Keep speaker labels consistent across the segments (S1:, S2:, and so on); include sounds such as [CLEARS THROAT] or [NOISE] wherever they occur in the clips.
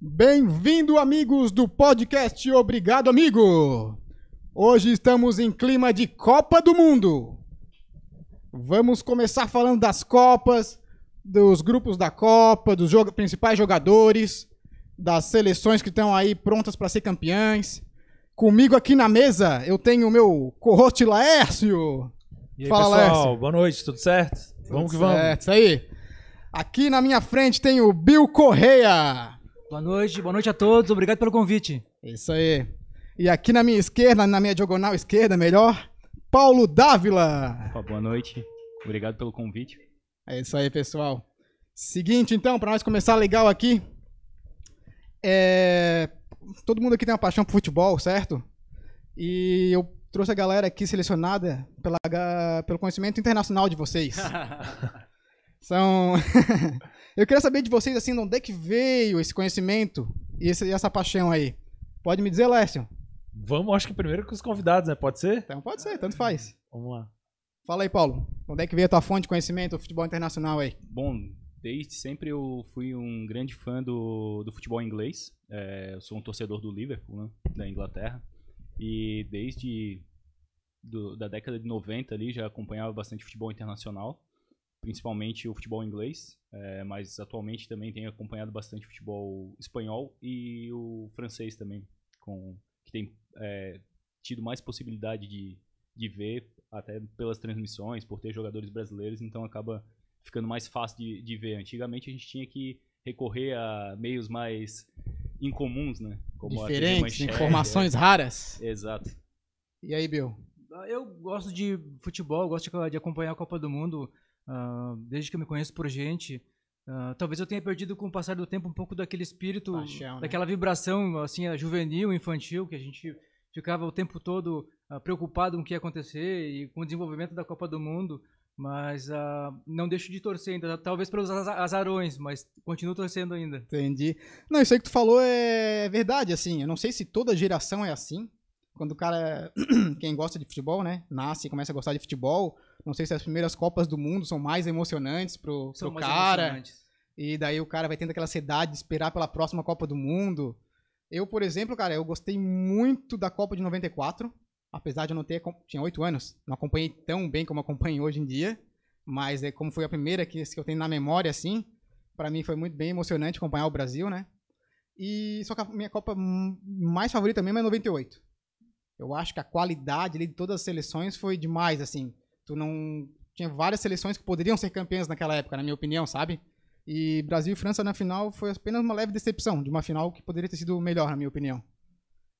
S1: Bem-vindo, amigos do podcast Obrigado Amigo! Hoje estamos em clima de Copa do Mundo. Vamos começar falando das Copas, dos grupos da Copa, dos joga- principais jogadores, das seleções que estão aí prontas para ser campeãs. Comigo aqui na mesa eu tenho o meu co-host Laércio.
S2: E aí,
S1: Fala,
S2: pessoal,
S1: Laércio.
S2: boa noite, tudo certo? vamos que vamos.
S1: É, isso aí. Aqui na minha frente tem o Bill Correia.
S3: Boa noite, boa noite a todos, obrigado pelo convite.
S1: É Isso aí. E aqui na minha esquerda, na minha diagonal esquerda, melhor, Paulo Dávila.
S4: Opa, boa noite. Obrigado pelo convite.
S1: É isso aí, pessoal. Seguinte, então, pra nós começar legal aqui. É... Todo mundo aqui tem uma paixão por futebol, certo? E eu trouxe a galera aqui selecionada pela, ga- pelo conhecimento internacional de
S2: [LAUGHS]
S1: vocês. São. [LAUGHS] eu queria saber de vocês, assim, de onde é que veio esse conhecimento e esse- essa paixão aí. Pode me dizer, Lécio?
S2: [LAUGHS] Vamos, acho que primeiro com os convidados, né? Pode ser?
S1: Então pode ser, tanto faz.
S2: Vamos lá.
S1: Fala aí, Paulo. Onde é que veio a tua fonte de conhecimento do futebol internacional aí?
S4: Bom, desde sempre eu fui um grande fã do, do futebol inglês. É, eu sou um torcedor do Liverpool, né, da Inglaterra. E desde do, da década de 90 ali já acompanhava bastante futebol internacional, principalmente o futebol inglês. É, mas atualmente também tenho acompanhado bastante futebol espanhol e o francês também, com, que tem é, tido mais possibilidade de, de ver, até pelas transmissões, por ter jogadores brasileiros, então acaba ficando mais fácil de, de ver. Antigamente a gente tinha que recorrer a meios mais incomuns, né? Como a TV
S1: Diferentes,
S4: Manchete,
S3: [LAUGHS]
S1: informações raras.
S4: é. [LAUGHS] Exato.
S1: E aí, Bill?
S3: Ah, Eu gosto de futebol, gosto de- de acompanhar a Copa do Mundo ah, desde que eu me conheço por gente. Ah, talvez eu tenha perdido com o passar do tempo um pouco daquele espírito,
S1: Paixão, né?
S3: daquela vibração assim ah, juvenil, infantil que a gente ficava o tempo todo ah, preocupado com o que ia acontecer e com o desenvolvimento da Copa do Mundo. Mas ah, não deixo de torcer ainda, talvez pelos aza- azarões, mas continuo torcendo ainda.
S1: Entendi. Não, isso aí que tu falou é verdade, assim. Eu não sei se toda geração é assim. Quando o cara, é, [CLEARS THROAT] quem gosta de futebol, né, nasce e começa a gostar de futebol. Não sei se as primeiras Copas do Mundo são mais emocionantes pro,
S3: São
S1: pro
S3: mais
S1: cara.
S3: emocionantes.
S1: E daí o cara vai tendo aquela ansiedade de esperar pela próxima Copa do Mundo. Eu, por exemplo, cara, eu gostei muito da Copa de 94. Apesar de eu não ter. acom- Tinha oito anos. Não acompanhei tão bem como acompanho hoje em dia. Mas é como foi a primeira que, que eu tenho na memória, assim. pra mim foi muito bem emocionante acompanhar o Brasil, né? E só que a minha Copa hum, mais favorita mesmo é 98. Eu acho que a qualidade ali de todas as seleções foi demais, assim. Tu não. Tinha várias seleções que poderiam ser campeãs naquela época, na minha opinião, sabe? E Brasil e França na final foi apenas uma leve decepção de uma final que poderia ter sido melhor, na minha opinião.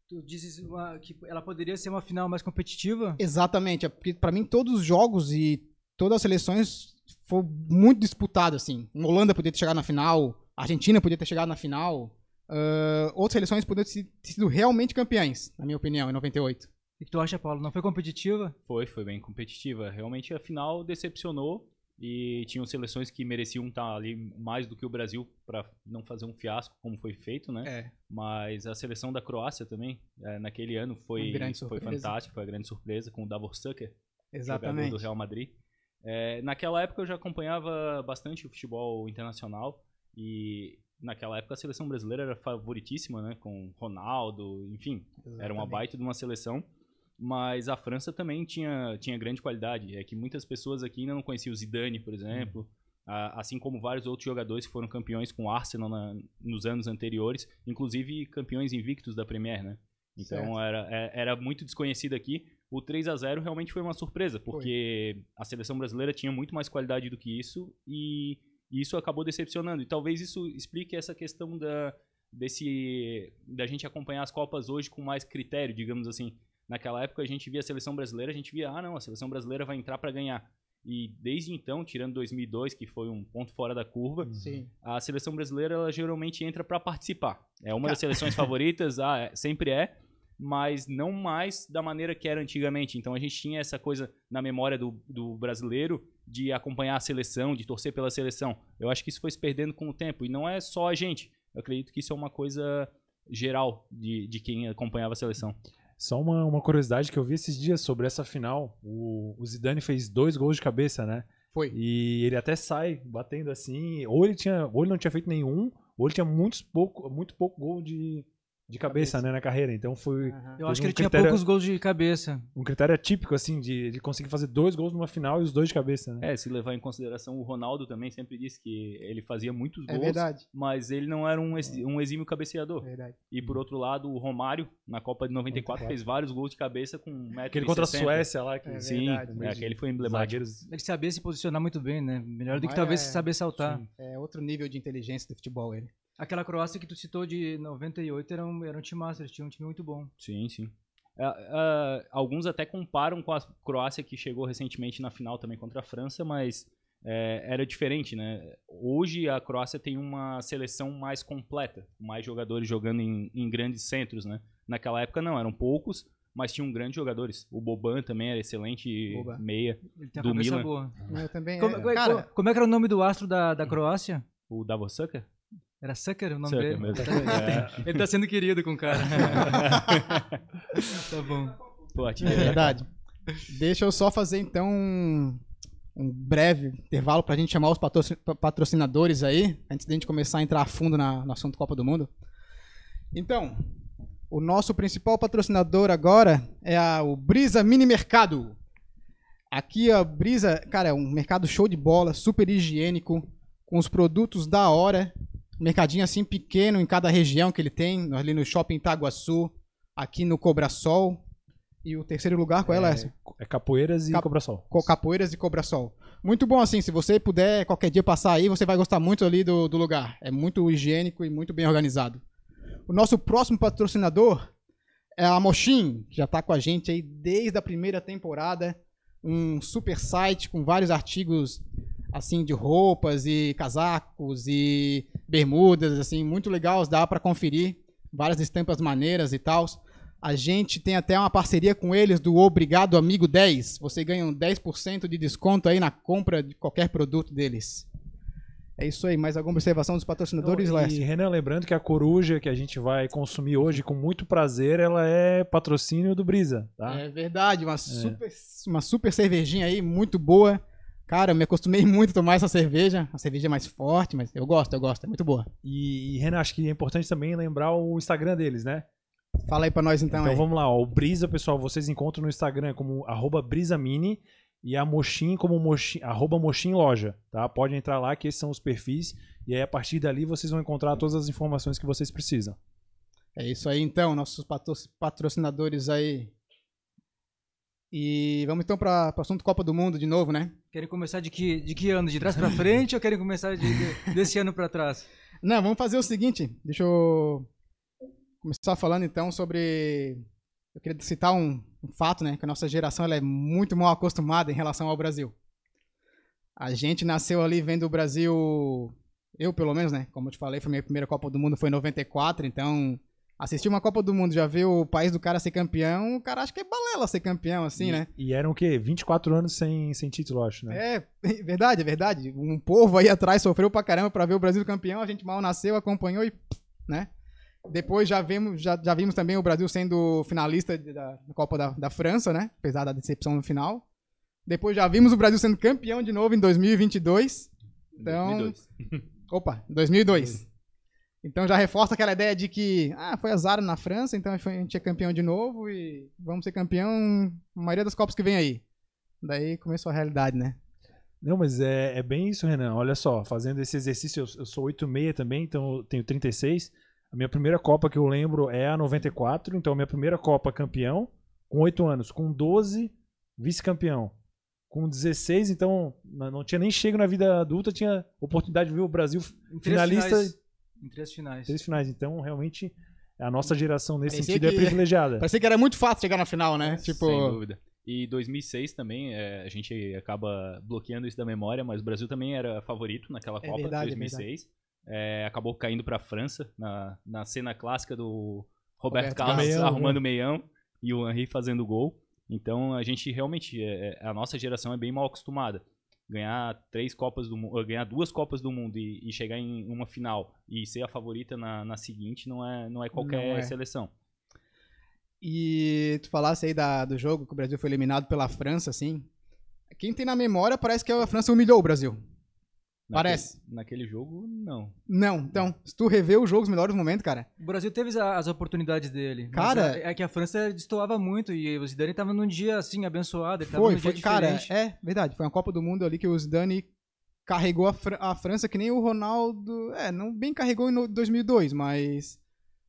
S3: Tu dizes uma- que ela poderia ser uma final mais competitiva?
S1: Exatamente, é porque para mim todos os jogos e todas as seleções foi muito disputado assim. A Holanda podia ter chegado na final, a Argentina podia ter chegado na final, ah, outras seleções poderiam ter sido- ter sido realmente campeãs, na minha opinião, em 98.
S3: O que tu acha, Paulo? Não foi competitiva?
S4: Foi, foi bem competitiva. Realmente a final decepcionou e tinham seleções que mereciam estar ali mais do que o Brasil para não fazer um fiasco como foi feito, né?
S1: É.
S4: Mas a seleção da Croácia também, eh, naquele ano foi
S1: Uma grande
S4: foi
S1: surpresa.
S4: fantástico, foi a grande surpresa com o Davor Sucker, jogador do
S1: Exatamente.
S4: Real Madrid. Eh, naquela época eu já acompanhava bastante o futebol internacional e naquela época a seleção brasileira era favoritíssima, né? Com Ronaldo, enfim, era uma baita de uma seleção, mas a França também tinha, tinha grande qualidade. É que muitas pessoas aqui ainda não conheciam o Zidane, por exemplo, a- assim como vários outros jogadores que foram campeões com o Arsenal na- nos anos anteriores, inclusive campeões invictos da Premier, né? Então
S1: Certo.
S4: era, é- era muito desconhecido aqui. O 3 a 0 realmente foi uma surpresa, porque a seleção brasileira tinha muito mais qualidade do que isso e isso acabou decepcionando. E talvez isso explique essa questão da, desse da gente acompanhar as Copas hoje com mais critério, digamos assim. Naquela época a gente via a seleção brasileira, a gente via, ah, não, a seleção brasileira vai entrar para ganhar. E desde então, tirando 2002, que foi um ponto fora da curva,
S1: Sim.
S4: a seleção brasileira ela geralmente entra para participar. É uma
S1: Ca- [LAUGHS]
S4: das seleções favoritas, ah, é, sempre é, mas não mais da maneira que era antigamente. Então a gente tinha essa coisa na memória do, do brasileiro de acompanhar a seleção, de torcer pela seleção. Eu acho que isso foi se perdendo com o tempo e não é só a gente. Eu acredito que isso é uma coisa geral de, de quem acompanhava a seleção.
S2: Só uma, uma curiosidade que eu vi esses dias sobre essa final. O, o Zidane fez dois gols de cabeça, né?
S1: Foi.
S2: E ele até sai batendo assim. Ou ele, tinha, ou ele não tinha feito nenhum, ou ele tinha muitos pouco, muito pouco gol de, de
S1: Cabeça.
S2: cabeça,
S1: Ah.
S2: né, na carreira. Então foi
S3: Eu
S2: Teve
S3: acho que
S2: um
S3: ele tinha
S2: critério-
S3: poucos gols de cabeça.
S2: um critério atípico, assim, de, de conseguir fazer dois gols numa final e os dois de cabeça, né?
S4: É, se levar em consideração, o Ronaldo também sempre disse que ele fazia muitos
S1: É
S4: gols,
S1: verdade.
S4: mas ele não era um, ex- um exímio cabeceador.
S1: É verdade.
S4: E por outro lado, o Romário, na Copa de 94,
S2: 94.
S4: fez vários gols de cabeça com 1,60m.
S2: Aquele contra a Suécia lá, que
S1: É
S4: Sim,
S1: verdade,
S4: é,
S1: verdade.
S4: aquele foi emblemático.
S2: zagueiros. é,
S3: Ele sabia se posicionar muito bem, né? Melhor do que
S1: Mas
S3: talvez
S1: é-
S3: saber saltar.
S2: Sim.
S1: É outro nível de inteligência do futebol ele.
S3: Aquela Croácia que tu citou de 98 era um, era um time massa, eles tinham um time muito bom.
S4: Sim, sim. Ah, ah, alguns até comparam com a Croácia que chegou recentemente na final também contra a França, mas eh, era diferente, né? Hoje a Croácia tem uma seleção mais completa, mais jogadores jogando em, em grandes centros, né? Naquela época não, eram poucos, mas tinham grandes jogadores. O Boban também era excelente
S1: Boban.
S4: meia,
S3: Ele tem a
S4: Do
S3: cabeça
S4: Milan.
S3: boa.
S1: Eu também.
S3: Uhum. Como,
S1: é,
S3: como-
S1: cara,
S3: como é que era o nome do astro da, da Croácia?
S4: o Davor Sucker.
S3: Era Sucker o nome
S4: Sucker
S3: dele?
S4: mesmo. É.
S3: Tá- [LAUGHS] Ele tá sendo querido com o cara. [LAUGHS] tá bom.
S2: [LAUGHS]
S4: Pô,
S1: É
S4: artilheiro.
S1: verdade. Deixa eu só fazer então um, um breve intervalo pra gente chamar os patrocin- pa- patrocinadores aí, antes da gente começar a entrar a fundo na, no assunto Copa do Mundo. Então, o nosso principal patrocinador agora é a, o Brisa Mini Mercado. Aqui a Brisa, cara, é um mercado show de bola, super higiênico, com os produtos da hora. Mercadinho assim pequeno em cada região que ele tem, ali no Shopping Itaguaçu, aqui no Cobrasol. E o terceiro lugar, qual é, Léo?
S2: É capoeiras e
S1: Cap-
S2: cobra-sol.
S1: Co- Capoeiras e Cobrasol. Muito bom, assim, se você puder qualquer dia passar aí, você vai gostar muito ali do, do lugar. É muito higiênico e muito bem organizado. O nosso próximo patrocinador é a Mochin, que já está com a gente aí desde a primeira temporada. Um super site com vários artigos, assim, de roupas e casacos e bermudas, assim, muito legal, dá para conferir. Várias estampas maneiras e tal. A gente tem até uma parceria com eles do Obrigado Amigo 10. Você ganha um 10% de desconto aí na compra de qualquer produto deles. É isso aí. Mais alguma observação dos patrocinadores,
S2: Então,
S1: Léo?
S2: E Renan, lembrando que a coruja que a gente vai consumir hoje com muito prazer, ela é patrocínio do Brisa, tá?
S1: É verdade, uma super, uma super cervejinha aí, muito boa. Cara, eu me acostumei [LAUGHS] muito a tomar essa cerveja. A cerveja é mais forte, mas eu gosto, eu gosto, é muito boa.
S2: E, e, Renan, acho que é importante também lembrar o Instagram deles, né?
S1: Fala aí pra nós então,
S2: Então,
S1: aí.
S2: vamos lá, ó, o Brisa, pessoal, vocês encontram no Instagram como arroba brisamini e a Mochim como Mochim, arroba Mochim Loja, tá? Pode entrar lá que esses são os perfis e aí a partir dali vocês vão encontrar todas as informações que vocês precisam.
S1: É isso aí então, nossos patro- patrocinadores aí. E vamos então para o assunto Copa do Mundo de novo, né?
S3: Querem começar de que, de que ano? De trás pra frente ou querem começar de- de- desse ano pra trás?
S1: Não, vamos fazer o seguinte. Deixa eu começar falando então sobre. Eu queria citar um, um fato, né? Que a nossa geração ela é muito mal acostumada em relação ao Brasil. A gente nasceu ali vendo o Brasil. Eu, pelo menos, né? Como eu te falei, foi minha primeira Copa do Mundo foi em 94, então. Assistir uma Copa do Mundo, já ver o país do cara ser campeão, o cara acha que é balela ser campeão, assim,
S2: e,
S1: né?
S2: E eram o quê? 24 anos sem, sem título, eu acho, né?
S1: É, é [LAUGHS] verdade, é verdade. Um povo aí atrás sofreu pra caramba pra ver o Brasil campeão, a gente mal nasceu, acompanhou e, né? Depois já vimos, já, já vimos também o Brasil sendo finalista de- da da Copa da, da França, né? Apesar da decepção no final. Depois já vimos o Brasil sendo campeão de novo em 2022. Então-
S4: 2002.
S1: Opa, 2002. Então já reforça aquela ideia de que, ah, foi azar na França, então foi- a gente é campeão de novo e vamos ser campeão na maioria das Copas que vem aí. Daí começou a realidade, né?
S2: Não, mas é, é bem isso, Renan. Olha só, fazendo esse exercício, eu, eu sou 8,6 também, então eu tenho 36. A minha primeira Copa que eu lembro é a 94, então a minha primeira Copa campeão, com 8 anos. Com 12, vice-campeão. Com 16, então n- não tinha nem chego na vida adulta, tinha oportunidade de ver o Brasil
S3: Em três
S2: Finalista-
S3: finais. Em três finais.
S2: três finais. Então, realmente, a nossa geração nesse
S1: Parecia
S2: sentido
S1: que-
S2: é privilegiada.
S1: Parecia que era muito fácil chegar na final, né?
S4: Sem
S1: tipo,
S4: dúvida. E 2006 também, eh, a gente acaba bloqueando isso da memória, mas o Brasil também era favorito naquela
S1: É
S4: Copa de
S1: verdade, é
S4: 2006. Eh, acabou caindo para a França, na, na cena clássica do Roberto,
S1: Roberto
S4: Carlos
S2: Carlos.
S4: arrumando o meião e o Henry fazendo gol. Então a gente realmente, eh, eh, a nossa geração é bem mal acostumada. Ganhar três Copas do Mundo, ganhar duas Copas do Mundo e, e chegar em uma final e ser a favorita na, na seguinte não é, não é qualquer
S1: Não é.
S4: seleção.
S1: E tu falasse aí da- do jogo que o Brasil foi eliminado pela França, assim. Quem tem na memória parece que a França humilhou o Brasil. Parece.
S4: Naquele jogo, não.
S1: Não, então, se tu rever o jogo, os melhores momentos, cara.
S3: O Brasil teve a- as oportunidades dele. mas
S1: Cara-
S3: a- é que a França destoava muito e o Zidane tava num dia assim, abençoado. Ele tava
S1: Foi,
S3: num
S1: foi,
S3: dia
S1: cara,
S3: diferente.
S1: é verdade. Foi uma Copa do Mundo ali que o Zidane carregou a, Fran- a França que nem o Ronaldo. É, não bem carregou em no- 2002, mas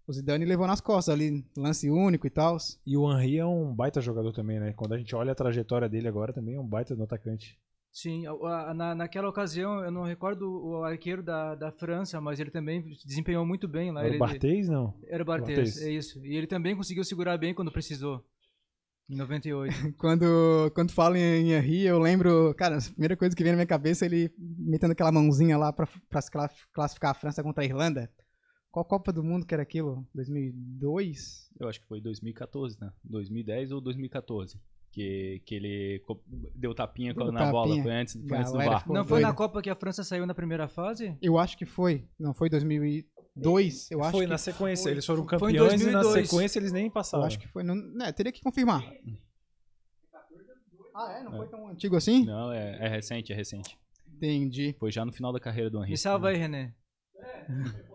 S1: o Zidane levou nas costas ali, lance único e tal.
S2: E o Henry é um baita jogador também, né? Quando a gente olha a trajetória dele agora, também é um baita no atacante.
S3: Sim, a- a- na, naquela ocasião, eu não recordo o o arqueiro da, da França, mas ele também se desempenhou muito bem lá.
S2: Era
S3: ele,
S2: o Barthez, não?
S3: Era o Barthez,
S2: Barthez.
S3: é isso. E ele também conseguiu segurar bem quando precisou. Em 98.
S1: Quando, quando falam em Henry, eu lembro, cara, a primeira coisa que vem na minha cabeça é ele metendo aquela mãozinha lá pra, pra se cla- classificar a França contra a Irlanda. Qual Copa do Mundo que era aquilo? 2002?
S4: Eu acho que foi 2014, né? 2010 ou 2014. Que, que ele co- deu tapinha
S1: Deu
S4: na bola.
S1: tapinha. Ah,
S4: Foi antes, foi antes do
S1: Galera, [LAUGHS]
S4: VAR.
S1: Pô,
S3: não foi na
S1: doido.
S3: Copa que a França saiu na primeira fase?
S1: Eu acho que foi. Não, foi 2002? Eu acho
S2: foi
S1: que
S2: na sequência.
S1: foi.
S2: Eles foram
S3: Foi em
S2: campeões e na
S3: 2002.
S2: sequência eles nem passaram.
S1: Eu acho que foi. Não, né, teria que confirmar.
S4: Hum.
S1: Ah, é? Não foi tão antigo assim?
S4: Não, é, é recente, é recente.
S1: Entendi.
S4: Foi já no final da carreira do Henry.
S3: Me
S1: é
S3: salva aí,
S1: né?
S3: René.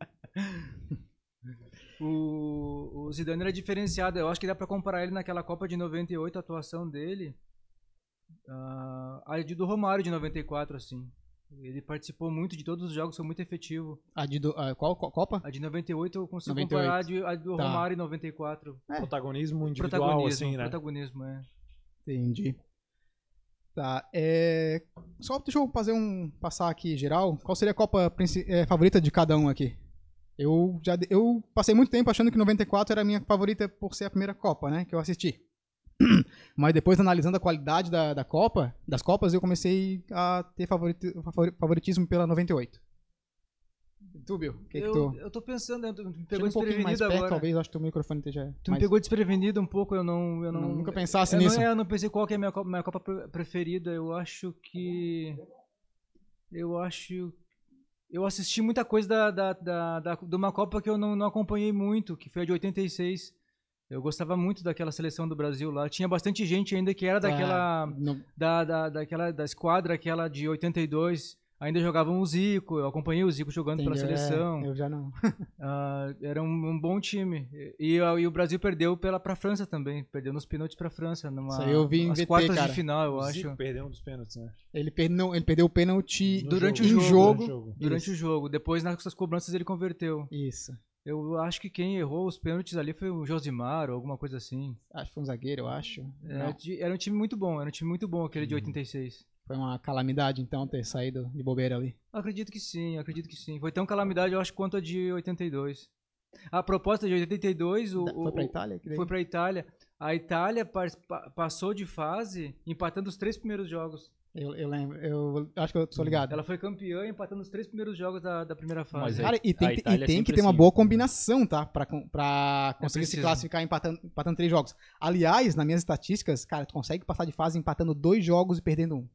S3: [LAUGHS] o, o Zidane era diferenciado. Eu acho que dá pra comparar ele naquela Copa de 98, a atuação dele. ah, a de do Romário de 94, assim. Ele participou muito de todos os jogos, foi muito efetivo.
S1: A de do- ah, qual co- Copa?
S3: A de 98 eu consigo
S1: 98.
S3: comparar a, de, a do
S1: Tá.
S3: Romário em 94.
S2: Protagonismo individual,
S3: Protagonismo,
S2: assim, né?
S3: protagonismo, é.
S1: Entendi. Tá. É... Só deixa eu fazer um. passar aqui geral. Qual seria a Copa princi- eh, favorita de cada um aqui? Eu já de- eu passei muito tempo achando que 94 era a minha favorita por ser a primeira Copa, né? Que eu assisti. [CLEARS THROAT] Mas depois, analisando a qualidade da, da Copa, das Copas, eu comecei a ter favoriti- favori- favoritismo pela 98. Tu, Bill, o que, que
S3: eu,
S1: tu.
S3: eu tô pensando, né, tu me
S1: Chega
S3: pegou
S1: um pouquinho mais
S3: desprevenido
S1: perto,
S3: agora.
S1: talvez, acho que o microfone esteja.
S3: Tu me
S1: mais-
S3: pegou desprevenido um pouco, eu não. Eu não
S1: Não, nunca pensasse
S3: eu
S1: Assim nisso.
S3: Não, é, eu não pensei qual que é a minha Copa, minha Copa pre- preferida. Eu acho que. Eu acho. Eu assisti muita coisa da, da, da, da- de uma Copa que eu não, não acompanhei muito, que foi a de 86. Eu gostava muito daquela seleção do Brasil lá. Tinha bastante gente ainda que era daquela.
S1: não-
S3: Da, da, daquela da esquadra, aquela de 82. Ainda jogavam o Zico, eu acompanhei o Zico jogando pela
S1: entendi, é,
S3: seleção.
S1: eu já não.
S3: Ah, era um, um bom time. E, e a- e o Brasil perdeu pela pra França também. Perdeu nos pênaltis pra França. Numa,
S1: Isso aí eu vi em
S3: nas
S1: VT,
S3: quartas
S1: cara.
S3: de final, eu
S2: O
S3: acho.
S2: Zico perdeu um dos pênaltis, né?
S1: Ele, per- não, ele perdeu o pênalti
S2: No
S3: durante
S1: em
S3: o jogo.
S2: No jogo.
S3: Durante
S1: Isso.
S3: o jogo. Depois, nas suas cobranças, ele converteu.
S1: Isso.
S3: Eu acho que quem errou os pênaltis ali foi o Josimar ou alguma coisa assim.
S1: Acho que foi um zagueiro, eu acho.
S3: Era,
S1: Não,
S3: de- era um time muito bom. Era um time muito bom aquele
S1: Uhum.
S3: de 86.
S1: foi uma calamidade, então, ter saído de bobeira ali.
S3: Acredito que sim, acredito que sim. Foi tão calamidade, eu acho, quanto a de 82. A proposta de 82, o,
S1: Da-
S3: o-
S1: foi pra
S3: o-
S1: Itália? Que daí?
S3: foi para a Itália. A Itália par- pa- passou de fase empatando os três primeiros jogos.
S1: Eu, eu lembro. Eu acho que eu sou ligado.
S3: Ela foi campeã empatando os três primeiros jogos da, da primeira
S4: Mas
S3: fase.
S4: é-
S1: Cara, e tem,
S4: a
S1: que- e
S4: Itália
S1: tem
S4: é
S1: que
S4: sempre
S1: ter uma
S4: assim.
S1: boa combinação, tá? Pra, con- pra conseguir se
S3: preciso.
S1: classificar empatando, empatando três jogos. Aliás, nas minhas estatísticas, cara, tu consegue passar de fase empatando dois jogos e perdendo um.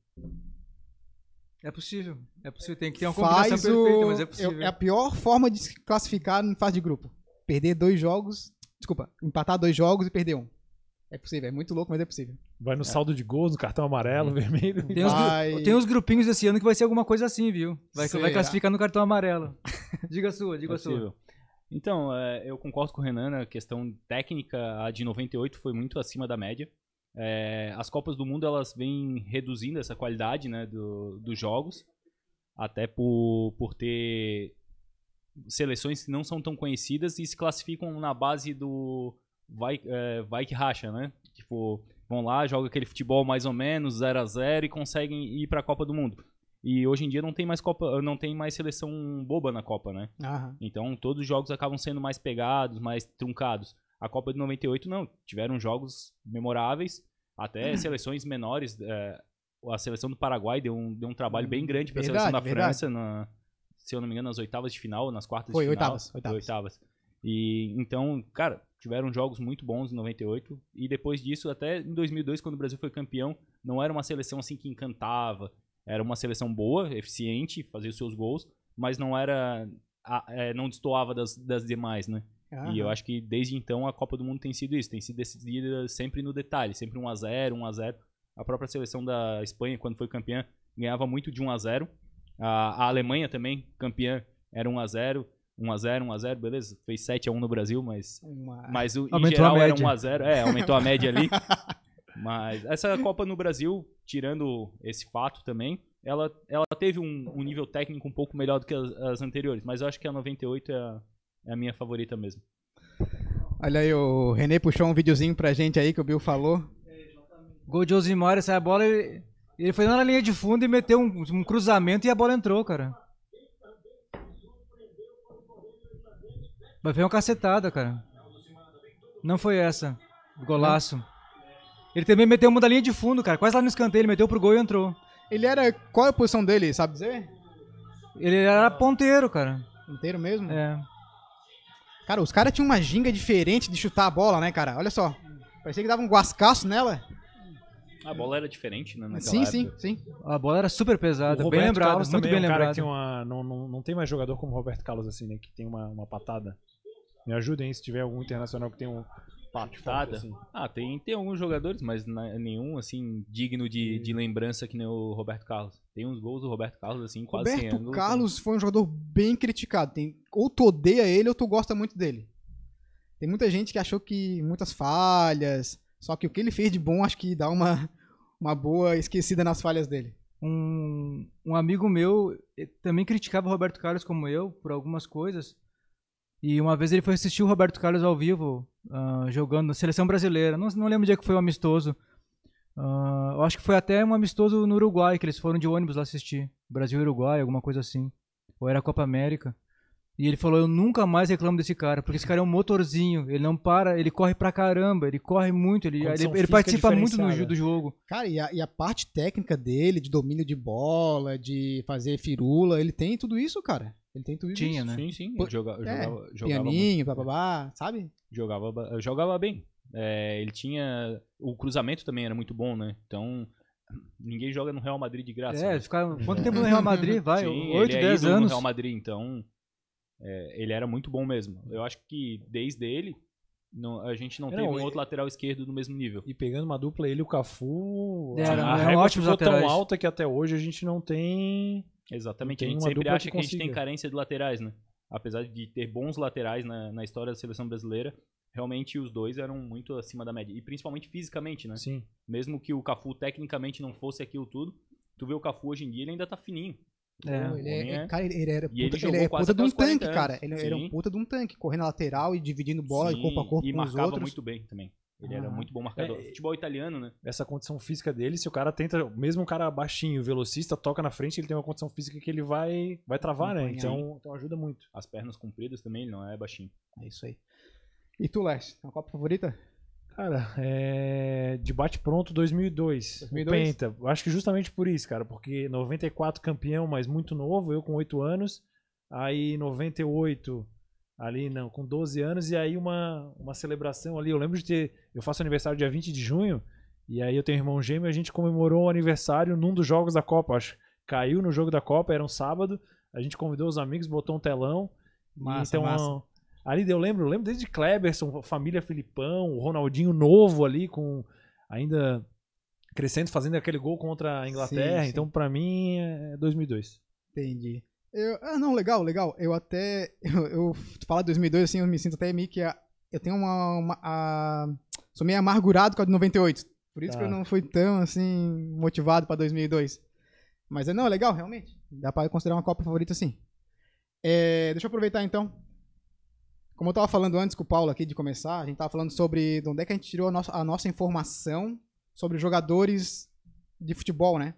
S3: É possível. É possível. Tem que ter uma combinação
S1: faz o...
S3: perfeita, mas é
S1: eu-
S3: possível.
S1: a pior forma de se classificar em fase de grupo. Perder dois jogos. Desculpa, empatar dois jogos e perder um. É possível, é muito louco, mas é possível.
S2: Vai no saldo de gols, no cartão amarelo,
S3: Hum.
S2: vermelho.
S3: Tem, uns, gru-
S1: Vai-
S3: tem uns grupinhos esse ano que vai ser alguma coisa assim, viu? Vai,
S1: Será?
S3: vai classificar no cartão amarelo. Diga a sua, diga a sua.
S4: Possível. assim, Então, é, eu concordo com o Renan na questão técnica, a de 98 foi muito acima da média. É, as Copas do Mundo elas vêm reduzindo essa qualidade né, do- dos jogos, até por, por ter seleções que não são tão conhecidas e se classificam na base do vai, é, vai que racha, né? Tipo, vão lá, jogam aquele futebol mais ou menos 0 a 0 e conseguem ir para a Copa do Mundo. E hoje em dia não tem mais Copa, não tem mais seleção boba na Copa, né?
S1: Aham.
S4: Então todos os jogos acabam sendo mais pegados, mais truncados. A Copa de 98 não, tiveram jogos memoráveis,
S1: Uhum.
S4: até seleções menores. eh, a seleção do Paraguai deu um, deu um trabalho bem grande para a
S1: Uhum. Verdade,
S4: seleção da
S1: verdade.
S4: França, na- se eu não me engano, nas oitavas de final, nas quartas
S1: Foi,
S4: de final.
S1: oitavas,
S4: Foi
S1: oitavas.
S4: oitavas. E então, cara, tiveram jogos muito bons em 98 e depois disso até em 2002 quando o Brasil foi campeão, não era uma seleção assim que encantava, era uma seleção boa, eficiente, fazia os seus gols, mas não era a- é, não destoava das, das demais, né? E eu
S1: Aham.
S4: acho que um desde então a Copa do Mundo tem sido isso, tem sido decidida sempre no detalhe, sempre 1 a 0, 1 a 0. A própria seleção da Espanha, quando foi campeã, ganhava muito de 1 a 0 A, a Alemanha também, campeã, era 1 a 0 1 a 0 1 a 0 beleza. Fez 7 a 1 no Brasil, mas
S1: Uma...
S4: mas o, em
S3: Aumentou
S4: geral
S3: a
S4: era
S3: média.
S4: 1x0. É, aumentou a média
S3: [LAUGHS]
S4: ali. Mas essa Copa no Brasil, tirando esse fato também, ela, ela teve um, um nível técnico um pouco melhor do que as, as anteriores. Mas eu acho que a 98 é a, é a minha favorita mesmo.
S1: Olha aí, o René puxou um videozinho pra gente aí que o Bill falou.
S3: Gol de Osimar, essa bola, ele, ele foi lá na linha de fundo e meteu um, um cruzamento e a bola entrou, cara. Mas foi uma cacetada, cara. Não foi essa. Golaço. Ele também meteu uma da linha de fundo, cara. Quase lá no escanteio, ele meteu pro gol e entrou.
S1: Ele era. Qual é a posição dele, sabe dizer?
S3: Ele era ponteiro, cara.
S1: Inteiro mesmo?
S3: É.
S1: Cara, os caras tinham uma ginga diferente de chutar a bola, né, cara? Olha só. Parecia que dava um guascaço nela.
S4: A bola era diferente, né? naquela
S1: sim,
S4: época.
S1: sim, sim.
S3: A bola era super pesada,
S2: O
S3: bem
S2: Roberto
S3: lembrado,
S2: Carlos
S3: muito
S2: também
S3: bem
S2: é um cara
S3: lembrado.
S2: que tem uma, não, não, não tem mais jogador como o Roberto Carlos, assim, né? Que tem uma, uma patada. Me ajudem aí se tiver algum internacional que tem um forte,
S4: Patada?
S2: assim.
S4: Ah, tem, tem alguns jogadores, mas na- nenhum, assim, digno de, de lembrança que nem o Roberto Carlos. Tem uns gols do Roberto Carlos, assim, quase sem
S1: Roberto
S4: ângulo.
S1: Carlos foi um jogador bem criticado. Tem, ou tu odeia ele ou tu gosta muito dele. Tem muita gente que achou que muitas falhas. Só que o que ele fez de bom, acho que dá uma, [LAUGHS] uma boa esquecida nas falhas dele.
S3: um, um amigo meu eh, também criticava o Roberto Carlos como eu por algumas coisas. E uma vez ele foi assistir o Roberto Carlos ao vivo, ah, jogando na seleção brasileira. Não, não lembro o dia que foi o amistoso. Ah, eu acho que foi até um amistoso no Uruguai, que eles foram de ônibus lá assistir. Brasil e Uruguai, alguma coisa assim. Ou era a Copa América. E ele falou: Eu nunca mais reclamo desse cara, porque esse cara é um motorzinho. Ele não para, ele corre pra caramba, ele corre muito, ele,
S2: Condição
S3: ele, ele
S2: física
S3: participa muito do,
S2: diferenciada.
S3: jo- do jogo.
S1: Cara, e a, e a parte técnica dele, de domínio de bola, de fazer firula, ele tem tudo isso, cara. Ele tem tudo isso.
S3: Tinha, né?
S4: Sim, sim.
S1: Pô,
S4: Joga,
S1: é,
S4: jogava, jogava muito.
S1: Pianinho, bababá, sabe?
S4: jogava, ba- jogava bem. É, ele tinha. O cruzamento também era muito bom, né? Então, ninguém joga no Real Madrid de graça.
S3: É,
S4: né?
S3: ficaram quanto tempo no
S4: [LAUGHS]
S3: Real Madrid? Vai,
S4: Sim,
S3: 8,
S4: ele é
S3: 10
S4: ídolo no
S3: anos.
S4: Real Madrid, então. é, ele era muito bom mesmo. Eu acho que desde ele, não- a gente não
S2: Não,
S4: teve um
S2: e-
S4: outro lateral esquerdo do mesmo nível.
S2: E pegando uma dupla, ele e o Cafu.
S3: Era,
S2: a
S3: É,
S4: Ah,
S3: eram
S2: régua
S3: né? ótimos
S2: ficou tão
S3: laterais.
S4: um
S2: alta que até hoje a gente não tem.
S4: Exatamente.
S2: Tem
S4: a gente
S2: uma
S4: sempre
S2: dupla
S4: acha
S2: que
S4: que a gente tem
S2: consiga.
S4: carência de laterais, né? Apesar de ter bons laterais na, na história da seleção brasileira, realmente os dois eram muito acima da média. E principalmente fisicamente, né?
S2: Sim.
S4: Mesmo que o Cafu tecnicamente não fosse aquilo tudo, tu vê o Cafu hoje em dia, ele ainda tá fininho.
S3: É,
S1: Pô, ele, é,
S4: homem é-
S1: cara, ele, ele era puta,
S4: ele
S1: ele
S4: jogou
S1: é
S4: quase
S1: puta de
S4: até
S1: um
S4: os 40
S1: tanque, cara.
S4: anos.
S1: Ele era um
S4: Sim.
S1: puta de um tanque, correndo na lateral e dividindo bola e corpo a corpo
S4: e
S1: com os
S4: marcava
S1: outros.
S4: muito bem também. Ele era
S1: Ah.
S4: muito bom marcador.
S2: É, e-
S4: Futebol italiano, né?
S2: Essa condição física dele, se o cara tenta, mesmo o cara baixinho, velocista, toca na frente, ele tem uma condição física que ele vai, vai travar, né?
S4: Acompanhar.
S2: Então, então ajuda muito.
S4: As pernas compridas também, ele não é baixinho.
S1: É isso aí. E tu, Leste, a Copa favorita?
S2: Cara, [LAUGHS] é. Debate pronto 2002.
S1: 2002?
S2: O Penta. Eu Acho que justamente por isso, cara. Porque 94 campeão, mas muito novo, eu com 8 anos. Aí 98, ali não, com 12 anos. E aí uma, uma celebração ali. Eu lembro de ter. Eu faço aniversário dia 20 de junho. E aí eu tenho um irmão gêmeo. A gente comemorou o aniversário num dos jogos da Copa. Acho caiu no jogo da Copa, era um sábado. A gente convidou os amigos, botou um telão.
S1: Massa,
S2: então,
S1: massa.
S2: ali eu lembro, eu lembro desde Kleberson, família Filipão, o Ronaldinho novo ali, com ainda crescendo, fazendo aquele gol contra a Inglaterra.
S1: sim.
S2: Então, pra mim, é 2002.
S1: Entendi. Eu- ah, não, legal, legal. Eu até. [LAUGHS] Eu, eu tu falar de 2002, assim, eu me sinto até meio que. a- eu tenho uma. uma- a- sou meio amargurado com a de 98. Por isso
S2: Tá.
S1: que eu não fui tão, assim, motivado pra 2002. Mas é, não, é legal, realmente. Dá pra considerar uma Copa favorita, sim. É, deixa eu aproveitar, então. Como eu tava falando antes com o Paulo aqui de começar, a gente tava falando sobre de onde é que a gente tirou a nossa, a nossa informação sobre jogadores de futebol, né?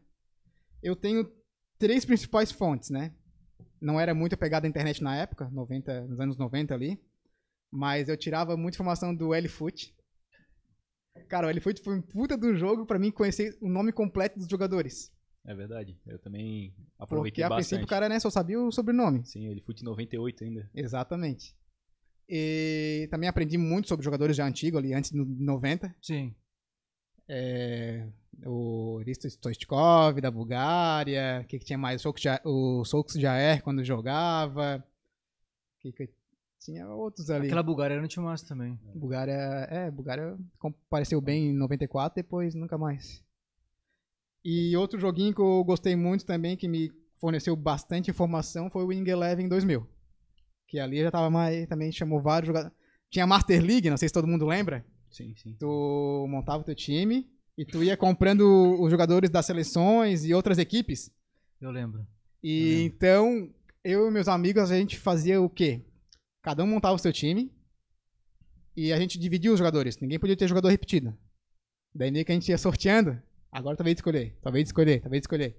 S1: Eu tenho três principais fontes, né? Não era muito apegado à internet na época, 90, nos anos 90 ali. Mas eu tirava muita informação do LFoot. Cara, o LFoot foi um puta do jogo pra mim conhecer o nome completo dos jogadores.
S4: É verdade. Eu também
S1: Porque
S4: aproveitei
S1: a
S4: bastante.
S1: princípio o cara né, só sabia o sobrenome.
S4: Sim, ele foi de 98 ainda.
S1: Exatamente. E também aprendi muito sobre jogadores já antigos ali, antes de 90.
S3: Sim.
S1: É, o Risto Stoichkov, da Bulgária. O que, que tinha mais? O Souk Ja- O Souk Jaer, quando jogava. Que que- tinha outros ali.
S3: Aquela Bulgária era no Timaço também.
S1: Bulgária, é, Bulgária compareceu bem em 94, depois nunca mais. E outro joguinho que eu gostei muito também, que me forneceu bastante informação, foi o Wing Eleven 2000. Que ali já tava mais. Também chamou vários jogadores. Tinha a Master League, não sei se todo mundo lembra.
S4: Sim, sim.
S1: Tu montava o teu time e tu ia comprando os jogadores das seleções e outras equipes.
S3: Eu lembro. Tá
S1: E então, eu e meus amigos, a gente fazia o quê? Cada um montava o seu time e a gente dividia os jogadores. Ninguém podia ter jogador repetido. Daí meio que a gente ia sorteando. Agora talvez escolher, talvez escolher, talvez escolher.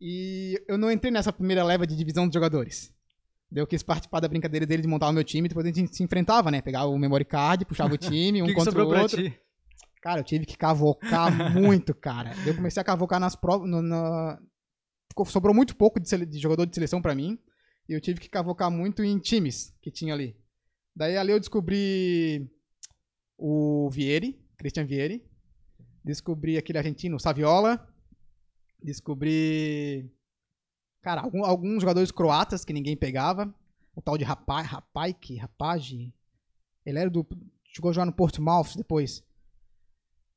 S1: E eu não entrei nessa primeira leva de divisão dos jogadores. Daí eu quis participar da brincadeira dele de montar o meu time, depois a gente se enfrentava, né? Pegava o memory card,
S3: [LAUGHS]
S1: puxava o time, um
S3: o que, que
S1: contra
S3: sobrou
S1: o
S3: pra
S1: outro.
S3: ti?
S1: Cara, eu tive que cavocar muito, cara. Eu comecei a cavocar nas provas. no- na- ficou- Sobrou muito pouco de, sele- de jogador de seleção pra mim. E eu tive que cavocar muito em times que tinha ali. Daí ali eu descobri o Vieri, Christian Vieri. Descobri aquele argentino, o Saviola. Descobri. Cara, algum- alguns jogadores croatas que ninguém pegava. O tal de Rapai, Rapaik, Rapage. Ele era do. Chegou a jogar no Portsmouth depois.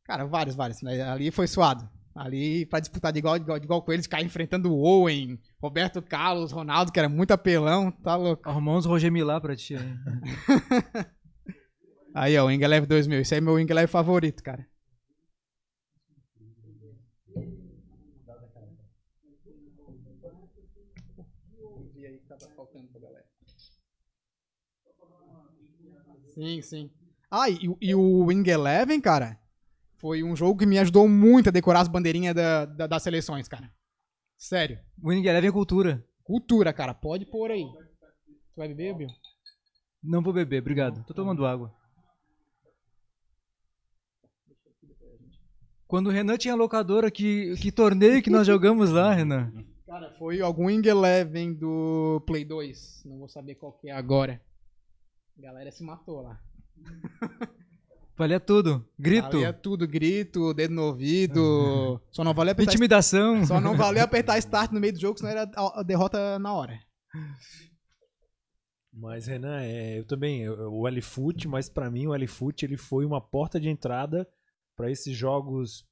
S1: Cara, vários, vários. Mas Ali foi suado. Ali, pra disputar de igual, de igual, de igual com eles, ficar enfrentando o Owen, Roberto Carlos, Ronaldo, que era muito apelão, tá louco.
S3: Arrumou uns Roger Milá pra ti. Hein?
S1: Aí, ó, o Ingelev 2000. Esse aí é meu Ingelev favorito, cara. Sim, sim. Ah, e, o- e o Wing Eleven, cara, foi um jogo que me ajudou muito a decorar as bandeirinhas da- da- das seleções, cara. Sério.
S3: Winning Eleven é cultura.
S1: Cultura, cara. Pode pôr aí. Tu vai beber, Bill?
S3: Não vou beber, obrigado. Tô tomando água. Quando o Renan tinha locadora, que, que torneio que nós jogamos lá, Renan?
S1: Cara, foi algum Wing Eleven do Play 2. Não vou saber qual que é agora. A galera se matou lá.
S3: Valia tudo. Grito,
S1: Valia tudo, grito, dedo no
S2: [LAUGHS]
S1: ouvido. Só não valia apertar,
S3: intimidação.
S1: só não valia apertar start no meio do jogo, senão era a a derrota na hora.
S2: Mas, Renan, é, eu também, eu- o LFoot, mas pra mim o LFoot ele foi uma porta de entrada pra esses jogos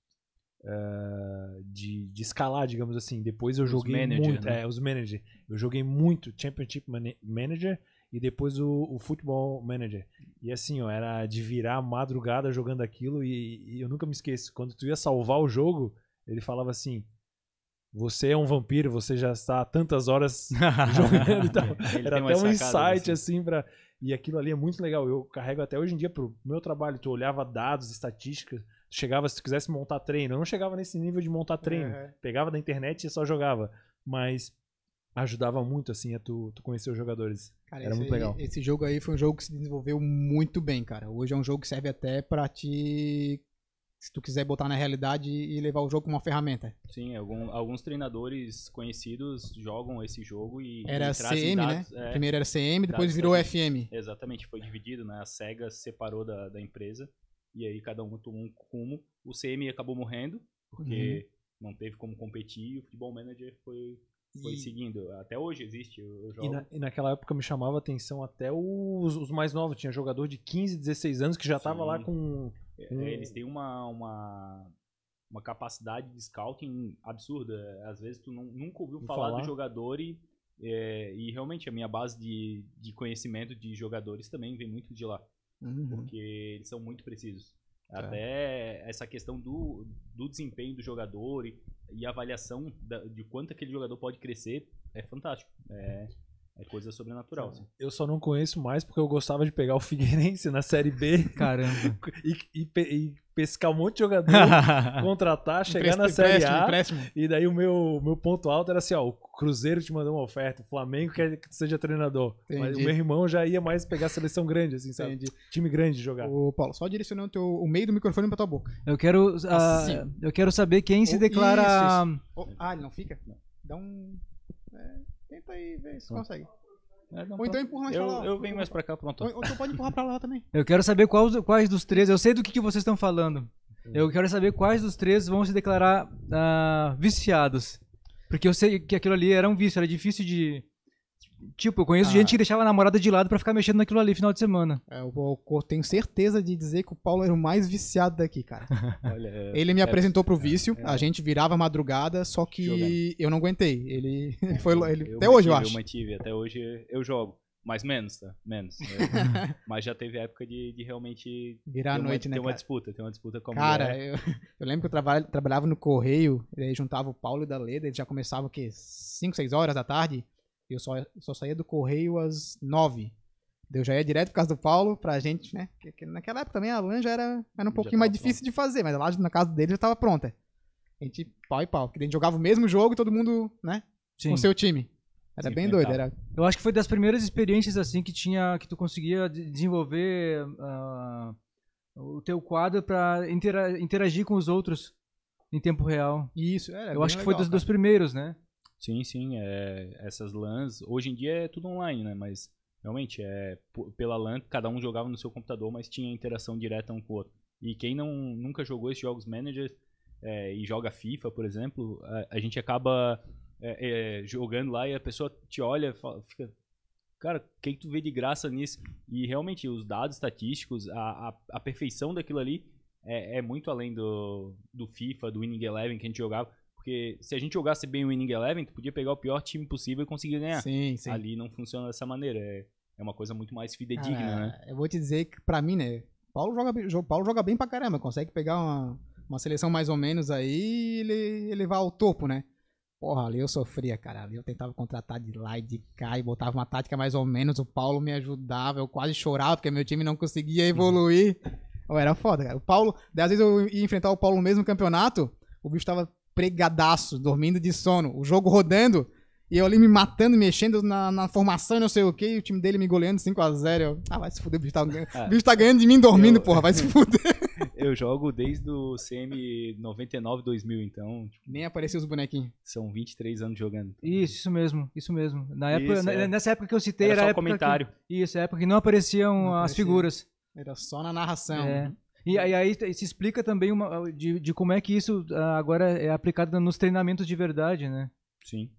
S2: eh, de, de escalar, digamos assim. Depois eu
S4: Os
S2: joguei
S4: manager,
S2: muito,
S4: né?
S2: é, os manager. Eu joguei muito Championship Mane- Manager e depois o, o Football Manager. E assim, ó, era de virar madrugada jogando aquilo e, e eu nunca me esqueço. Quando tu ia salvar o jogo, ele falava assim: "Você é um vampiro, você já está há tantas
S4: [LAUGHS]
S2: horas jogando e tal"
S4: Ele
S2: era até
S4: tem umas
S2: um
S4: sacadas,
S2: insight, assim, pra. E aquilo ali é muito legal. Eu carrego até hoje em dia pro meu trabalho. Tu olhava dados, estatísticas. Tu chegava, se tu quisesse montar treino. Eu não chegava nesse nível de montar
S4: É.
S2: treino.
S1: É,
S2: Pegava da internet e só jogava. Mas ajudava muito, assim, a tu, tu conhecer os jogadores.
S1: Cara,
S2: Era
S1: esse,
S2: muito legal.
S1: Esse jogo aí foi um jogo que se desenvolveu muito bem, cara. Hoje é um jogo que serve até pra te. Se tu quiser botar na realidade e levar o jogo como uma ferramenta.
S4: Sim, algum- alguns treinadores conhecidos jogam esse jogo e.
S1: Era
S4: e trazem
S1: CM, né?
S4: dados, é,
S1: Primeiro era CM, depois
S4: dados
S1: virou
S4: pra
S1: FM.
S4: Exatamente, foi dividido, né? A SEGA se separou da, da empresa e aí cada um tomou um rumo. O CM acabou morrendo, porque não teve como competir e o Futebol Manager foi, foi
S2: E-
S3: [LAUGHS]
S4: seguindo. Até hoje existe, eu, eu
S2: E,
S4: jogo.
S2: na- e naquela época me chamava a atenção até os, os mais novos. Tinha jogador de 15, 16 anos que já tava
S4: Sim.
S2: lá com.
S4: É,
S2: Hum.
S4: Eles têm uma, uma, uma capacidade de scouting absurda. Às vezes tu nun- nunca ouviu
S2: Ouvi
S4: falar,
S2: falar.
S4: do jogador e, é, e realmente a minha base de, de conhecimento de jogadores também vem muito de lá,
S1: Uhum.
S4: porque eles são muito precisos. Até essa questão do, do desempenho do jogador e, e a avaliação da- de quanto aquele jogador pode crescer é fantástico. É, é coisa sobrenatural. assim.
S2: Eu só não conheço mais porque eu gostava de pegar o Figueirense na Série B [LAUGHS]
S3: Caramba.
S2: e, e pe- e pescar um monte de jogador,
S4: [LAUGHS]
S2: contratar, chegar na
S1: Empréstimo,
S2: Série A.
S1: empréstimo.
S2: E daí o meu, meu ponto alto era assim, ó, o Cruzeiro te mandou uma oferta, o Flamengo quer que tu seja treinador. Mas o
S1: Entendi.
S2: meu irmão já ia mais pegar seleção grande, assim, sabe?
S1: Entendi.
S2: Time grande jogar.
S1: Ô, Paulo, só direcionando o teu- o meio do microfone pra tua boca.
S3: Eu quero, ah,
S1: Assim.
S3: eu quero saber quem se
S1: Oh,
S3: declara.
S1: Ô, ah, ele não fica? Dá um. é, tenta aí ver se
S4: Ah.
S1: consegue.
S4: É, não,
S1: Ou então empurra mais pra
S4: eu,
S1: lá.
S4: eu venho mais pra cá, pronto.
S1: Ou, ou tu pode empurrar pra lá também.
S3: Eu quero saber quais, quais dos três. Eu sei do que, que vocês estão falando. Eu quero saber quais dos três vão se declarar ah, viciados. Porque eu sei que aquilo ali era um vício, era difícil de Tipo, eu conheço
S1: Ah.
S3: gente que deixava a namorada de lado pra ficar mexendo naquilo ali final de semana.
S1: [LAUGHS] É, eu, eu tenho certeza de dizer que o Paulo era o mais viciado daqui, cara.
S4: Olha, é-
S1: Ele me
S4: é-
S1: apresentou pro vício,
S4: é.
S1: a gente virava madrugada, só que
S4: Jogando.
S1: eu não aguentei. Ele, [LAUGHS] ele foi. lo- Ele,
S4: eu
S1: até hoje, eu
S4: mantive,
S1: acho.
S4: Eu mantive, até hoje eu jogo. Mas menos, tá?
S1: [LAUGHS]
S4: Menos. Eu- mas já teve época de, de realmente
S1: Virar a
S4: ter
S1: noite,
S4: uma,
S1: né?
S4: ter uma
S1: Cara,
S4: disputa, ter uma disputa é. com a
S1: Cara, é.
S4: mulher.
S1: eu,
S3: é?
S1: [LAUGHS] eu lembro que eu trabalha- trabalhava no correio, e aí juntava o Paulo e da Leda, eles já começavam o quê? 5, 6 horas da tarde. E eu só, só saía do correio às 9. Daí Eu já ia direto por causa do Paulo pra gente, né? que- que naquela época também a Luan já era, era um
S4: Já
S1: pouquinho mais
S4: tava
S1: difícil de fazer, mas lá na casa dele já tava pronta. A gente pau e pau, porque a gente jogava o mesmo jogo e todo mundo, né?
S3: Sim. é
S1: Com seu time. Era
S4: Se
S1: bem doido,
S4: enfrentava.
S1: era
S3: Eu acho que foi das primeiras experiências assim que tinha que tu conseguia de- desenvolver ah, o teu quadro pra intera- interagir com os outros em tempo real.
S1: Isso, é, é
S3: eu
S1: bem
S3: acho que foi
S1: legal,
S3: dos,
S1: cara.
S3: dos primeiros, né?
S4: Sim, sim. é, essas LANs, hoje em dia é tudo online, né? Mas realmente, é, p- pela LAN, cada um jogava no seu computador, mas tinha interação direta um com o outro. E quem não, nunca jogou esses jogos manager é, e joga FIFA, por exemplo, a, a gente acaba é, é, jogando lá e a pessoa te olha e fala- fica. Cara, o que, que tu vê de graça nisso? E realmente, os dados estatísticos, a, a, a perfeição daquilo ali é, é muito além do, do FIFA, do Winning Eleven que a gente jogava. Porque se a gente jogasse bem o Winning Eleven, tu podia pegar o pior time possível e conseguir ganhar.
S1: Sim, sim.
S4: Ali não funciona dessa maneira. É, é uma coisa muito mais
S1: Cara,
S4: fidedigna,
S3: Ah.
S4: né?
S3: [LAUGHS]
S1: Eu vou te dizer que, pra mim, né? Paulo joga, bem- jo- Paulo joga bem pra caramba. Consegue pegar uma, uma seleção mais ou menos aí e ele, ele vai ao topo, né? Porra, ali eu sofria, cara. Ali eu tentava contratar de lá e de cá e botava uma tática mais ou menos. O Paulo me ajudava. Eu quase chorava porque meu time não
S4: Uhum.
S1: conseguia evoluir. Eu era foda, cara. O Paulo, daí às vezes eu ia enfrentar o Paulo no mesmo campeonato. O bicho tava pregadaço, dormindo de sono. O jogo rodando. E eu ali me matando, mexendo na, na formação e não sei o que, e o time dele me goleando 5x0. Eu, ah, vai se fuder, o bicho tá,
S3: [LAUGHS]
S1: ganhando-
S3: É.
S4: Ah.
S1: o bicho tá ganhando de mim dormindo,
S4: Eu-
S1: porra, vai se fuder.
S4: Eu jogo desde o CM 99, 2000, então tipo,
S1: Nem apareceu os bonequinhos.
S4: são 23 anos jogando.
S3: Isso, isso mesmo, isso mesmo. Na época,
S4: Isso,
S3: na-
S4: é.
S3: Nessa época que eu citei
S4: Era
S3: era, a
S4: só
S3: época
S4: comentário.
S3: Que, isso, é a época que não apareciam
S1: Não
S3: as
S1: aparecia.
S3: figuras.
S1: Era só na narração.
S3: É. E aí, aí te- se explica também uma, de, de como é que isso ah, agora é aplicado nos treinamentos de verdade, né?
S4: Sim.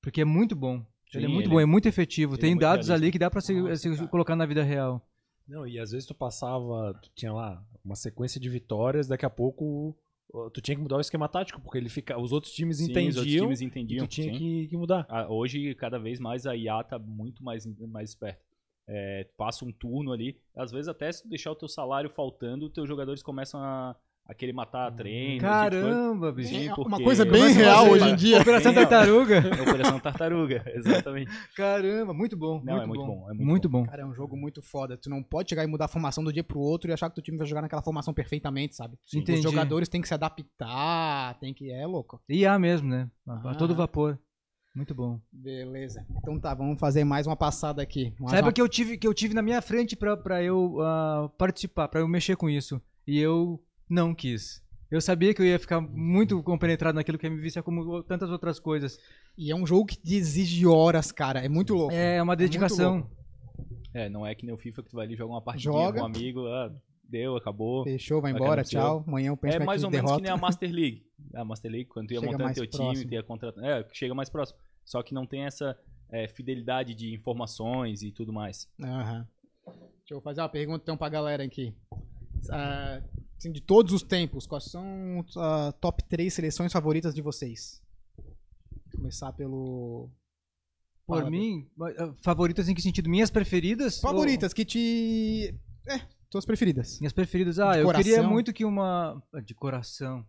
S3: Porque é muito bom. ele é
S4: Sim,
S3: muito
S4: ele-
S3: bom, é muito efetivo.
S4: ele
S3: Tem
S4: é muito
S3: dados ali
S4: realista.
S3: que dá pra se,
S1: Nossa,
S3: se
S1: cara.
S3: colocar na vida real.
S2: Não, e às vezes tu passava, tu tinha lá uma sequência de vitórias, daqui a pouco ó, tu tinha que mudar o esquema tático, porque ele fica, os outros times
S4: Sim,
S2: entendiam
S4: os outros times
S2: e
S4: entendiam.
S2: tu tinha
S4: sim.
S2: que, que mudar.
S4: Ah, Hoje, cada vez mais, a IA tá muito mais, mais esperta. É, passa um turno ali. Às vezes, até se tu deixar o teu salário faltando, teus jogadores começam a, a querer matar treinos. e coisa.
S3: Uhum. Caramba, bicho.
S4: Sim,
S1: É uma
S4: porque-
S1: coisa bem
S3: Começa a
S1: real
S3: fazer-
S1: hoje em dia.
S3: Operação
S4: Bem real.
S3: Tartaruga.
S4: É Operação Tartaruga, [LAUGHS] exatamente.
S3: [LAUGHS] Caramba, muito bom.
S4: Não,
S3: muito
S4: é muito
S3: bom.
S4: bom, é
S3: muito,
S4: muito
S3: bom.
S1: Cara, é um jogo muito foda. Tu não pode chegar e mudar a formação do dia pro outro e achar que teu time vai jogar naquela formação perfeitamente, sabe?
S4: Sim.
S3: Entendi.
S1: Os jogadores têm que se adaptar, tem que. É louco.
S3: IA mesmo, né? A, a
S1: Ah.
S3: todo vapor. Muito bom.
S1: Beleza. Então tá, vamos fazer mais uma passada aqui. Mais
S3: Saiba
S1: uma...
S3: que eu tive que eu tive na minha frente pra, pra eu ah, participar, pra eu mexer com isso. E eu não quis. Eu sabia que eu ia ficar muito compenetrado naquilo que ia me viciar como tantas outras coisas.
S1: E é um jogo que te exige horas, cara. É muito louco.
S3: É uma
S1: muito
S3: dedicação.
S4: É, não é que nem o FIFA que tu vai ali jogar uma partidinha
S1: Joga.
S4: com um amigo, ah, deu, acabou.
S1: Fechou, vai
S4: Vai
S1: embora,
S4: acabar no
S1: tchau. Amanhã eu penso
S4: É
S1: como
S4: mais
S1: que
S4: ou menos
S1: derrota.
S4: que nem a Master League. A Master League, quando tu ia
S1: Chega
S4: montando
S1: mais
S4: teu time,
S1: próximo.
S4: tu ia contratando. É, chega mais próximo. Só que não tem essa é, fidelidade de informações e tudo mais.
S1: Aham. Deixa eu fazer uma pergunta então pra galera aqui. Ah, assim, de todos os tempos, quais são as top 3 seleções favoritas de vocês? Vou começar pelo.
S3: Por
S1: Fala,
S3: mim, ah, favoritas em que sentido? Minhas preferidas? ou-
S1: Favoritas, que te. É, tuas preferidas.
S3: Minhas preferidas. Ah,
S1: De
S3: eu
S1: coração.
S3: queria muito que uma. Ah, De coração.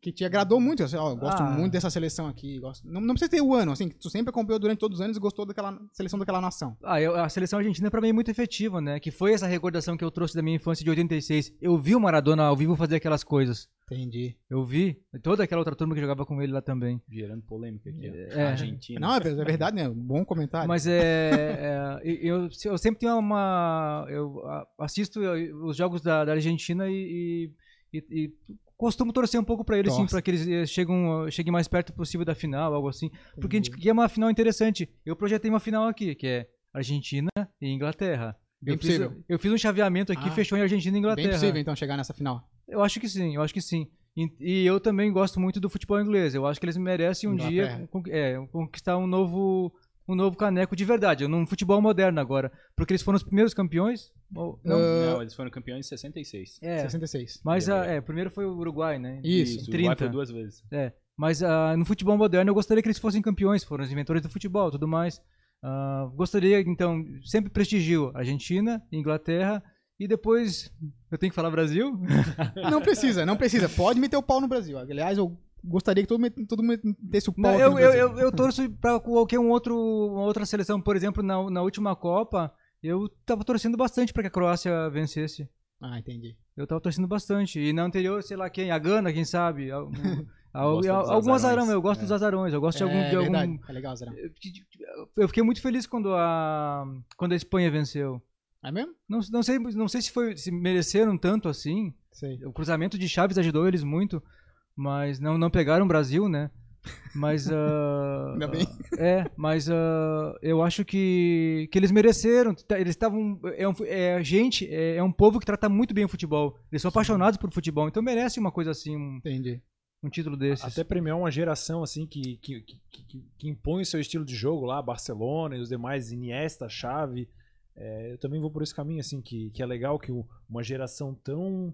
S1: Que te agradou muito. Assim, ó, eu gosto
S3: Ah.
S1: muito dessa seleção aqui. Gosto... Não, não precisa ter o ano, assim, que tu sempre acompanhou durante todos os anos e gostou daquela seleção daquela nação.
S3: Ah, eu- a seleção argentina pra mim é muito efetiva, né? Que foi essa recordação que eu trouxe da minha infância de 86. Eu vi o Maradona ao vivo fazer aquelas coisas.
S1: Entendi.
S3: Eu vi toda aquela outra turma que jogava com ele lá também.
S4: Gerando polêmica aqui. ó.
S3: É.
S4: Argentina.
S1: Não, é ver- é verdade, né? Bom comentário.
S3: Mas é. é, eu, eu sempre tenho uma. Eu a- assisto os jogos da, da Argentina e, e- e- e costumo torcer um pouco pra eles, sim,
S1: Torce.
S3: pra que eles eh, chegam, cheguem mais perto possível da final, algo assim. Porque a gente
S1: Entendi.
S3: quer uma final interessante. Eu projetei uma final aqui, que é Argentina e Inglaterra.
S1: Bem
S3: eu, fiz,
S1: possível.
S3: eu fiz um chaveamento aqui,
S1: Ah.
S3: fechou em Argentina
S1: Bem
S3: e Inglaterra.
S1: possível, então, chegar nessa final.
S3: Eu acho que sim, eu acho que sim. E, e eu também gosto muito do futebol inglês. Eu acho que eles merecem um
S1: Inglaterra.
S3: dia con- é, conquistar um novo, um um novo caneco de verdade, num futebol moderno agora. Porque eles foram os primeiros campeões. Ou- não,
S1: Ah,
S4: Não, eles foram campeões em 66.
S3: é,
S1: 66.
S3: mas
S4: é
S3: ah,
S4: verdade.
S3: é, primeiro foi o Uruguai, né?
S1: Isso.
S4: o Uruguai
S3: 30.
S4: foi duas vezes.
S3: Mas ah, no futebol moderno eu gostaria que eles fossem campeões, foram os inventores do futebol tudo mais. Ah, gostaria, então, sempre prestigio Argentina, Inglaterra e depois. Eu tenho que falar Brasil?
S1: Não precisa, não precisa. Pode meter o pau no Brasil. Aliás, eu gostaria que todo, met- todo mundo metesse o pau
S3: Não,
S1: aqui
S3: eu,
S1: no
S3: eu,
S1: Brasil.
S3: eu, eu torço pra qualquer um outro, uma outra seleção, por exemplo, na, na última Copa, eu tava torcendo bastante pra que a Croácia vencesse.
S1: Ah, entendi.
S3: Eu tava torcendo bastante. E na anterior, sei lá quem, a Gana, quem sabe.
S4: [LAUGHS]
S3: Al- al-
S4: Gosta dos
S3: algum azarão,
S4: azarões.
S3: eu gosto
S4: É.
S3: dos azarões, eu gosto de algum.
S1: é
S3: De
S1: verdade.
S3: algum
S1: É legal, Zerão.
S3: eu fiquei muito feliz quando a, quando a Espanha venceu.
S1: É mesmo?
S3: Não, não, sei, não sei se, foi, se mereceram tanto assim.
S1: Sei.
S3: O cruzamento de Chaves ajudou eles muito, mas não, não pegaram o Brasil, né? Mas. ah,
S4: [LAUGHS]
S1: Ainda bem.
S3: é, mas ah, eu acho que, que eles mereceram. Tá, Eles estavam. É, um fu- é gente, é, é um povo que trata muito bem o futebol. Eles são apaixonados por futebol, então merece uma coisa assim, um,
S1: Entendi.
S3: um título desses.
S2: Até premiar uma geração assim que, que, que, que- que impõe o seu estilo de jogo lá, Barcelona e os demais, Iniesta, Xavi. É, eu também vou por esse caminho, assim, que, que é legal que o- uma geração tão,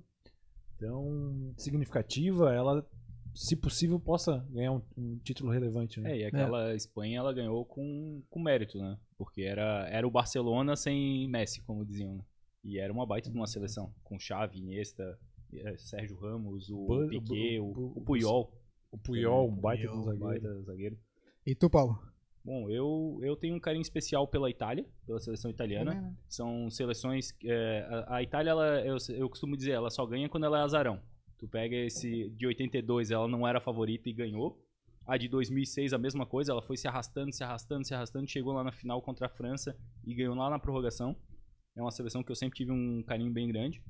S2: tão significativa, ela, se possível, possa ganhar um, um título relevante. Né?
S4: É, e aquela Espanha ela ganhou com, com mérito, né? Porque era, era o Barcelona sem Messi, como diziam. né? E era uma baita de uma seleção. Com Xavi, Iniesta, eh, Sérgio Ramos, o
S2: Bu-
S4: Piquet, o,
S2: bu- bu-
S4: o Puyol.
S2: O Puyol, um baita de um
S4: Puyol,
S2: zagueiro.
S4: baita zagueiro.
S1: E tu, Paulo?
S4: Bom, eu, eu tenho um carinho especial pela Itália, pela seleção italiana. São seleções. que, é, a, a Itália, ela, eu, eu costumo dizer, ela só ganha quando ela é azarão. Tu pega esse de 82, ela não era favorita e ganhou. A de 2006, a mesma coisa, ela foi se arrastando, se arrastando, se arrastando, chegou lá na final contra a França e ganhou lá na prorrogação. É uma seleção que eu sempre tive um carinho bem grande.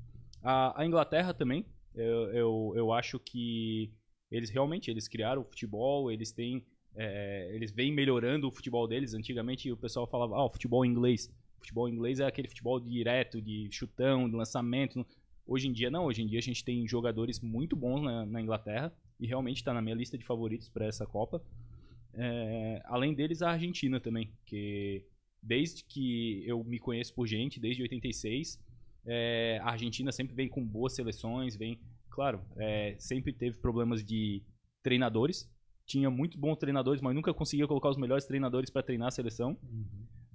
S4: A, a Inglaterra também, eu, eu, eu acho que eles realmente eles criaram o futebol, eles têm. é, eles vêm melhorando o futebol deles. Antigamente o pessoal falava, ah, o futebol inglês. Futebol inglês é aquele futebol direto, de chutão, de lançamento. Hoje em dia, não. Hoje em dia a gente tem jogadores muito bons na, na Inglaterra e realmente está na minha lista de favoritos para essa Copa. É, além deles, a Argentina também, que desde que eu me conheço por gente, desde 86, é, a Argentina sempre vem com boas seleções, vem, claro, é, sempre teve problemas de treinadores. Tinha muito bons treinadores, mas nunca conseguia colocar os melhores treinadores para treinar a seleção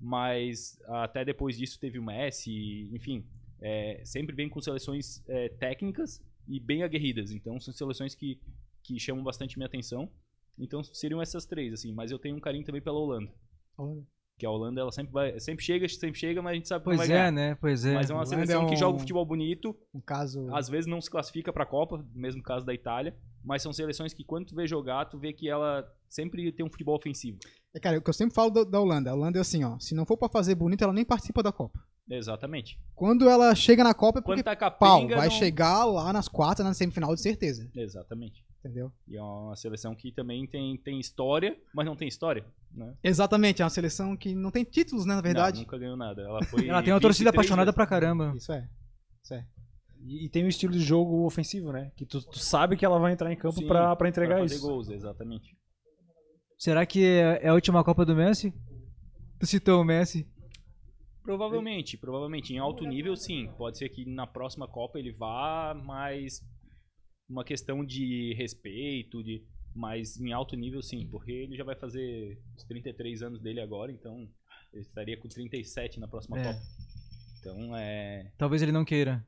S4: mas ah, até depois disso teve o Messi, enfim, é, sempre vem com seleções é, técnicas e bem aguerridas, então são seleções que, que chamam bastante minha atenção, então seriam essas três, assim, mas eu tenho um carinho também pela Holanda,
S1: Holanda.
S4: que a Holanda, ela sempre vai, sempre chega, sempre chega, mas a gente sabe que não
S3: pois
S4: vai
S3: é,
S4: ganhar.
S3: né? Pois é.
S4: Mas é uma
S1: Holanda é
S4: seleção que
S1: um-
S4: joga o futebol bonito,
S1: Um caso.
S4: às vezes não se classifica para a Copa, mesmo caso da Itália, mas são seleções que quando tu vê jogar, tu vê que ela sempre tem um futebol ofensivo.
S1: É, Cara, o que eu sempre falo da, da Holanda. A Holanda é assim, ó. Se não for pra fazer bonito, ela nem participa da Copa.
S4: Exatamente.
S1: Quando ela chega na Copa é porque
S4: Quando tá
S1: pau,
S4: capenga,
S1: vai
S4: não-
S1: chegar lá nas quartas, na semifinal de certeza.
S4: Exatamente.
S1: Entendeu?
S4: E é uma seleção que também tem, tem história, mas não tem história, né?
S1: Exatamente, é uma seleção que não tem títulos, né, na verdade.
S4: Não, nunca ganhou nada. Ela, foi
S3: [LAUGHS] Ela tem uma torcida
S4: vice três
S3: apaixonada
S4: vezes.
S3: pra caramba.
S1: Isso é. Isso é.
S2: E, e tem um estilo de jogo ofensivo, né? Que tu, tu sabe que ela vai entrar em campo
S4: Sim,
S2: pra pra entregar
S4: fazer
S2: isso.
S4: gols, exatamente.
S3: Será que é é a última Copa do Messi? Tu citou o Messi?
S4: Provavelmente, provavelmente. Em alto nível, sim. Pode ser que na próxima Copa ele vá, mas uma questão de respeito, de mas em alto nível, sim. Porque ele já vai fazer os 33 anos dele agora, então ele estaria com 37 na próxima
S3: É.
S4: Copa. Então, é...
S3: Talvez ele não queira.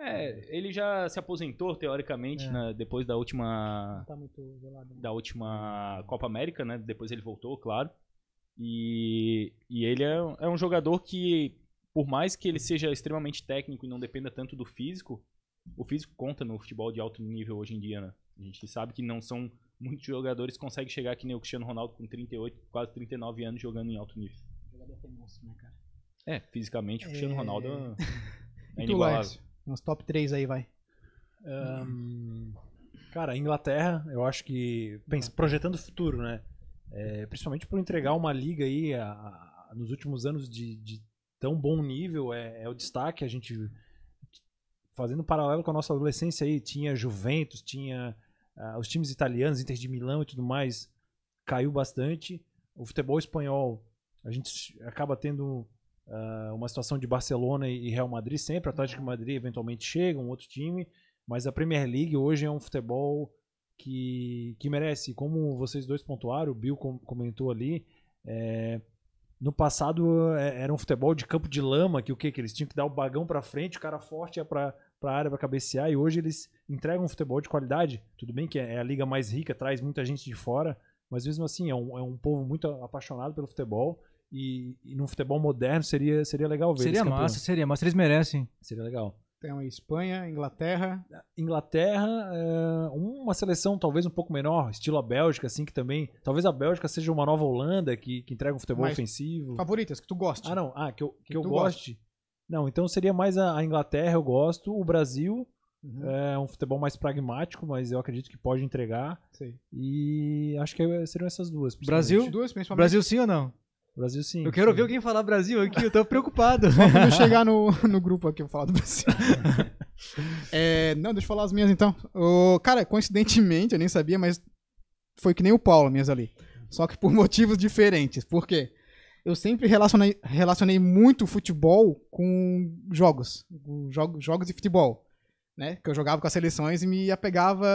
S4: É, ele já se aposentou, teoricamente,
S3: É.
S4: na- depois da última
S1: Tá muito gelado.
S4: da última Copa América, né? Depois ele voltou, claro. E, e ele é, um- é um jogador que, por mais que ele seja extremamente técnico e não dependa tanto do físico, o físico conta no futebol de alto nível hoje em dia, né? A gente sabe que não são muitos jogadores que conseguem chegar que nem o Cristiano Ronaldo com 38, quase 39 anos jogando em alto nível. É, fisicamente o Cristiano
S1: É.
S4: Ronaldo é, é
S1: E tu,
S4: inigualável.
S1: Lars? Uns top 3 aí, vai.
S2: Ahn, cara, a Inglaterra, eu acho que. pensa- projetando o futuro, né? É, principalmente por entregar uma liga aí a- a- nos últimos anos de, de tão bom nível, é, é o destaque. A gente. Fazendo um paralelo com a nossa adolescência aí, tinha Juventus, tinha ah, os times italianos, Inter de Milão e tudo mais, caiu bastante. O futebol espanhol a gente acaba tendo ah, uma situação de Barcelona e Real Madrid sempre, o Atlético de Madrid eventualmente chega, um outro time, mas a Premier League hoje é um futebol que, que merece. Como vocês dois pontuaram, o Bill com- comentou ali, é, no passado é, era um futebol de campo de lama, que o que que eles tinham que dar o bagão pra frente, o cara forte ia pra para área para cabecear e hoje eles entregam um futebol de qualidade. Tudo bem que é a liga mais rica, traz muita gente de fora, mas mesmo assim é um, é um povo muito apaixonado pelo futebol e, e num futebol moderno seria seria legal ver.
S3: Seria
S2: eles campeões.
S3: massa, seria massa. Eles merecem.
S2: Seria legal.
S1: Então, Espanha, Inglaterra,
S2: Inglaterra, é, uma seleção talvez um pouco menor, estilo a Bélgica, assim, que também. Talvez a Bélgica seja uma nova Holanda que, que entrega um futebol
S1: Mas-
S2: ofensivo.
S1: favoritas, que tu goste.
S2: Ah, não. Ah, que eu, que
S1: Que
S2: eu
S1: tu
S2: goste. Não, então seria mais a, a Inglaterra, eu gosto. O Brasil
S1: Uhum,
S2: é um futebol mais pragmático, mas eu acredito que pode entregar.
S1: sei.
S2: E acho que seriam essas duas.
S3: Brasil?
S1: As Duas, principalmente.
S3: Brasil sim ou não?
S2: principalmente. Brasil sim.
S3: Eu quero
S2: sim.
S3: ouvir alguém falar Brasil aqui, eu tô preocupado.
S1: [LAUGHS] Quando eu chegar no, no grupo aqui, eu vou falar do Brasil. É, não, deixa eu falar as minhas então. O, cara, coincidentemente, eu nem sabia, mas foi que nem o Paulo, minhas ali. Só que por [LAUGHS] motivos diferentes. Por quê? Eu sempre relacionei, relacionei muito futebol com jogos. com jogo- jogos de futebol. Né? Que eu jogava com as seleções e me apegava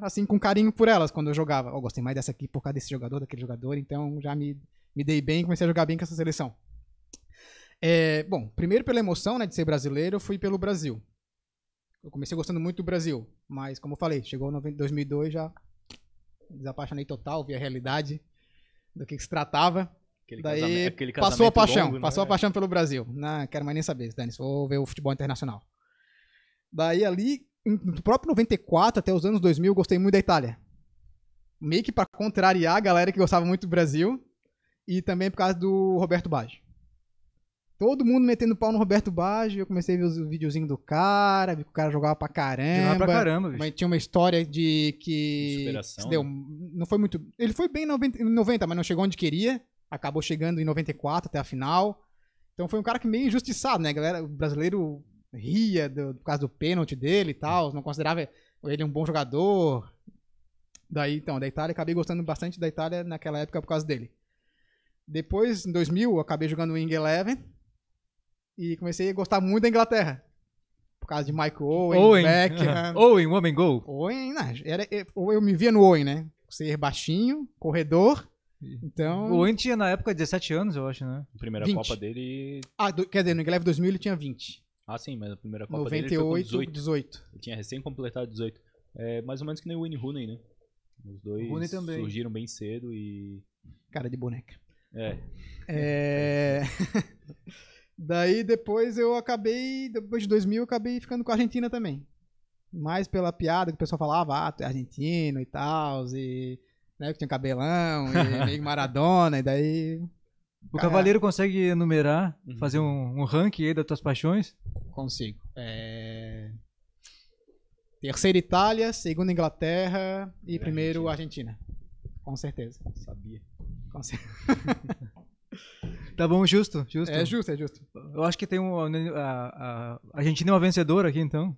S1: assim com carinho por elas quando eu jogava. Eu gostei mais dessa aqui por causa desse jogador, daquele jogador, então já me, me dei bem e comecei a jogar bem com essa seleção. É, bom, primeiro pela emoção né, de ser brasileiro, eu fui pelo Brasil. Eu comecei gostando muito do Brasil, mas como eu falei, chegou em 90 2002 já desapaixonei total, vi a realidade do que, que se tratava.
S4: Aquele
S1: Daí
S4: casame- aquele
S1: Passou a
S4: casamento
S1: paixão,
S4: longo, né?
S1: passou a
S4: É.
S1: paixão pelo Brasil. Não quero mais nem saber, Dani, vou ver o futebol internacional. Daí ali, em- do próprio 94 até os anos 2000, eu gostei muito da Itália. Meio que pra contrariar a galera que gostava muito do Brasil e também por causa do Roberto Baggio. Todo mundo metendo pau no Roberto Baggio, eu comecei a ver os videozinhos do cara, vi que o cara jogava pra
S3: Jogar
S1: caramba.
S3: pra caramba, bicho.
S1: Mas tinha uma história de que.
S4: De superação, né?
S1: se deu- Não foi muito. Ele foi bem em 90, em 90, mas não chegou onde queria. Acabou chegando em 94 até a final. Então foi um cara que meio injustiçado, né? A galera, o brasileiro ria do, por causa do pênalti dele e tal. Não considerava ele um bom jogador. Daí, então, da Itália, acabei gostando bastante da Itália naquela época por causa dele. Depois, em 2000, eu acabei jogando o Wing Eleven e comecei a gostar muito da Inglaterra. Por causa de Michael Owen,
S3: Owen. [LAUGHS]
S1: Beckham,
S3: Owen, Woman Go.
S1: Owen, não, era, eu, eu me via no Owen, né? Ser baixinho, corredor. Então.
S3: Owen tinha é, na época 17 anos, eu acho, né?
S4: A primeira
S1: 20.
S4: Copa dele.
S1: Ah, do- quer dizer, no Ingleve 2000 ele tinha 20.
S4: Ah, sim, mas a primeira Copa dele foi com
S1: 98,
S4: 18.
S1: 18.
S4: Ele tinha recém completado 18. É mais ou menos que nem o Wayne Rooney, né? Os dois
S3: Rooney também.
S4: surgiram bem cedo e.
S1: Cara de boneca.
S4: É.
S1: É. [LAUGHS] Daí depois eu acabei, depois de 2000, eu acabei ficando com a Argentina também. Mais pela piada que o pessoal falava, ah, tu é argentino e tal, e. Né, que tinha cabelão,
S4: [LAUGHS]
S1: e meio Maradona, e daí.
S3: O
S1: Cara-
S3: Cavaleiro consegue enumerar,
S4: Uhum.
S3: fazer um, um ranking aí das tuas paixões?
S1: Consigo. É... Terceira Itália, segunda Inglaterra e
S4: E
S1: primeiro Argentina. Com certeza.
S4: Sabia.
S1: Com cer-
S3: Tá bom, justo, justo.
S1: É justo, é justo.
S3: Eu acho que tem um. A, a- a Argentina é uma vencedora aqui, então.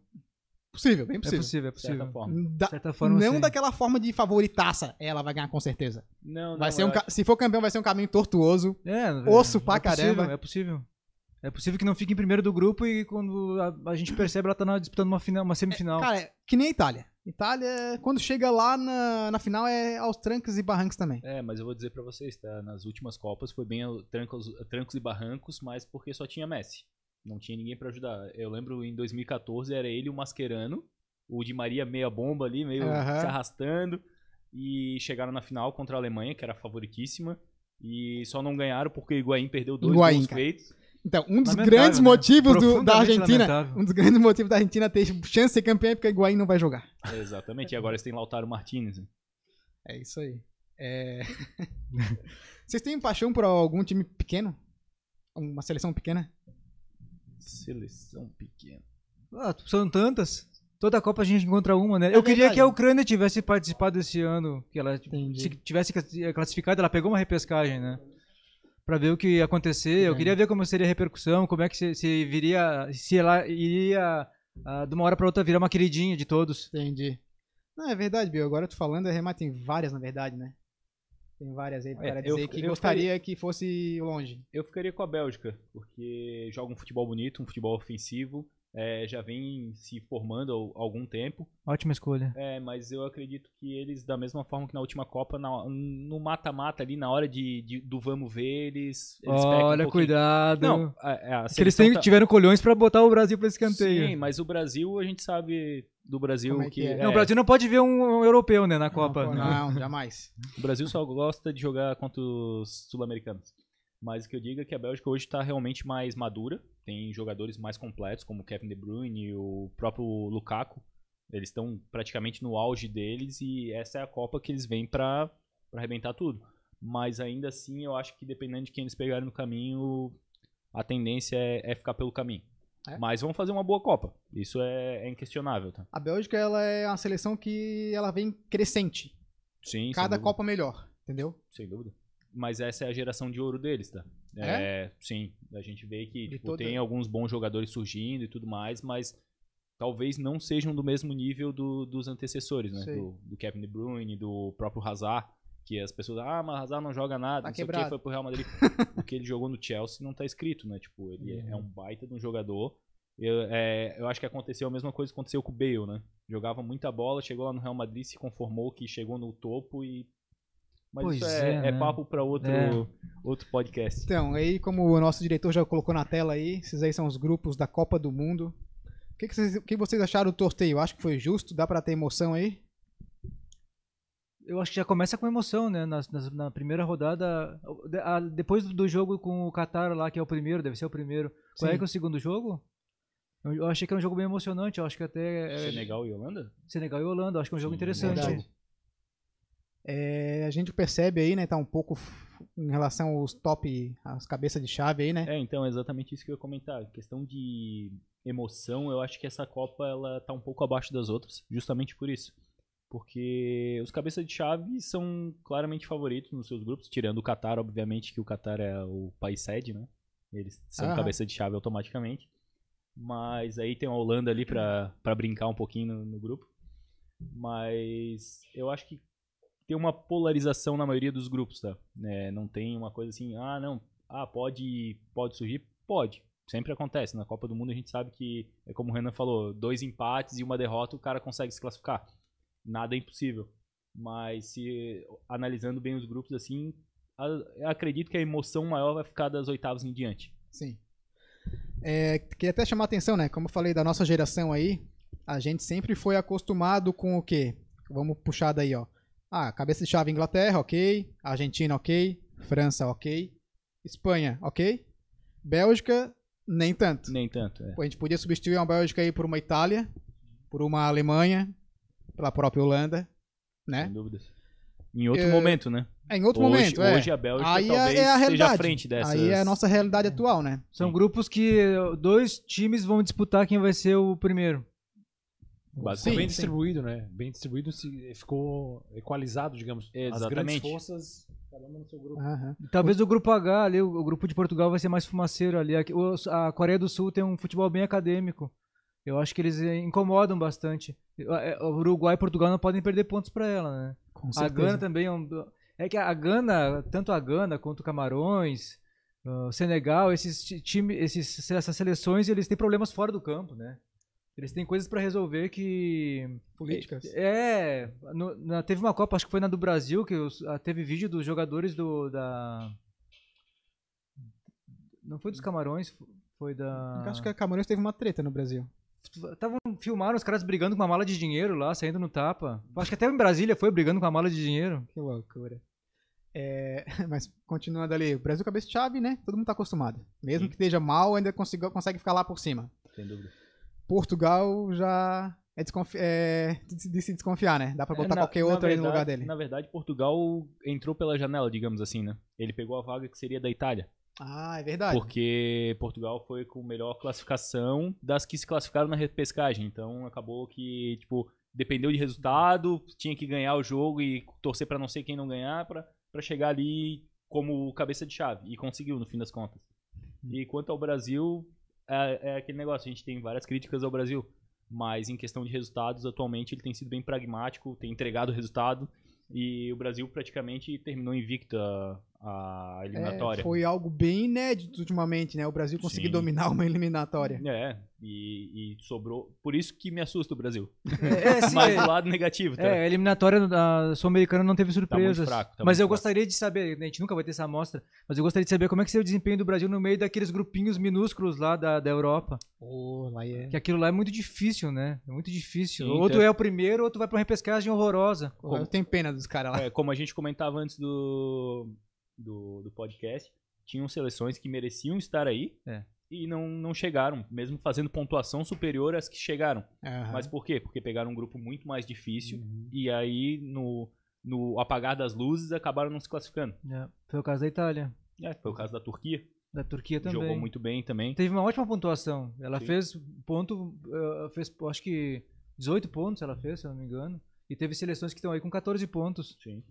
S1: Possível, bem
S3: É
S1: possível.
S3: possível, é
S4: De certa
S3: possível. assim.
S4: forma.
S1: Da-
S3: De certa forma,
S1: não
S3: sim.
S1: daquela forma de favoritaça. Ela vai ganhar com certeza.
S4: Não, não.
S1: vai ser
S4: eu
S1: um ca- Se for campeão, vai ser um caminho tortuoso.
S3: É,
S1: Osso
S3: é
S1: pra
S3: possível,
S1: caramba.
S3: É possível. É possível que não fique em primeiro do grupo e quando a, a gente percebe ela tá na- disputando uma, final, uma semifinal.
S1: Cara, é que nem a Itália. Itália, quando chega lá na, na final, é aos trancos e barrancos também.
S4: É, mas eu vou dizer pra vocês, tá? Nas últimas Copas foi bem ao- trancos, trancos e barrancos, mas porque só tinha Messi. Não tinha ninguém pra ajudar. Eu lembro em 2014 era ele e o Mascherano, o Di Maria meia bomba ali, meio
S1: Aham.
S4: se arrastando, e chegaram na final contra a Alemanha, que era a favoritíssima, e só não ganharam porque o Higuaín perdeu dois
S1: Higuaín,
S4: gols
S1: cara.
S4: feitos.
S1: Então, um dos
S3: Lamentável,
S1: grandes
S3: né?
S1: motivos do- da
S3: Profundamente
S1: Argentina.
S3: lamentável.
S1: Um dos grandes motivos da Argentina ter chance de ser campeã é porque a Higuaín não vai jogar.
S4: Exatamente, e agora eles têm Lautaro
S1: [LAUGHS]
S4: Martinez. né?
S1: É isso aí.
S4: [LAUGHS]
S1: É... Vocês têm paixão por algum time pequeno? Uma seleção pequena?
S4: Seleção pequena.
S3: Ah, são tantas. Toda Copa a gente encontra uma, né? Eu queria
S1: É verdade.
S3: que a Ucrânia tivesse participado esse ano, que ela
S1: Entendi.
S3: se tivesse classi- eh, classificado, ela pegou uma repescagem, né? Pra ver o que ia acontecer. Eu
S1: É.
S3: queria ver como seria a repercussão, como é que se, se viria, se ela iria ah, de uma hora pra outra virar uma queridinha de todos.
S1: Entendi. Não, é verdade, Bill. Agora eu tô falando, arremata em várias, na verdade, né? Tem várias aí pra
S4: É,
S1: cara
S4: eu
S1: dizer
S4: fico-
S1: que
S4: eu
S1: gostaria que fosse longe.
S4: Eu ficaria com a Bélgica, porque joga um futebol bonito, um futebol ofensivo, é, já vem se formando há algum tempo,
S3: Ótima escolha.
S4: é, mas eu acredito que eles, da mesma forma que na última Copa, na- um, no mata-mata ali, na hora de, de- do vamos ver, eles, eles pecam um
S3: Olha,
S4: pouquinho.
S3: cuidado.
S4: Não, a, a
S3: que eles
S4: seleção
S3: têm-
S4: tá-
S3: tiveram colhões pra botar o Brasil pra esse canteio.
S4: Sim, mas o Brasil, a gente sabe do Brasil
S1: Como é que
S4: que...
S1: é?
S3: Não, o Brasil não pode ver um, um europeu, né, na Copa.
S1: Não, não,
S4: [LAUGHS]
S1: jamais.
S4: O Brasil só gosta de jogar contra os sul-americanos. Mas o que eu digo é que a Bélgica hoje está realmente mais madura. Tem jogadores mais completos, como o Kevin De Bruyne e o próprio Lukaku. Eles estão praticamente no auge deles e essa é a Copa que eles vêm para arrebentar tudo. Mas ainda assim, eu acho que dependendo de quem eles pegarem no caminho, a tendência é, é ficar pelo caminho.
S1: É?
S4: Mas vão fazer uma boa Copa. Isso é, é inquestionável, tá?
S1: A Bélgica ela é uma seleção que ela vem crescente.
S4: Sim, sem
S1: Cada
S4: dúvida.
S1: Copa melhor, entendeu?
S4: Sem dúvida. Mas essa é a geração de ouro deles, tá?
S1: É?
S4: sim, a gente vê que
S1: De
S4: tipo,
S1: toda-
S4: tem alguns bons jogadores surgindo e tudo mais, mas talvez não sejam do mesmo nível do- dos antecessores, né?
S1: Sei.
S4: Do, do Kevin De Bruyne, do próprio Hazard, que as pessoas, ah, mas Hazard não joga nada,
S1: Tá
S4: não sei o
S1: quebrado."
S4: que, foi pro Real
S1: [LAUGHS]
S4: Madrid. o que ele jogou no Chelsea não tá escrito, né? Tipo, ele é-
S1: Uhum.
S4: é um baita de um jogador. Eu, é, eu acho que aconteceu a mesma coisa que aconteceu com o Bale, né? Jogava muita bola, chegou lá no Real Madrid, se conformou que chegou no topo e. Mas
S3: Pois
S4: isso é,
S3: é,
S4: é
S3: né?
S4: papo pra outro,
S3: É.
S4: outro podcast.
S1: Então, aí como o nosso diretor já colocou na tela aí, esses aí são os grupos da Copa do Mundo. O que, que vocês, o que vocês acharam do torneio? Acho que foi justo, dá pra ter emoção aí?
S3: Eu acho que já começa com emoção, né? nas- nas- na primeira rodada. de- a- depois do jogo com o Qatar lá, que é o primeiro, deve ser o primeiro. Qual é
S1: Sim.
S3: que é o segundo jogo? Eu, eu achei que era um jogo bem emocionante. Eu acho que até é,
S4: Senegal e Holanda?
S3: Senegal e Holanda. eu Acho que é um jogo
S4: Sim,
S3: interessante.
S1: verdade. É, a gente percebe aí, né, tá um pouco f- em relação aos top, às cabeças de chave aí, né?
S4: É, então, é exatamente isso que eu ia comentar. Questão de emoção, eu acho que essa Copa ela tá um pouco abaixo das outras, justamente por isso. Porque os cabeças de chave são claramente favoritos nos seus grupos, tirando o Qatar, obviamente, que o Qatar é o país sede, né? Eles são
S1: Aham.
S4: cabeça de chave automaticamente. Mas aí tem a Holanda ali pra, pra brincar um pouquinho no, no grupo. Mas eu acho que tem uma polarização na maioria dos grupos, tá? É, não tem uma coisa assim, ah, não, ah, pode, pode surgir? Pode. Sempre acontece. Na Copa do Mundo a gente sabe que, é como o Renan falou, dois empates e uma derrota o cara consegue se classificar. Nada é impossível. Mas se analisando bem os grupos assim, a- eu acredito que a emoção maior vai ficar das oitavas em diante.
S1: Sim. É, queria até chamar a atenção, né? Como eu falei da nossa geração aí, a gente sempre foi acostumado com o quê? Vamos puxar daí, ó. Ah, cabeça de chave Inglaterra, ok. Argentina, ok. França, ok. Espanha, ok. Bélgica, nem tanto.
S4: Nem tanto, é.
S1: Pô, A gente podia substituir uma Bélgica aí por uma Itália, por uma Alemanha, pela própria Holanda, né?
S4: Sem dúvidas. Em outro
S1: É,
S4: momento, né?
S1: É, em outro
S4: hoje,
S1: momento, é.
S4: hoje a Bélgica
S1: Aí é-
S4: talvez
S1: é a
S4: esteja à
S1: realidade.
S4: frente dessa.
S1: Aí é a nossa realidade atual, né?
S3: São
S4: Sim.
S3: grupos que eh, dois times vão disputar quem vai ser o primeiro.
S2: Ficou
S4: Basicamente.
S2: bem
S1: sim.
S2: distribuído, né? Bem distribuído, se- ficou equalizado, digamos. As grandes
S4: Exatamente.
S2: forças, cada uma no seu grupo.
S1: Aham.
S3: Talvez o grupo H ali, o o grupo de Portugal vai ser mais fumaceiro ali. Aqui- o- A Coreia do Sul tem um futebol bem acadêmico. Eu acho que eles eh, incomodam bastante. Eu- eh, O Uruguai e Portugal não podem perder pontos para ela, né?
S1: Com
S3: A
S1: certeza.
S3: Gana também é um. É que a Gana, tanto a Gana quanto o Camarões, ah, o Senegal, esses ti- time, esses, essas seleções, eles têm problemas fora do campo, né? Eles têm coisas para resolver que
S1: Políticas.
S3: é, no- na- teve uma Copa, acho que foi na do Brasil, que os- ah, teve vídeo dos jogadores do da não foi dos Camarões, foi da
S1: Acho que a Camarões teve uma treta no Brasil.
S3: Tavam, filmaram os caras brigando com uma mala de dinheiro lá, saindo no tapa. Acho que até em Brasília foi brigando com a mala de
S1: [LAUGHS]
S3: dinheiro.
S1: Que loucura. É, [LAUGHS] mas continuando ali, o Brasil cabeça de chave, né? Todo mundo tá acostumado. Mesmo
S4: Sim.
S1: que esteja mal, ainda consiga, consegue ficar lá por cima.
S4: Sem dúvida.
S1: Portugal já é, desconfi é de de se desconfiar, né? Dá pra
S4: É,
S1: botar
S4: na-
S1: qualquer
S4: na
S1: outro ali no
S4: verdade-
S1: lugar dele.
S4: Na verdade, Portugal entrou pela janela, digamos assim, né? Ele pegou a vaga que seria da Itália.
S1: Ah, é verdade.
S4: Porque Portugal foi com melhor classificação das que se classificaram na repescagem. Então acabou que, tipo, dependeu de resultado, tinha que ganhar o jogo e torcer pra não sei quem não ganhar pra pra chegar ali como cabeça de chave. E conseguiu, no fim das contas. E quanto ao Brasil, é, é aquele negócio, a gente tem várias críticas ao Brasil. Mas em questão de resultados, atualmente ele tem sido bem pragmático, tem entregado resultado E o Brasil praticamente terminou invicto a, a
S1: É,
S4: eliminatória.
S1: foi algo bem inédito ultimamente, né? O Brasil conseguir
S4: Sim.
S1: dominar uma eliminatória.
S4: É, e, e sobrou. Por isso que me assusta o Brasil.
S3: É, sim,
S4: Mas
S3: é,
S4: do lado negativo, tá?
S3: é, a eliminatória da Sul-Americana não teve surpresas.
S4: fraco, tá
S3: mas
S4: muito fraco.
S3: eu gostaria de saber, a gente nunca vai ter essa amostra, mas eu gostaria de saber como é que seria o desempenho do Brasil no meio daqueles grupinhos minúsculos lá da, da Europa.
S1: Pô, lá é.
S3: Que aquilo lá é muito difícil, né? É muito difícil.
S4: Sim,
S3: ou tu
S4: tá.
S3: é o primeiro, ou tu vai pra uma repescagem horrorosa.
S1: Pô, eu tenho pena dos caras lá.
S4: É, como a gente comentava antes do, do, do podcast, tinham seleções que mereciam estar aí
S3: É.
S4: e não, não chegaram, mesmo fazendo pontuação superior às que chegaram.
S3: Ah.
S1: Aham.
S4: É, Mas por quê? Porque pegaram um grupo muito mais difícil
S3: Uhum.
S4: e aí no, no apagar das luzes acabaram não se classificando.
S3: É, foi o caso da Itália,
S4: É, foi o caso da Turquia,
S3: da Turquia Uhum. também.
S4: jogou muito bem também.
S3: Teve uma ótima pontuação. Ela
S4: Sim.
S3: fez ponto, eh, fez acho que 18 pontos ela fez, se eu não me engano. E teve seleções que estão aí com 14 pontos.
S4: Sim.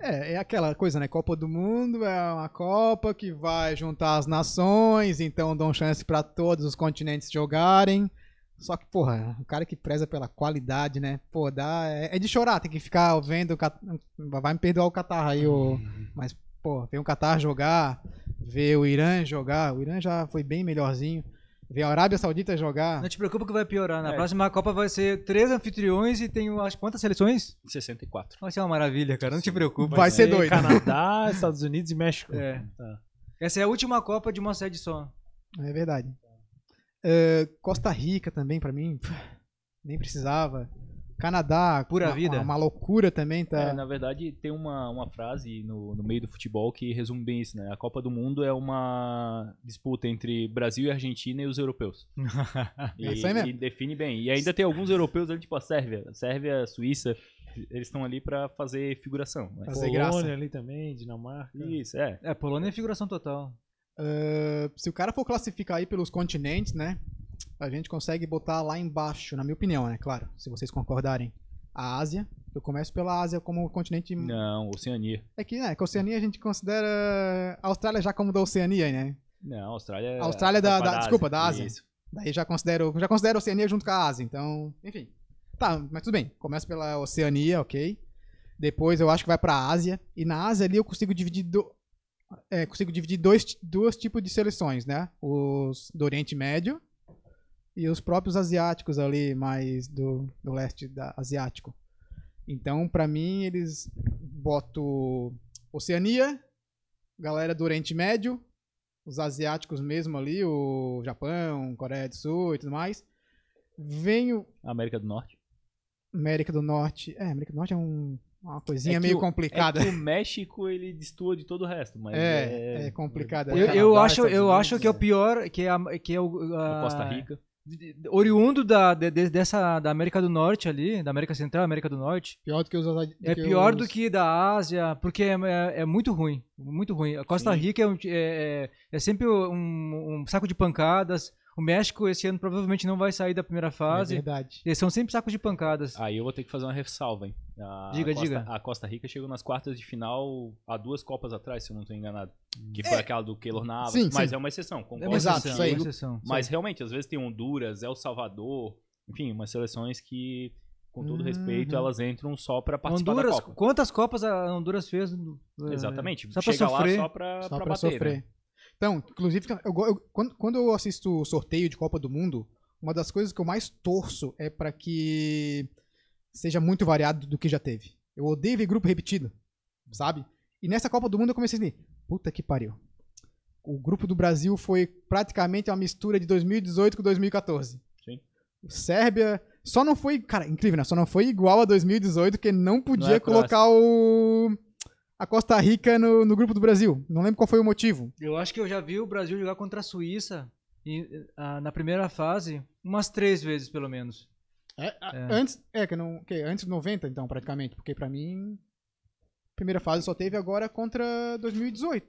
S1: É, é aquela coisa, né? Copa do Mundo é uma Copa que vai juntar as nações, então dão chance pra todos os continentes jogarem. Só que, porra, o cara que preza pela qualidade, né? Pô, dá. É, é de chorar, tem que ficar vendo. o Cat- Vai me perdoar o Catar aí, o... mas, pô, ver o Catar jogar, ver o Irã jogar. O Irã já foi bem melhorzinho. Ver a Arábia Saudita jogar.
S3: Não te preocupa que vai piorar. Na
S4: É.
S3: próxima Copa vai ser três anfitriões e tem um, acho quantas seleções?
S4: 64.
S3: Vai ser uma maravilha, cara. Não te preocupa.
S2: é
S1: Vai ser doido. [LAUGHS]
S2: Canadá, Estados Unidos e México.
S3: É.
S2: Tá.
S3: Essa é a última Copa de uma sede só.
S1: É verdade. Eh, Costa Rica também, pra mim, nem precisava. Canadá,
S3: Pura
S1: uma,
S3: vida.
S1: Uma, uma loucura também, tá?
S4: É, na verdade, tem uma, uma frase no, no meio do futebol que resume bem isso, né? A Copa do Mundo é uma disputa entre Brasil e Argentina e os europeus.
S1: [LAUGHS]
S4: E,
S1: É isso aí mesmo.
S4: e define bem. E ainda tem alguns europeus ali, tipo a Sérvia. A Sérvia, a Suíça, eles estão ali pra fazer figuração. né?
S1: Fazer
S2: Polônia
S1: graça.
S2: ali também, Dinamarca.
S4: Isso, é.
S3: É, Polônia é figuração total.
S1: Eh, se o cara for classificar aí pelos continentes, né? A gente consegue botar lá embaixo, na minha opinião, né? Claro, se vocês concordarem. A Ásia. Eu começo pela Ásia como continente.
S4: Não, Oceania.
S1: É que, né? Que a Oceania a gente considera. A Austrália já como da Oceania, né?
S4: Não, a Austrália.
S1: A é Austrália da-
S4: Copa
S1: da- desculpa, da Ásia.
S4: Isso.
S1: Daí já considero, já considero a Oceania junto com a Ásia, então, enfim. Tá, mas tudo bem. Começa pela Oceania, ok. Depois eu acho que vai pra Ásia. E na Ásia ali eu consigo dividir, do, é, consigo dividir dois, ti- dois tipos de seleções, né? Os do Oriente Médio e os próprios asiáticos ali, mais do, do leste da, asiático. Então, pra mim, eles boto Oceania, galera do Oriente Médio, os asiáticos mesmo ali, o Japão, Coreia do Sul e tudo mais. Vem o
S4: América do Norte.
S1: América do Norte. É, América do Norte é um- uma coisinha
S4: É que
S1: meio
S4: o-
S1: complicada.
S4: É que o México, ele destoa de todo o resto, mas.
S1: É,
S4: É.
S1: é complicada.
S3: Eu, eu
S2: Canadá,
S3: acho, eu
S2: Estados
S3: acho
S2: Unidos,
S3: que é o
S2: é.
S3: pior, que é, a- que é o a-
S4: a Costa Rica.
S3: de- de- oriundo da de- de- dessa da América do Norte ali, da América Central, América do Norte.
S1: Pior do que os asi-
S3: É pior
S1: os-
S3: do que da Ásia, porque é, é- é muito ruim, muito ruim. A Costa
S4: Sim.
S3: Rica é, um ti- é- é- é sempre um, um saco de pancadas. O México esse ano provavelmente não vai sair da primeira
S1: É
S3: fase.
S1: verdade.
S3: Eles são sempre sacos de pancadas.
S1: Ah,
S4: Aí eu vou ter que fazer uma ressalva, hein? A
S3: Diga,
S4: Costa,
S3: diga.
S4: A Costa Rica chegou nas quartas de final há duas Copas atrás, se eu não estou enganado. Que foi aquela do Keylor Navas.
S1: Sim,
S4: mas
S1: sim.
S4: é uma exceção,
S3: É
S4: concordo.
S3: uma
S1: Exato,
S3: exceção,
S1: isso aí.
S3: é uma exceção.
S4: Mas realmente, às vezes tem Honduras, El Salvador, enfim, umas seleções que, com todo respeito,
S1: Uhum.
S4: elas entram só pra participar
S3: Honduras,
S4: da Copa.
S3: quantas copas a Honduras fez? no- eh,
S4: Exatamente.
S3: Só pra
S4: Chega
S3: sofrer.
S4: lá só pra,
S1: Só
S4: pra
S1: pra,
S4: bater. né?
S1: sofrer. Então, inclusive, eu go- eu- quando, quando eu assisto o sorteio de Copa do Mundo, uma das coisas que eu mais torço é pra que seja muito variado do que já teve. Eu odeio ver grupo repetido, sabe? E nessa Copa do Mundo eu comecei a dizer, puta que pariu. O grupo do Brasil foi praticamente uma mistura de 2018 com 2014.
S4: Sim.
S1: Sérvia só não foi, cara, incrível, né? Só não foi igual a 2018 que não podia
S4: Não é
S1: colocar o a Costa Rica é no, no grupo do Brasil. Não lembro qual foi o motivo.
S3: Eu acho que eu já vi o Brasil jogar contra a Suíça e, eh, ah, na primeira fase umas três vezes, pelo menos.
S1: Antes, é que não, que antes de 90 então, praticamente, porque pra mim primeira fase só teve agora contra 2018.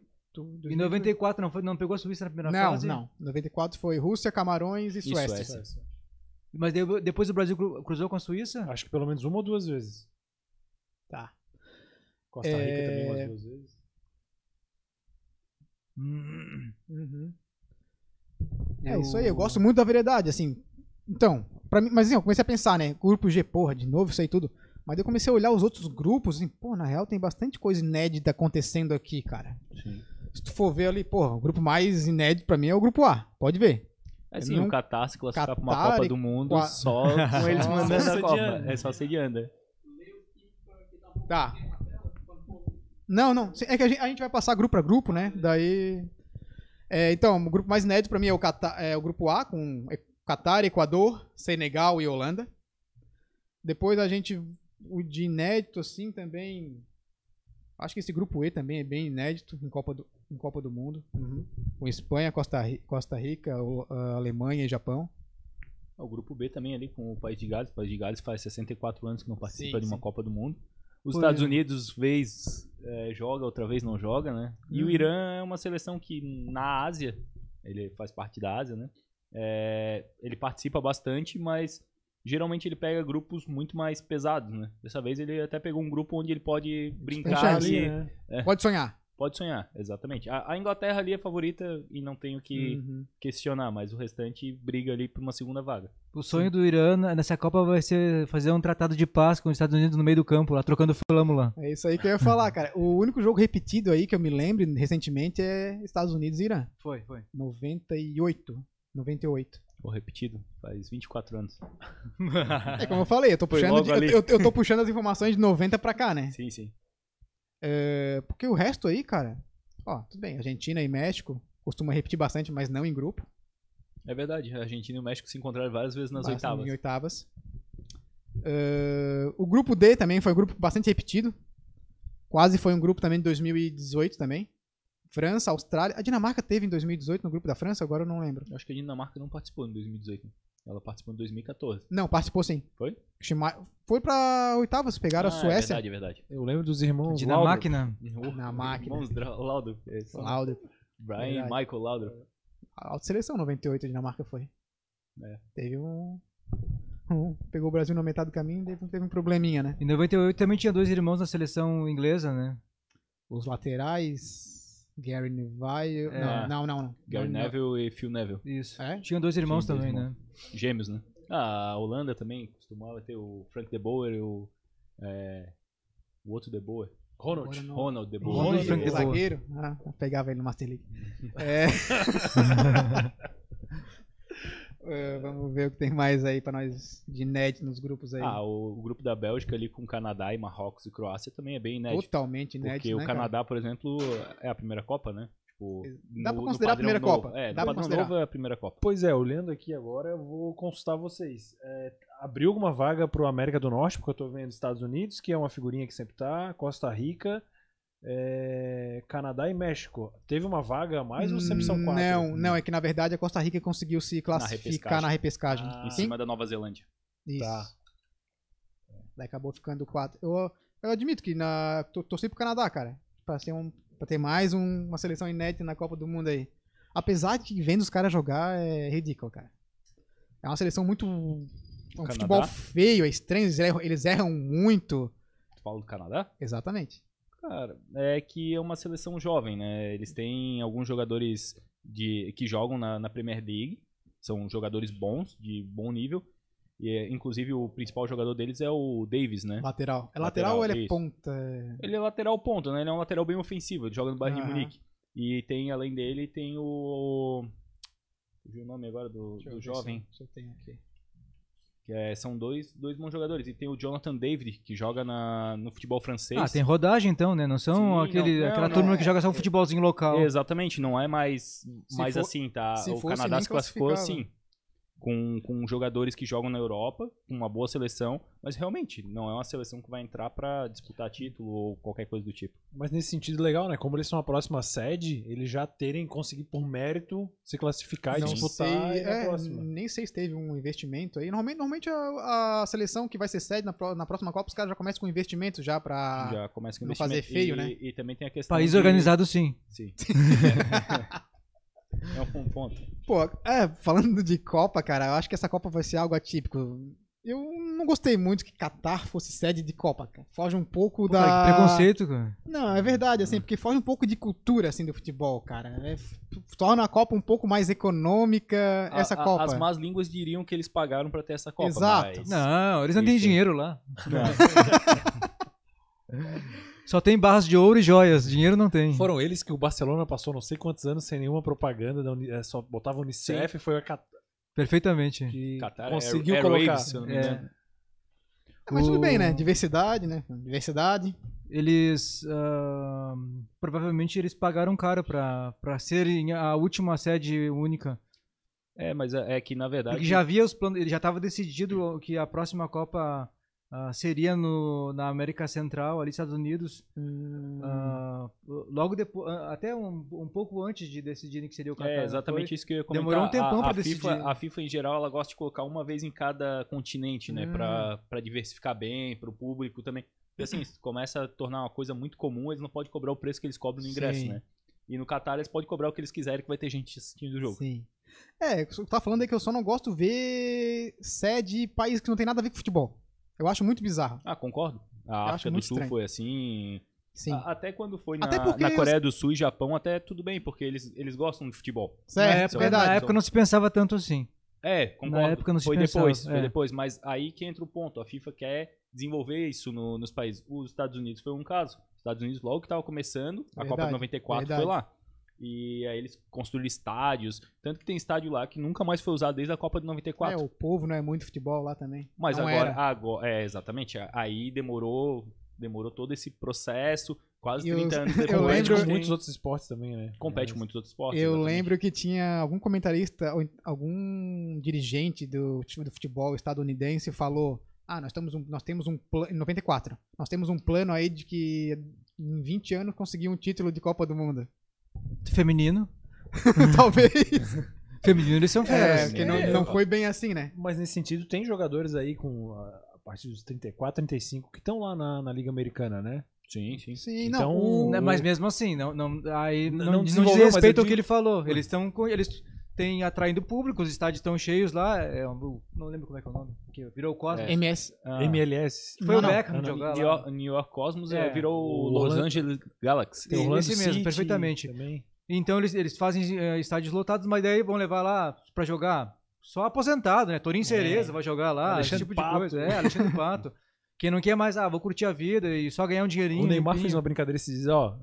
S3: Em 94 não, foi, não pegou a Suíça na primeira
S1: Não,
S3: fase?
S1: não. 94 foi Rússia, Camarões e
S4: E
S1: Suécia.
S4: Suécia.
S3: Mas de- depois o Brasil cru- cruzou com a Suíça?
S1: Ah.
S2: Acho que pelo menos uma ou duas vezes.
S1: Tá.
S2: Costa Rica
S1: É,
S2: também umas duas vezes.
S3: Hum.
S1: Uhum. É
S3: Eu-
S1: isso aí, eu gosto muito da variedade, assim. Então, para mim, mas assim, eu comecei a pensar, né? Grupo G, porra, de novo isso aí tudo. Mas daí eu comecei a olhar os outros grupos e, pô, na real tem bastante coisa inédita acontecendo aqui, cara.
S4: Sim.
S1: Se tu for ver ali, porra, o grupo mais inédito pra mim é o grupo A. Pode ver.
S4: É sim,
S1: Não-
S4: o Qatar se classificar pra uma
S1: Qatar
S4: Copa
S1: e
S4: do Mundo
S1: qua-
S4: só com eles
S1: Só
S4: mandando a Copa.
S2: sediando.
S4: É só sediando. é.
S1: Tá. Não, não. É que a gente, a gente vai passar grupo pra grupo, né? Daí. É, então, o grupo mais inédito pra mim é o, Cata- é o grupo A, com E- Catar, Equador, Senegal e Holanda. Depois a gente. O de inédito, assim, também. Acho que esse grupo E também é bem inédito em Copa do, em Copa do Mundo. Com Espanha, Costa, Ri- Costa Rica, o- a Alemanha e Japão.
S4: É O grupo B também ali com o País de Gales. O País de Gales faz 64 anos que não participa
S1: Sim,
S4: de uma
S1: sim.
S4: Copa do Mundo. Os
S1: Pois
S4: Estados
S1: é.
S4: Unidos, vez é, joga, outra vez não joga, né? E o
S1: Uhum.
S4: Irã é uma seleção que na Ásia, ele faz parte da Ásia, né? É, ele participa bastante, mas geralmente ele pega grupos muito mais pesados, né? Dessa vez ele até pegou um grupo onde ele pode brincar
S1: chance.
S4: ali.
S2: né?
S1: Pode sonhar.
S4: Pode sonhar, exatamente. A, a Inglaterra ali é favorita e não tenho que
S1: Uhum.
S4: questionar, mas o restante briga ali por uma segunda vaga.
S3: O sonho do Irã na- nessa Copa vai ser fazer um tratado de paz com os Estados Unidos no meio do campo, lá trocando flâmula.
S1: É isso aí que eu ia falar, cara. O único jogo repetido aí que eu me lembro recentemente é Estados Unidos e Irã.
S3: Foi, foi.
S1: 98. 98.
S4: Vou repetido, faz 24 anos.
S1: É como eu falei, eu tô
S4: Foi
S1: puxando,
S4: logo
S1: de- eu,
S4: ali.
S1: eu- eu tô puxando as informações de 90 pra cá, né?
S4: sim, sim.
S1: É, porque o resto aí, cara. Ó, tudo bem, Argentina e México costuma repetir bastante, mas não em grupo.
S4: É verdade, a Argentina e o México se encontraram várias vezes nas
S1: Basta
S4: oitavas.
S1: Em oitavas. É, o grupo D também foi um grupo bastante repetido. Quase foi um grupo também de 2018 também. França, Austrália. A Dinamarca teve em 2018 no grupo da França, agora eu não lembro.
S4: Eu acho que a Dinamarca não participou em 2018. né? Ela participou em 2014.
S1: Não, participou sim.
S4: Foi?
S1: Schma- Foi pra oitavas, pegaram a
S4: Ah,
S1: Suécia.
S4: É verdade, é verdade.
S2: Eu lembro dos irmãos Laudrup.
S3: Dinamarca, né?
S4: Uh,
S1: Na máquina.
S4: irmãos Dra- Laudrup. é isso.
S1: Lauder.
S4: Brian e
S1: verdade.
S4: Michael Laudrup.
S1: Alta seleção, 98 a Dinamarca foi.
S4: É.
S1: Teve um... um- Pegou o Brasil na metade do caminho, daí teve um probleminha, né?
S3: Em 98 também tinha dois irmãos na seleção inglesa, né?
S1: Os laterais, Gary Neville...
S3: É.
S1: Não, não, não. não.
S4: Gary
S1: Não, não.
S4: Neville e Phil Neville.
S3: Isso.
S1: É?
S3: Tinha dois irmãos
S4: Tinha dois
S3: também,
S4: irmãos.
S3: né?
S4: Gêmeos, né? Ah, a Holanda também costumava ter o Frank de Boer e o. É, o outro de Boer.
S2: Ronald.
S1: Agora não.
S4: Ronald de Boer.
S1: Ronald,
S3: Ronald
S1: Frank
S3: de Boer.
S1: zagueiro. Ah, pegava ele no Master
S4: [LAUGHS]
S1: League. É. Eh, Vamos ver o que tem mais aí pra nós de inédito nos grupos aí.
S4: Ah, o, o grupo da Bélgica ali com Canadá e Marrocos e Croácia também é bem inédito.
S1: Totalmente inédito, né,
S4: Porque o
S1: cara?
S4: Canadá, por exemplo, é a primeira Copa, né? Tipo,
S1: Dá pra
S4: no- no
S1: considerar a
S4: padrão
S1: primeira
S4: novo.
S1: Copa.
S4: É,
S1: Dá pra
S4: no padrão
S1: considerar.
S4: novo é a primeira Copa.
S2: Pois é, olhando aqui agora, eu vou consultar vocês. É, abriu alguma vaga pro América do Norte, porque eu tô vendo Estados Unidos, que é uma figurinha que sempre tá, Costa Rica, é, Canadá e México. Teve uma vaga a mais ou sempre são quatro?
S1: Não, não, é que na verdade a Costa Rica conseguiu se classificar
S4: repescagem.
S1: na repescagem.
S2: Ah,
S4: Em
S1: Sim?
S4: cima da Nova Zelândia.
S1: Isso.
S2: Tá.
S1: Daí acabou ficando quatro. Eu, eu admito que na, to- torci pro Canadá, cara. Pra, ser um, pra ter mais um- uma seleção inédita na Copa do Mundo aí. Apesar de que vendo os caras jogar é ridículo, cara. É uma seleção muito. É um
S4: Canadá?
S1: futebol feio, é estranho, eles erram, eles erram muito.
S4: Tu fala do Canadá?
S1: Exatamente.
S4: Cara, é que é uma seleção jovem, né? Eles têm alguns jogadores de, que jogam na, na Premier League, são jogadores bons, de bom nível. E, é, inclusive, o principal jogador deles é o Davis, né?
S1: Lateral. É lateral,
S4: Lateral,
S1: ou ele é
S4: isso.
S1: ponta?
S4: Ele é lateral ponta, né? Ele é um lateral bem ofensivo, ele joga no Bayern de
S1: Aham.
S4: Munique. E tem, além dele, tem o... Fugiu o nome agora do,
S1: Deixa eu
S4: do
S1: ver se
S4: jovem.
S1: eu- se eu tenho aqui.
S4: Que é- são dois, dois bons jogadores. E tem o Jonathan David, que joga na, no futebol francês.
S3: Ah, tem rodagem então, né? Não são
S4: Sim,
S3: aquele,
S4: não,
S3: aquela
S4: não,
S3: turma
S1: é-
S3: que joga só um futebolzinho local.
S4: Exatamente, não é mais,
S1: Se
S4: mais
S1: for-
S4: assim, tá?
S1: se
S4: o
S1: fosse,
S4: Canadá
S1: nem
S4: se classificou
S1: classificava.
S4: assim. Com, com jogadores que jogam na Europa, com uma boa seleção, mas realmente não é uma seleção que vai entrar pra disputar título ou qualquer coisa do tipo.
S2: Mas nesse sentido legal, né? Como eles são a próxima sede, eles já terem conseguido por mérito se classificar e
S1: Não
S2: disputar
S1: sei,
S2: e na
S1: é,
S2: próxima.
S1: Nem sei se teve um investimento aí. Normalmente, normalmente a, a seleção que vai ser sede na, pró- na próxima Copa, os caras já começam com investimento já pra.
S4: Já começa com
S1: Ah, não
S4: investimento.
S1: fazer feio,
S4: e,
S1: né?
S4: E também tem a questão.
S3: País
S4: de-
S3: organizado, sim.
S1: [LAUGHS]
S4: Sim. é um ponto.
S1: Pô, é, falando de Copa, cara, eu acho que essa Copa vai ser algo atípico. Eu não gostei muito que Catar fosse sede de Copa, cara. Foge um pouco
S3: Pô, cara,
S1: da.
S3: que preconceito, cara.
S1: Não, é verdade, assim, porque foge um pouco de cultura, assim, do futebol, cara. É, f- torna a Copa um pouco mais econômica,
S4: A-
S1: essa
S4: a-
S1: Copa.
S4: As más línguas diriam que eles pagaram pra ter essa Copa.
S1: Exato.
S4: Mas...
S3: Não, eles não têm
S4: Isso.
S3: dinheiro lá.
S4: Não.
S3: Só tem barras de ouro e joias. Dinheiro não
S4: Uhum.
S3: tem.
S2: Foram eles que o Barcelona passou não sei quantos anos sem nenhuma propaganda, da Uni- eh, só botava Unicef, foi a Cat-
S3: Perfeitamente.
S2: que
S4: Qatar
S2: conseguiu
S4: Air-
S2: colocar.
S4: Airwaves, se eu não me
S3: É.
S4: engano.
S1: Mas tudo bem, né?
S3: O-
S1: Diversidade, né? Diversidade.
S3: Eles ah, provavelmente eles pagaram caro pra pra serem a última sede única.
S4: É, mas é é que na verdade.
S3: Porque já havia os planos, ele já estava decidido que a próxima Copa ah, seria no, na América Central, ali Estados Unidos. Ah, logo depois, até um, um pouco antes de decidirem que seria o Qatar. né?
S4: É exatamente isso que eu ia comentar.
S3: Demorou um tempão
S4: a, a
S3: pra decidir.
S4: FIFA, a FIFA, em geral, ela gosta de colocar uma vez em cada continente, né?
S3: Hum.
S4: Pra, pra diversificar bem, pro público também. Porque assim, se começa a tornar uma coisa muito comum, eles não podem cobrar o preço que eles cobram no ingresso,
S3: Sim.
S4: né? E no Qatar eles podem cobrar o que eles quiserem, que vai ter gente assistindo o jogo.
S1: Sim. É, o que tu tá falando é que eu só não gosto ver sede de país que não tem nada a ver com futebol. Eu acho muito bizarro.
S4: Ah, concordo. A
S1: acho
S4: África do
S1: muito
S4: Sul
S1: estranho.
S4: foi assim.
S1: Sim.
S4: A- até quando foi na,
S1: Até porque
S4: na Coreia do Sul e Japão, até tudo bem, porque eles, eles gostam de futebol.
S1: certo,
S3: na época,
S1: é verdade.
S3: na época não se pensava tanto assim.
S4: É, concordo.
S3: Na época não se
S4: foi
S3: pensava,
S4: depois,
S3: é.
S4: foi depois. Mas aí que entra o ponto. A FIFA quer desenvolver isso no- nos países. Os Estados Unidos foi um caso. Os Estados Unidos, logo que estava começando, a Copa
S1: Verdade,
S4: de 94
S1: verdade.
S4: foi lá. E aí eles construíram estádios. Tanto que tem estádio lá que nunca mais foi usado desde a Copa de 94.
S1: É, o povo não é muito futebol lá também.
S4: Mas
S1: Não
S4: agora,
S1: era.
S4: agora- é, exatamente, a- aí demorou, demorou todo esse processo, quase
S1: E os-
S4: 30 anos
S1: [LAUGHS] eu
S4: depois.
S2: É, Compete
S1: lembro-
S2: com muitos
S4: É, tem-
S2: outros esportes também, né?
S4: compete
S2: É,
S4: com muitos outros esportes.
S1: Eu
S4: exatamente.
S1: lembro que tinha algum comentarista, ou algum dirigente do time do futebol estadunidense falou: Ah, nós, temos um, nós temos um plano. Em 94, nós temos um plano aí de que em 20 anos conseguir um título de Copa do [LAUGHS] Mundo.
S3: Feminino.
S1: Talvez.
S3: Feminino eles são
S1: É,
S3: feras.
S1: porque não, não foi bem assim, né?
S2: Mas nesse sentido, tem jogadores aí com a, a partir dos 34, 35 que estão lá na, na Liga Americana, né?
S4: Sim, sim.
S1: Sim,
S2: Então,
S1: não. o-
S2: né,
S3: Mas mesmo assim, não, não, aí
S2: Não
S3: não, não, diz
S2: desenvolveu, mas
S3: respeito
S2: eu
S3: ao que
S2: digo-
S3: ele falou. Eles estão eles têm atraindo público, os estádios estão cheios lá. é, o- não lembro como é que é o nome. Que virou o Cosmos.
S4: É.
S1: MS.
S4: Ah,
S2: MLS.
S3: Foi o
S1: Não, não,
S3: Beckham
S2: não, não.
S3: jogar
S4: New
S3: lá.
S4: York, New York Cosmos
S3: É.
S4: eh, virou o
S2: O
S4: Los
S2: Orlando-
S4: Angeles Galaxy.
S2: Tem
S3: Sim,
S2: Orlando
S3: esse mesmo,
S2: City
S3: perfeitamente.
S2: Também.
S3: Então eles, eles fazem eh, estádios lotados, mas daí vão levar lá pra jogar só aposentado, né? Torin Cereza vai jogar lá,
S2: É. Alexandre
S3: esse tipo de
S2: Pato.
S3: coisa. É, Alexandre
S2: [LAUGHS]
S3: Pato. Quem não quer mais, ah, vou curtir a vida e só ganhar um dinheirinho.
S2: O Neymar
S3: enfim.
S2: fez uma brincadeira e diz, ó,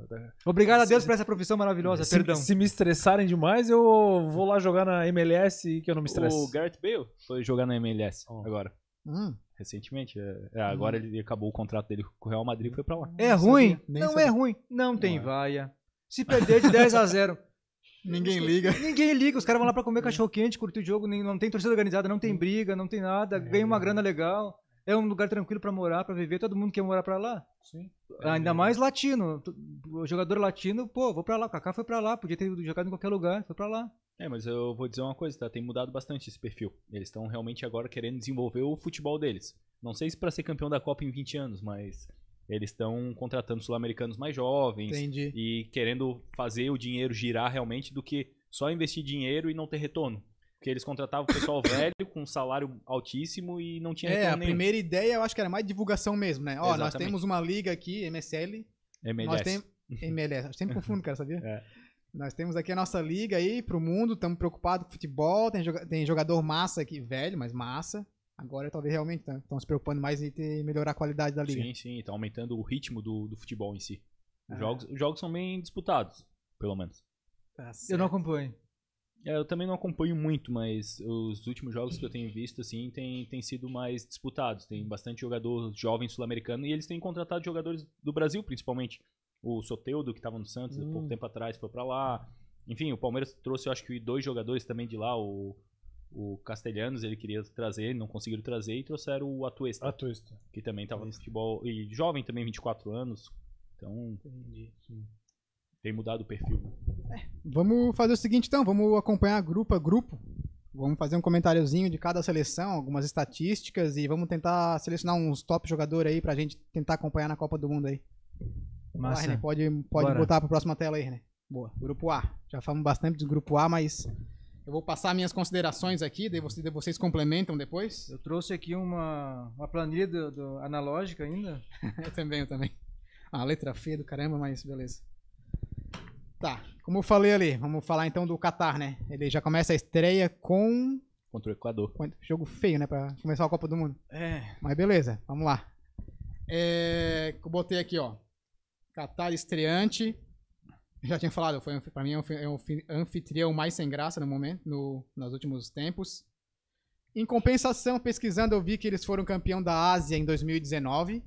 S3: Obrigado a Deus por essa profissão maravilhosa,
S2: se,
S3: perdão.
S2: se me estressarem demais, eu vou lá jogar na MLS e que eu não me estresse.
S4: O Gareth Bale foi jogar na MLS
S2: Oh.
S4: agora,
S1: Hum,
S4: recentemente. eh, é, agora
S1: Uhum.
S4: ele acabou o contrato dele com o Real Madrid e foi pra lá.
S3: É
S1: não
S3: ruim?
S1: sabia, nem
S3: não é
S1: sabia.
S3: ruim. Não tem
S4: Não é.
S3: vaia. Se perder de
S2: [LAUGHS]
S3: 10 a 0,
S1: Ninguém liga.
S3: ninguém liga. Os caras vão lá pra comer cachorro quente, curtir o jogo, nem- não tem torcida organizada, não tem briga, não tem nada,
S2: É
S3: ganha uma grana legal. É um lugar tranquilo pra morar, pra viver, todo mundo quer morar pra lá.
S2: Sim.
S3: Ah, Ainda mais latino. Tu- O jogador latino, pô, vou pra lá. O Kaká foi pra lá, podia ter ido jogado em qualquer lugar, foi pra lá.
S4: É, mas eu vou dizer uma coisa, tá? Tem mudado bastante esse perfil. Eles estão realmente agora querendo desenvolver o futebol deles. Não sei se pra ser campeão da Copa em 20 anos, mas eles estão contratando sul-americanos mais jovens
S1: Entendi.
S4: e querendo fazer o dinheiro girar realmente do que só investir dinheiro e não ter retorno. Porque eles contratavam o
S1: [COUGHS]
S4: pessoal velho com um salário altíssimo e não tinha
S1: É, a
S4: retorno nenhum.
S1: primeira ideia eu acho que era mais divulgação mesmo, né? Ó, nós
S4: Exatamente.
S1: temos uma liga aqui, MSL.
S4: MLS.
S1: Nós temos. MLS, eu sempre confundo, cara, sabia?
S4: É.
S1: Nós temos aqui a nossa liga aí pro mundo, estamos preocupados com futebol, tem, joga- tem jogador massa aqui, velho, mas massa. Agora talvez realmente estão se preocupando mais em ter- melhorar a qualidade da liga.
S4: Sim, sim, tá aumentando o ritmo do, do futebol em si. Os, jogos, os jogos são bem disputados, pelo menos.
S1: Tá certo.
S3: Eu não acompanho.
S4: É, eu também não acompanho muito, mas os últimos jogos que eu tenho visto, assim, tem, tem sido mais disputados. Tem bastante jogador jovem sul-americano e eles têm contratado jogadores do Brasil, principalmente. O Soteudo, que tava no Santos há pouco tempo atrás, foi pra lá. Enfim, o Palmeiras trouxe, eu acho que dois jogadores também de lá, o, o Castelhanos, ele queria trazer, não conseguiram trazer, e trouxeram o Atuesta
S2: Ah, tu, isto.
S4: que também tava no futebol e jovem também, 24 anos. Então, tem mudado o perfil.
S1: Vamos fazer o seguinte então, vamos acompanhar grupo a grupo. Vamos fazer um comentáriozinho de cada seleção, algumas estatísticas e vamos tentar selecionar uns top jogadores aí pra gente tentar acompanhar na Copa do Mundo aí. Vai,
S3: Massa.
S1: René, pode pode
S3: Bora.
S1: botar pra próxima tela aí, René. Boa. Grupo A. Já falamos bastante do grupo A, mas Eu vou passar minhas considerações aqui, daí vocês, daí vocês complementam depois. [LAUGHS]
S3: Eu trouxe aqui uma, uma planilha do- do- analógica ainda.
S1: Eu também, eu também. Ah, letra feia do caramba, mas beleza. Tá, como eu falei ali, vamos falar então do Qatar, né? Ele já começa a estreia com.
S4: Contra o Equador.
S1: com- Jogo feio, né? Pra começar a Copa do Mundo.
S3: É,
S1: Mas beleza, vamos lá. É, eu botei aqui, ó. Qatar estreante. Já tinha falado, foi, pra mim é o fi- é o fi- anfitrião mais sem graça no momento, no, nos últimos tempos. Em compensação, pesquisando, eu vi que eles foram campeão da Ásia em 2019.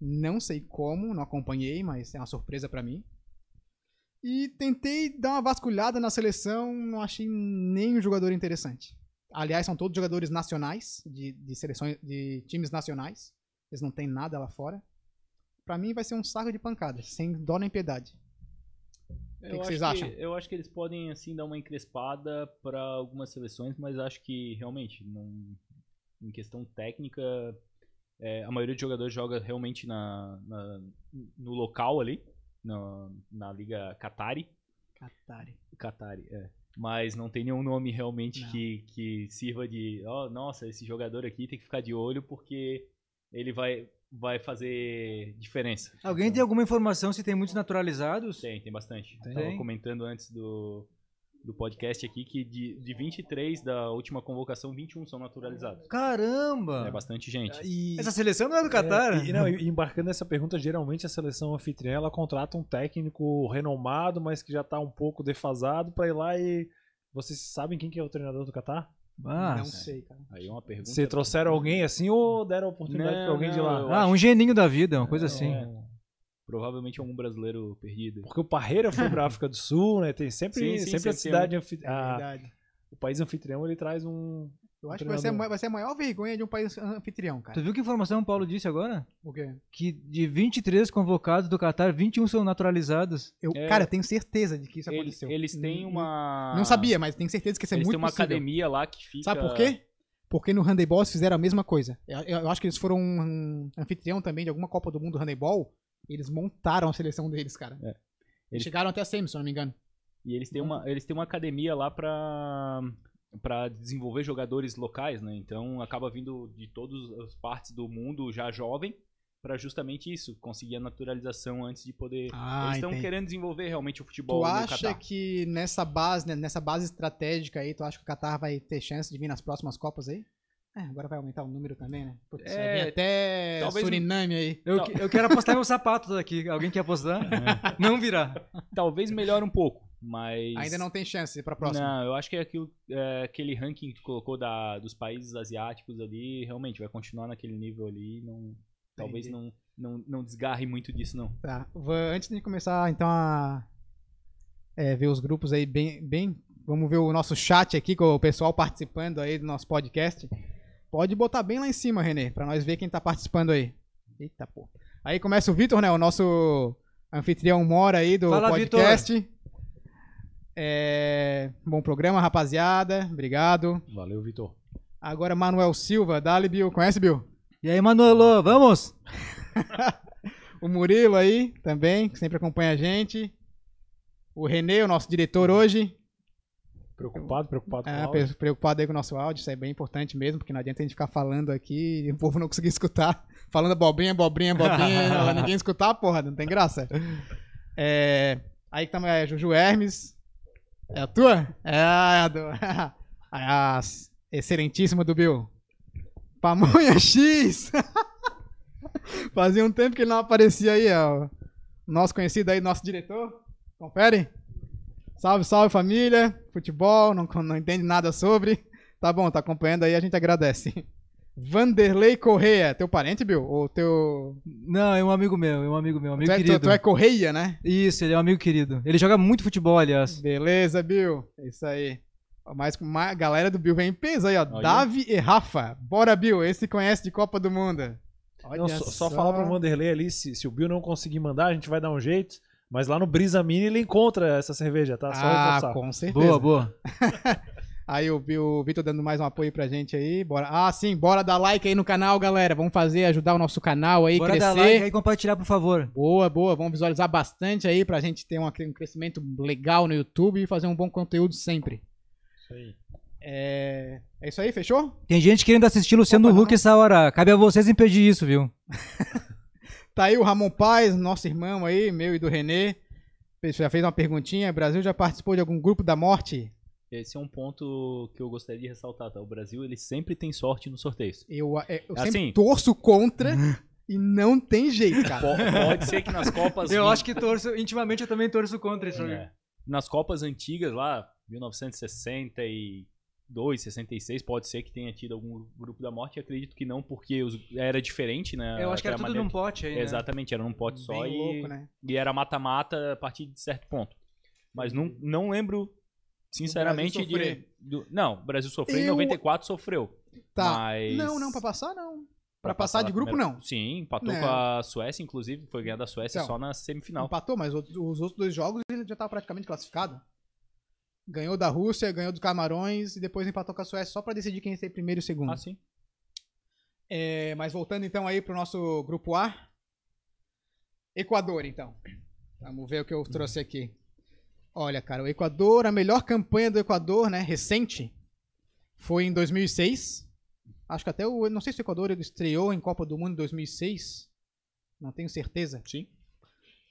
S1: Não sei como, não acompanhei, mas é uma surpresa pra mim. E tentei dar uma vasculhada na seleção, não achei nenhum jogador interessante. Aliás, são todos jogadores nacionais, de, de seleções, de times nacionais. Eles não têm nada lá fora. Pra mim vai ser um saco de pancada, sem dó nem piedade. que
S4: Eu
S1: vocês
S4: acho
S1: acham?
S4: Eu acho que eles podem, assim, dar uma encrespada para algumas seleções, mas acho que realmente, não- em questão técnica, é, a maioria dos jogadores joga realmente na, na- no local ali, na, na Liga Qatari.
S1: Catari.
S4: Qatari, é. Mas não tem nenhum nome realmente
S1: Não.
S4: que, que sirva de. ó, nossa, esse jogador aqui tem que ficar de olho porque ele vai, vai fazer diferença. Então,
S3: alguém tem alguma informação se tem muitos naturalizados?
S4: Tem, tem bastante.
S2: Tem.
S4: Tava comentando antes do, do podcast aqui que de, de 23 da última convocação, 21 são naturalizados. É
S1: Ah.
S3: Caramba!
S4: bastante gente.
S2: E,
S3: Essa seleção não é do Catar?
S2: É, e, não, e embarcando nessa pergunta, geralmente a seleção anfitriã ela contrata um técnico renomado, mas que já tá um pouco defasado, pra ir lá e. Vocês sabem quem que é o treinador do Catar?
S3: Ah,
S1: não sei, cara.
S4: Aí é uma pergunta.
S2: Você trouxeram alguém assim ou deram a oportunidade
S4: Não,
S2: pra alguém de
S4: não,
S2: lá?
S4: eu
S3: ah, um geninho da vida, uma
S2: É,
S3: coisa assim.
S4: Provavelmente algum brasileiro perdido.
S2: Porque o Parreira foi pra África do Sul, né? Tem sempre,
S4: Sim, é um sim,
S2: sempre a
S4: sempre
S2: cidade. anfi- a-
S4: Ah,
S1: É Verdade.
S2: o país anfitrião ele traz um.
S1: Eu
S2: um
S1: acho que vai ser, a
S2: treinador.
S1: ma- vai ser a maior vergonha de um país anfitrião, cara.
S3: Tu viu que informação o Paulo disse agora?
S1: O quê?
S3: Que de 23 convocados do Catar, 21 são naturalizados.
S1: Eu,
S4: É.
S1: Cara, eu tenho certeza de que isso
S4: Eles,
S1: aconteceu. Hum.
S4: eles têm uma.
S1: Não sabia, mas tenho certeza que isso é
S4: Eles
S1: muito
S4: têm uma
S1: possível.
S4: academia lá que fica.
S1: Sabe por quê? Porque no handebol eles fizeram a mesma coisa. Eu, eu- eu acho que eles foram um anfitrião também de alguma Copa do Mundo handebol. Eles montaram a seleção deles, cara.
S4: É.
S1: Eles
S4: Eles-
S1: chegaram até a semi, se eu não me engano.
S4: E eles têm uma, eles têm uma academia lá pra, pra desenvolver jogadores locais, né? Então acaba vindo de todas as partes do mundo já jovem pra justamente isso, conseguir a naturalização antes de poder.
S1: Ah,
S4: eles estão querendo desenvolver realmente o futebol
S1: Tu
S4: no
S1: acha
S4: Catar.
S1: que nessa base, né, nessa base estratégica aí, tu acha que o Qatar vai ter chance de vir nas próximas Copas aí? É, agora vai aumentar o número também, né? Putz, vai
S4: É,
S1: vir até
S4: talvez- um
S1: Suriname aí.
S3: Eu,
S4: Tá.
S3: que- eu quero apostar meu sapato daqui. Alguém quer apostar? Não virá.
S4: Talvez melhore um pouco, mas
S1: Ainda não tem chance pra próxima.
S4: Não, eu acho que aquilo, é, aquele ranking que tu colocou da, dos países asiáticos ali, realmente vai continuar naquele nível ali, não, talvez
S1: Entendi.
S4: não, não não desgarre muito disso não.
S1: Tá. va- Antes de começar, então, a é, ver os grupos aí bem, bem, vamos ver o nosso chat aqui, com o pessoal participando aí do nosso podcast. Pode botar bem lá em cima, Renê, pra nós ver quem tá participando aí. Eita, pô. Aí começa o Vitor, né? O nosso anfitrião mora aí do
S3: Fala,
S1: podcast. É, Bom programa, rapaziada. Obrigado.
S2: Valeu, Vitor.
S1: Agora, Manuel Silva, Dali Bill. Conhece, Bill?
S3: E aí, Manolo, vamos?
S1: O Murilo aí também, que sempre acompanha a gente. O Renê, o nosso diretor hoje.
S2: Preocupado, preocupado com
S1: Ah,
S2: o áudio.
S1: pre- preocupado aí com o nosso áudio, isso é bem importante mesmo, porque não adianta a gente ficar falando aqui e o povo não conseguir [LAUGHS] escutar. Falando abobrinha, abobrinha, abobrinha, ninguém escutar, porra, não tem graça. É, aí que tá é, Juju Hermes. É a tua? É, é a do. [LAUGHS] a s- excelentíssima do Bill. Pamonha X! [LAUGHS] Fazia um tempo que ele não aparecia aí, ó. Nosso conhecido aí, nosso diretor. Confere? Salve, salve família. Futebol, não, não entende nada sobre. Tá bom, tá acompanhando aí, a gente agradece. Vanderlei Correia, teu parente, Bill? Ou teu.
S3: Não, é um amigo meu, é um amigo meu, amigo
S1: tu, é, tu,
S3: querido.
S1: tu é Correia, né?
S3: Isso, ele é um amigo querido. Ele joga muito futebol, aliás.
S1: Beleza, Bill. É isso aí. Ó, Mais com mais- a galera do Bill vem em peso aí, ó.
S4: Olha.
S1: Davi e Rafa. Bora, Bill. Esse conhece de Copa do Mundo.
S2: Não, só, só falar pro Vanderlei ali, se, se o Bill não conseguir mandar, a gente vai dar um jeito. Mas lá no Brisa Mini ele encontra essa cerveja, tá? Só
S1: Ah,
S2: reforçar.
S1: com certeza.
S3: Boa, boa.
S1: Aí o, Bill- o Vitor dando mais um apoio pra gente aí. Bora. Ah, sim, bora dar like aí no canal, galera. Vamos fazer, ajudar o nosso canal aí,
S3: Bora
S1: crescer.
S3: dar like e compartilhar, por favor.
S1: Boa, boa. Vamos visualizar bastante aí pra gente ter uma- um crescimento legal no YouTube e fazer um bom conteúdo sempre. É, é isso aí, fechou?
S3: Tem gente querendo assistir Luciano
S1: Opa, não,
S3: Huck essa hora. Cabe a vocês impedir isso, viu?
S1: Tá aí o Ramon Paz, nosso irmão aí, meu e do Renê. Ele Já fez uma perguntinha. Brasil já participou de algum grupo da morte?
S4: Esse é um ponto que eu gostaria de ressaltar, tá? O Brasil, ele sempre tem sorte nos sorteios.
S1: Eu, é, eu sempre
S4: Assim.
S1: torço contra e não tem jeito,
S4: Po-
S1: cara.
S4: Pode ser que nas Copas...
S3: Eu [LAUGHS] acho que torço, intimamente eu também torço contra isso. né? aí.
S4: É. Nas Copas antigas lá, 1962, 66, pode ser que tenha tido algum grupo da morte. Acredito que não, porque os- era diferente, né?
S3: Eu acho que era
S4: Aquela
S3: tudo num
S4: maneira-
S3: pote aí, né?
S4: Exatamente, era num pote só
S1: Bem
S4: e,
S1: louco, né?
S4: e era mata-mata a partir de certo ponto. Mas não, não lembro, sinceramente, de.
S1: sofrer.
S4: do- não, o Brasil sofreu em
S1: Eu-
S4: 94, sofreu.
S1: Tá.
S4: Mas...
S1: Não, não, pra passar não. Pra passar
S4: da
S1: de grupo,
S4: primeira-
S1: não.
S4: Sim, empatou
S1: Não.
S4: com a Suécia, inclusive, foi ganhar da Suécia
S1: É. Então,
S4: só na semifinal.
S1: Empatou, mas outros- os outros dois jogos ele já tava praticamente classificado. Ganhou da Rússia, ganhou do Camarões e depois empatou com a Suécia só pra decidir quem ia ser primeiro e segundo.
S4: Ah, sim.
S1: É, mas voltando então aí pro nosso grupo A. Equador, então. Vamos ver o que eu trouxe aqui. Olha, cara, o Equador, a melhor campanha do Equador, né, recente, foi em 2006. Acho que até o, não sei se o Equador estreou em Copa do Mundo em 2006. Não tenho certeza.
S4: Sim.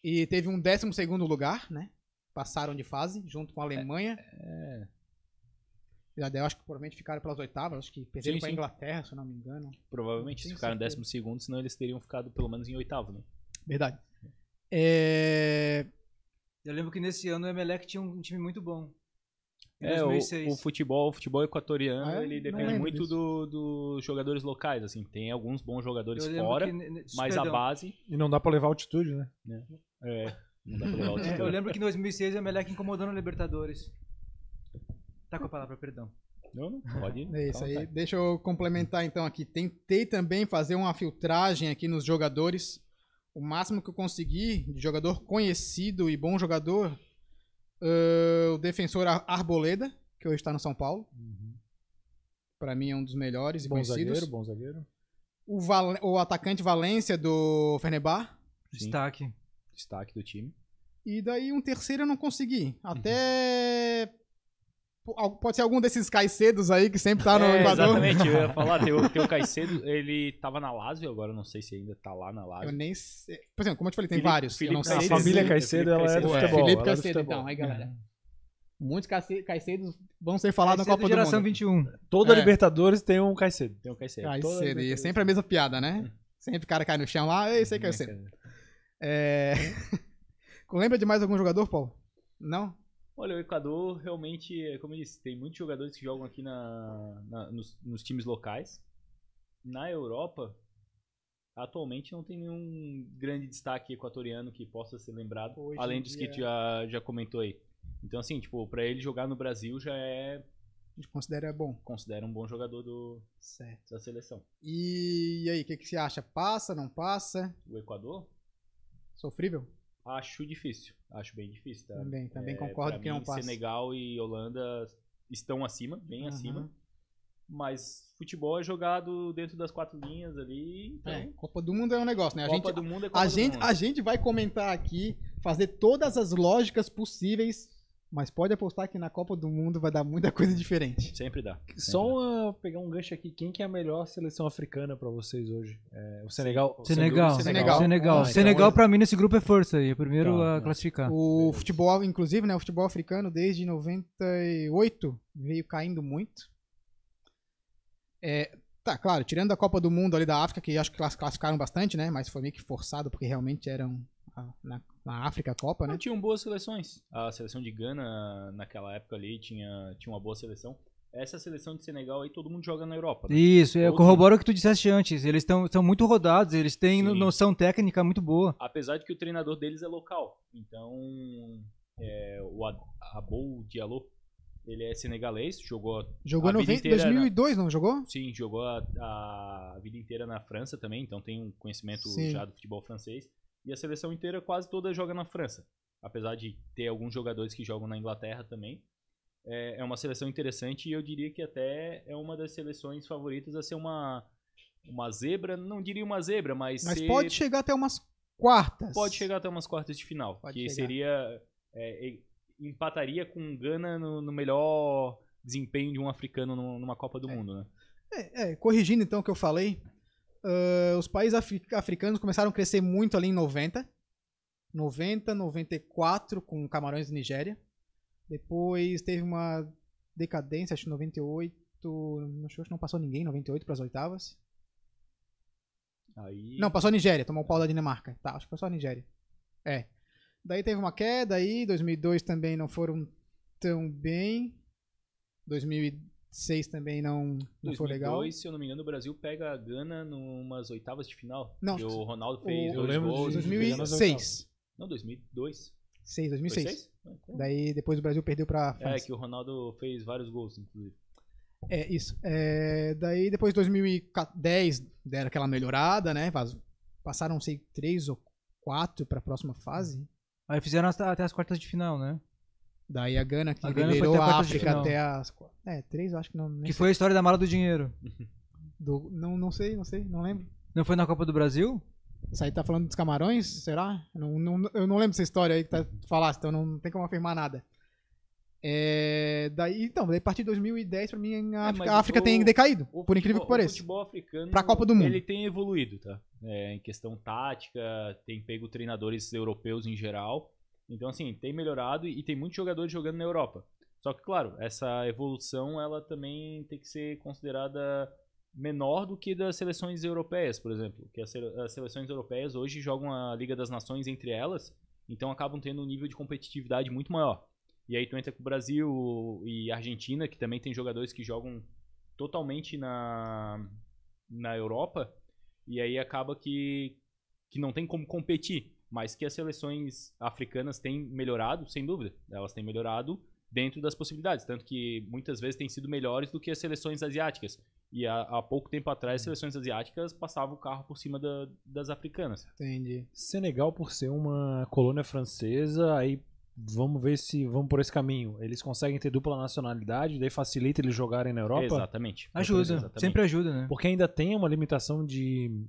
S1: E teve um 12 segundo lugar, né? Passaram de fase junto
S4: É,
S1: com a Alemanha. Já daí eu acho que provavelmente ficaram pelas oitavas, acho que perderam
S4: Sim,
S1: para a
S4: sim.
S1: Inglaterra, se eu não me engano.
S4: Provavelmente, se
S1: Tenho
S4: ficaram em
S1: certeza.
S4: décimo segundo, senão eles teriam ficado pelo menos em oitavo, né?
S1: Verdade. É,
S3: Eu lembro que nesse ano o Emelec tinha um time muito bom. Em
S4: É, o,
S3: 2006.
S4: o futebol, o futebol equatoriano,
S1: Ah, é?
S4: ele
S1: Não
S4: depende
S1: lembro
S4: muito
S1: disso.
S4: do- dos jogadores locais, assim. Tem alguns bons jogadores
S3: Eu lembro
S4: fora,
S3: que ne- ne-
S4: mas
S3: perdão.
S4: a base...
S2: E não dá pra levar altitude, né?
S4: É, não dá pra levar
S1: [LAUGHS]
S4: o
S3: É, eu
S4: título.
S3: lembro que em 2006 o Emelec incomodou no Libertadores. Tá com a palavra, perdão.
S4: Não, não, pode ir.
S1: é isso
S4: Calma,
S1: aí.
S4: tá.
S1: Deixa eu complementar então aqui. Tentei também fazer uma filtragem aqui nos jogadores. O máximo que eu consegui de jogador conhecido e bom jogador, ah, o defensor Ar- Arboleda, que hoje está no São Paulo. Pra mim é um dos melhores e
S2: Bom
S1: conhecidos.
S2: zagueiro, bom zagueiro.
S1: O, Val- o atacante Valência do Fenerbahçe.
S4: Sim.
S3: Destaque.
S4: Destaque do time.
S1: E daí um terceiro eu não consegui. Até. Pô, al- Pode ser algum desses caicedos aí que sempre tá no
S4: É,
S1: Equador.
S4: exatamente, eu ia falar,
S1: [LAUGHS]
S4: tem o, tem o Caicedo, ele tava na Lazio, agora eu não sei se ainda tá lá na
S1: Eu
S4: Lazio.
S1: nem sei. Por exemplo, como eu te falei, tem
S4: Felipe-
S1: vários. eu
S4: Felipe
S1: não sei
S2: A
S4: Caicedo.
S1: se-
S2: família
S4: Felipe
S2: Caicedo, ela é do
S4: Caicedo, é.
S2: futebol.
S1: Felipe
S2: ela é do
S1: Caicedo,
S2: futebol.
S1: então, aí galera. Muitos caice- caicedos vão ser falados na
S3: Caicedo,
S1: Copa do
S3: É geração
S1: Mundo.
S3: 21.
S2: Toda
S1: É.
S2: Libertadores tem um Caicedo.
S4: Tem o Caicedo.
S1: Caicedo.
S4: Toda-
S1: E é sempre a mesma piada, né? Sempre o cara cai no chão lá, eu sei
S4: Né,
S1: Caicedo.
S4: cara?
S1: É... [LAUGHS] Lembra de mais algum jogador, Paulo? Não?
S4: Olha, o Equador realmente, é, como eu disse, tem muitos jogadores que jogam aqui na, na- nos, nos times locais. Na Europa, atualmente não tem nenhum grande destaque equatoriano que possa ser lembrado,
S1: Hoje em
S4: além dos que
S1: dia- é.
S4: já, já comentou aí. Então, assim, tipo, pra ele jogar no Brasil já é,
S1: A gente considera bom.
S4: considera um bom jogador do,
S1: Certo.
S4: da seleção.
S1: E aí, o que, que você acha? Passa, não passa?
S4: O Equador,
S1: Sofrível?
S4: acho difícil, acho bem difícil, tá?
S1: Também, também
S4: É,
S1: concordo
S4: pra
S1: que um não
S4: mim,
S1: passa.
S4: Senegal e Holanda estão acima, bem
S1: Aham.
S4: acima. Mas futebol é jogado dentro das quatro linhas ali. Então,
S1: É, Copa do Mundo é um negócio, né? A
S4: Copa
S1: gente,
S4: do Mundo é Copa
S1: a,
S4: do
S1: gente,
S4: Mundo.
S1: a gente vai comentar aqui, fazer todas as lógicas possíveis, mas pode apostar que na Copa do Mundo vai dar muita [LAUGHS] coisa diferente.
S4: Sempre dá. sempre
S2: Só
S4: dá.
S2: uma, pegar um gancho aqui. Quem que é a melhor seleção africana pra vocês hoje? É, o Senegal. sem
S3: Senegal.
S2: dúvida,
S1: Senegal.
S2: o
S3: Senegal.
S2: Ah,
S3: Senegal,
S2: então
S3: Senegal
S2: hoje-
S3: pra mim nesse grupo é força aí. É o
S2: Tá,
S3: primeiro a
S2: tá.
S4: Ah,
S3: classificar.
S1: O futebol, inclusive, né? O futebol africano desde 98 veio caindo muito. É, tá, claro, tirando a Copa do Mundo ali da África, que acho que class- classificaram bastante, né? Mas foi meio que forçado, porque realmente eram a- na, na África a Copa, né?
S4: Não, tinham um boas seleções. A seleção de Gana, naquela época ali, tinha, tinha uma boa seleção. Essa seleção de Senegal aí, todo mundo joga na Europa. né?
S3: Isso, eu
S4: Outro-
S3: corroboro o que tu disseste antes. Eles tão, são muito rodados, eles têm
S4: Sim.
S3: noção técnica muito boa.
S4: Apesar de que o treinador deles é local. Então, é, o Ad- Abou Diallo, ele é senegalês, jogou
S1: Jogou
S4: A
S1: em
S4: vida
S1: 90
S4: inteira, né?
S1: 2002, não jogou?
S4: Sim, jogou a, a vida inteira na França também, então tem um conhecimento
S1: Sim.
S4: já do futebol francês. E a seleção inteira quase toda joga na França. Apesar de ter alguns jogadores que jogam na Inglaterra também. É, é uma seleção interessante e eu diria que até é uma das seleções favoritas a ser uma, uma zebra. Não diria uma zebra, mas,
S1: Mas
S4: ser-
S1: pode chegar até umas quartas.
S4: pode chegar até umas quartas de final.
S1: Pode
S4: que
S1: chegar.
S4: seria. é, e- empataria com Gana no, no melhor desempenho de um africano numa numa Copa do Mundo, né?
S1: É, é, corrigindo então o que eu falei, ah, os países afri- africanos começaram a crescer muito ali em 90. 90, 94 com Camarões e Nigéria. Depois teve uma decadência, acho que 98. não- Acho que não passou ninguém, em 98 para as oitavas.
S4: Aí,
S1: Não, passou a Nigéria, tomou o pau da Dinamarca. Tá, acho que passou a Nigéria. É. Daí teve uma queda aí, 2002 também não foram tão bem. 2006 também não, não foi legal.
S4: 2002, se eu não me engano, o Brasil pega a Gana numas oitavas de final.
S1: Não,
S4: que o Ronaldo
S1: o-
S4: fez
S2: Eu
S4: dois
S2: lembro de
S4: gols.
S1: 2006.
S4: Não, 2002.
S1: Seis, 2006.
S4: 2006? É,
S1: Daí depois o Brasil perdeu pra
S4: É,
S1: França.
S4: que o Ronaldo fez vários gols, inclusive.
S1: É, isso. É, daí depois 2010 deram aquela melhorada, né? Vaz- Passaram, não sei, três ou quatro pra próxima fase.
S3: Aí fizeram as- até as quartas de final, né?
S1: Daí a Gana que
S3: A Gana foi
S1: liberou
S3: até a
S1: a
S3: quarta de
S1: África
S3: final.
S1: até as... qu- É, três, eu acho que não... nem
S3: Que foi a história da mala do dinheiro.
S1: Do- não, não sei, não sei, não lembro.
S3: Não foi na Copa do Brasil?
S1: Isso aí tá falando dos camarões, será? Não, não- eu não lembro essa história aí que tá, tu falaste, então não tem como afirmar nada. É, daí, então, daí a partir de 2010, pra mim, a
S4: É,
S1: África,
S4: mas
S1: a África
S4: o-
S1: tem decaído,
S4: O
S1: por incrível
S4: futebol-
S1: que pareça.
S4: O futebol africano,
S1: Pra Copa do Mundo.
S4: ele tem evoluído, tá? É, em questão tática, tem pego treinadores europeus em geral. Então, assim, tem melhorado e e tem muitos jogadores jogando na Europa. Só que, claro, essa evolução, ela também tem que ser considerada menor do que das seleções europeias, por exemplo. Que as sele- as seleções europeias hoje jogam a Liga das Nações entre elas, então acabam tendo um nível de competitividade muito maior. E aí tu entra com o Brasil e Argentina, que também tem jogadores que jogam totalmente na, na Europa, e aí acaba que, que não tem como competir, mas que as seleções africanas têm melhorado, sem dúvida. Elas têm melhorado dentro das possibilidades, tanto que muitas vezes têm sido melhores do que as seleções asiáticas. E há, há pouco tempo
S3: Uhum.
S4: atrás, as seleções asiáticas passavam o carro por cima da- das africanas.
S1: Entendi.
S2: Senegal, por ser uma colônia francesa, aí vamos ver se vamos por esse caminho. Eles conseguem ter dupla nacionalidade, daí facilita eles jogarem na Europa.
S4: Exatamente.
S3: Ajuda.
S4: Exatamente.
S3: Sempre ajuda, né?
S2: Porque ainda tem uma limitação de,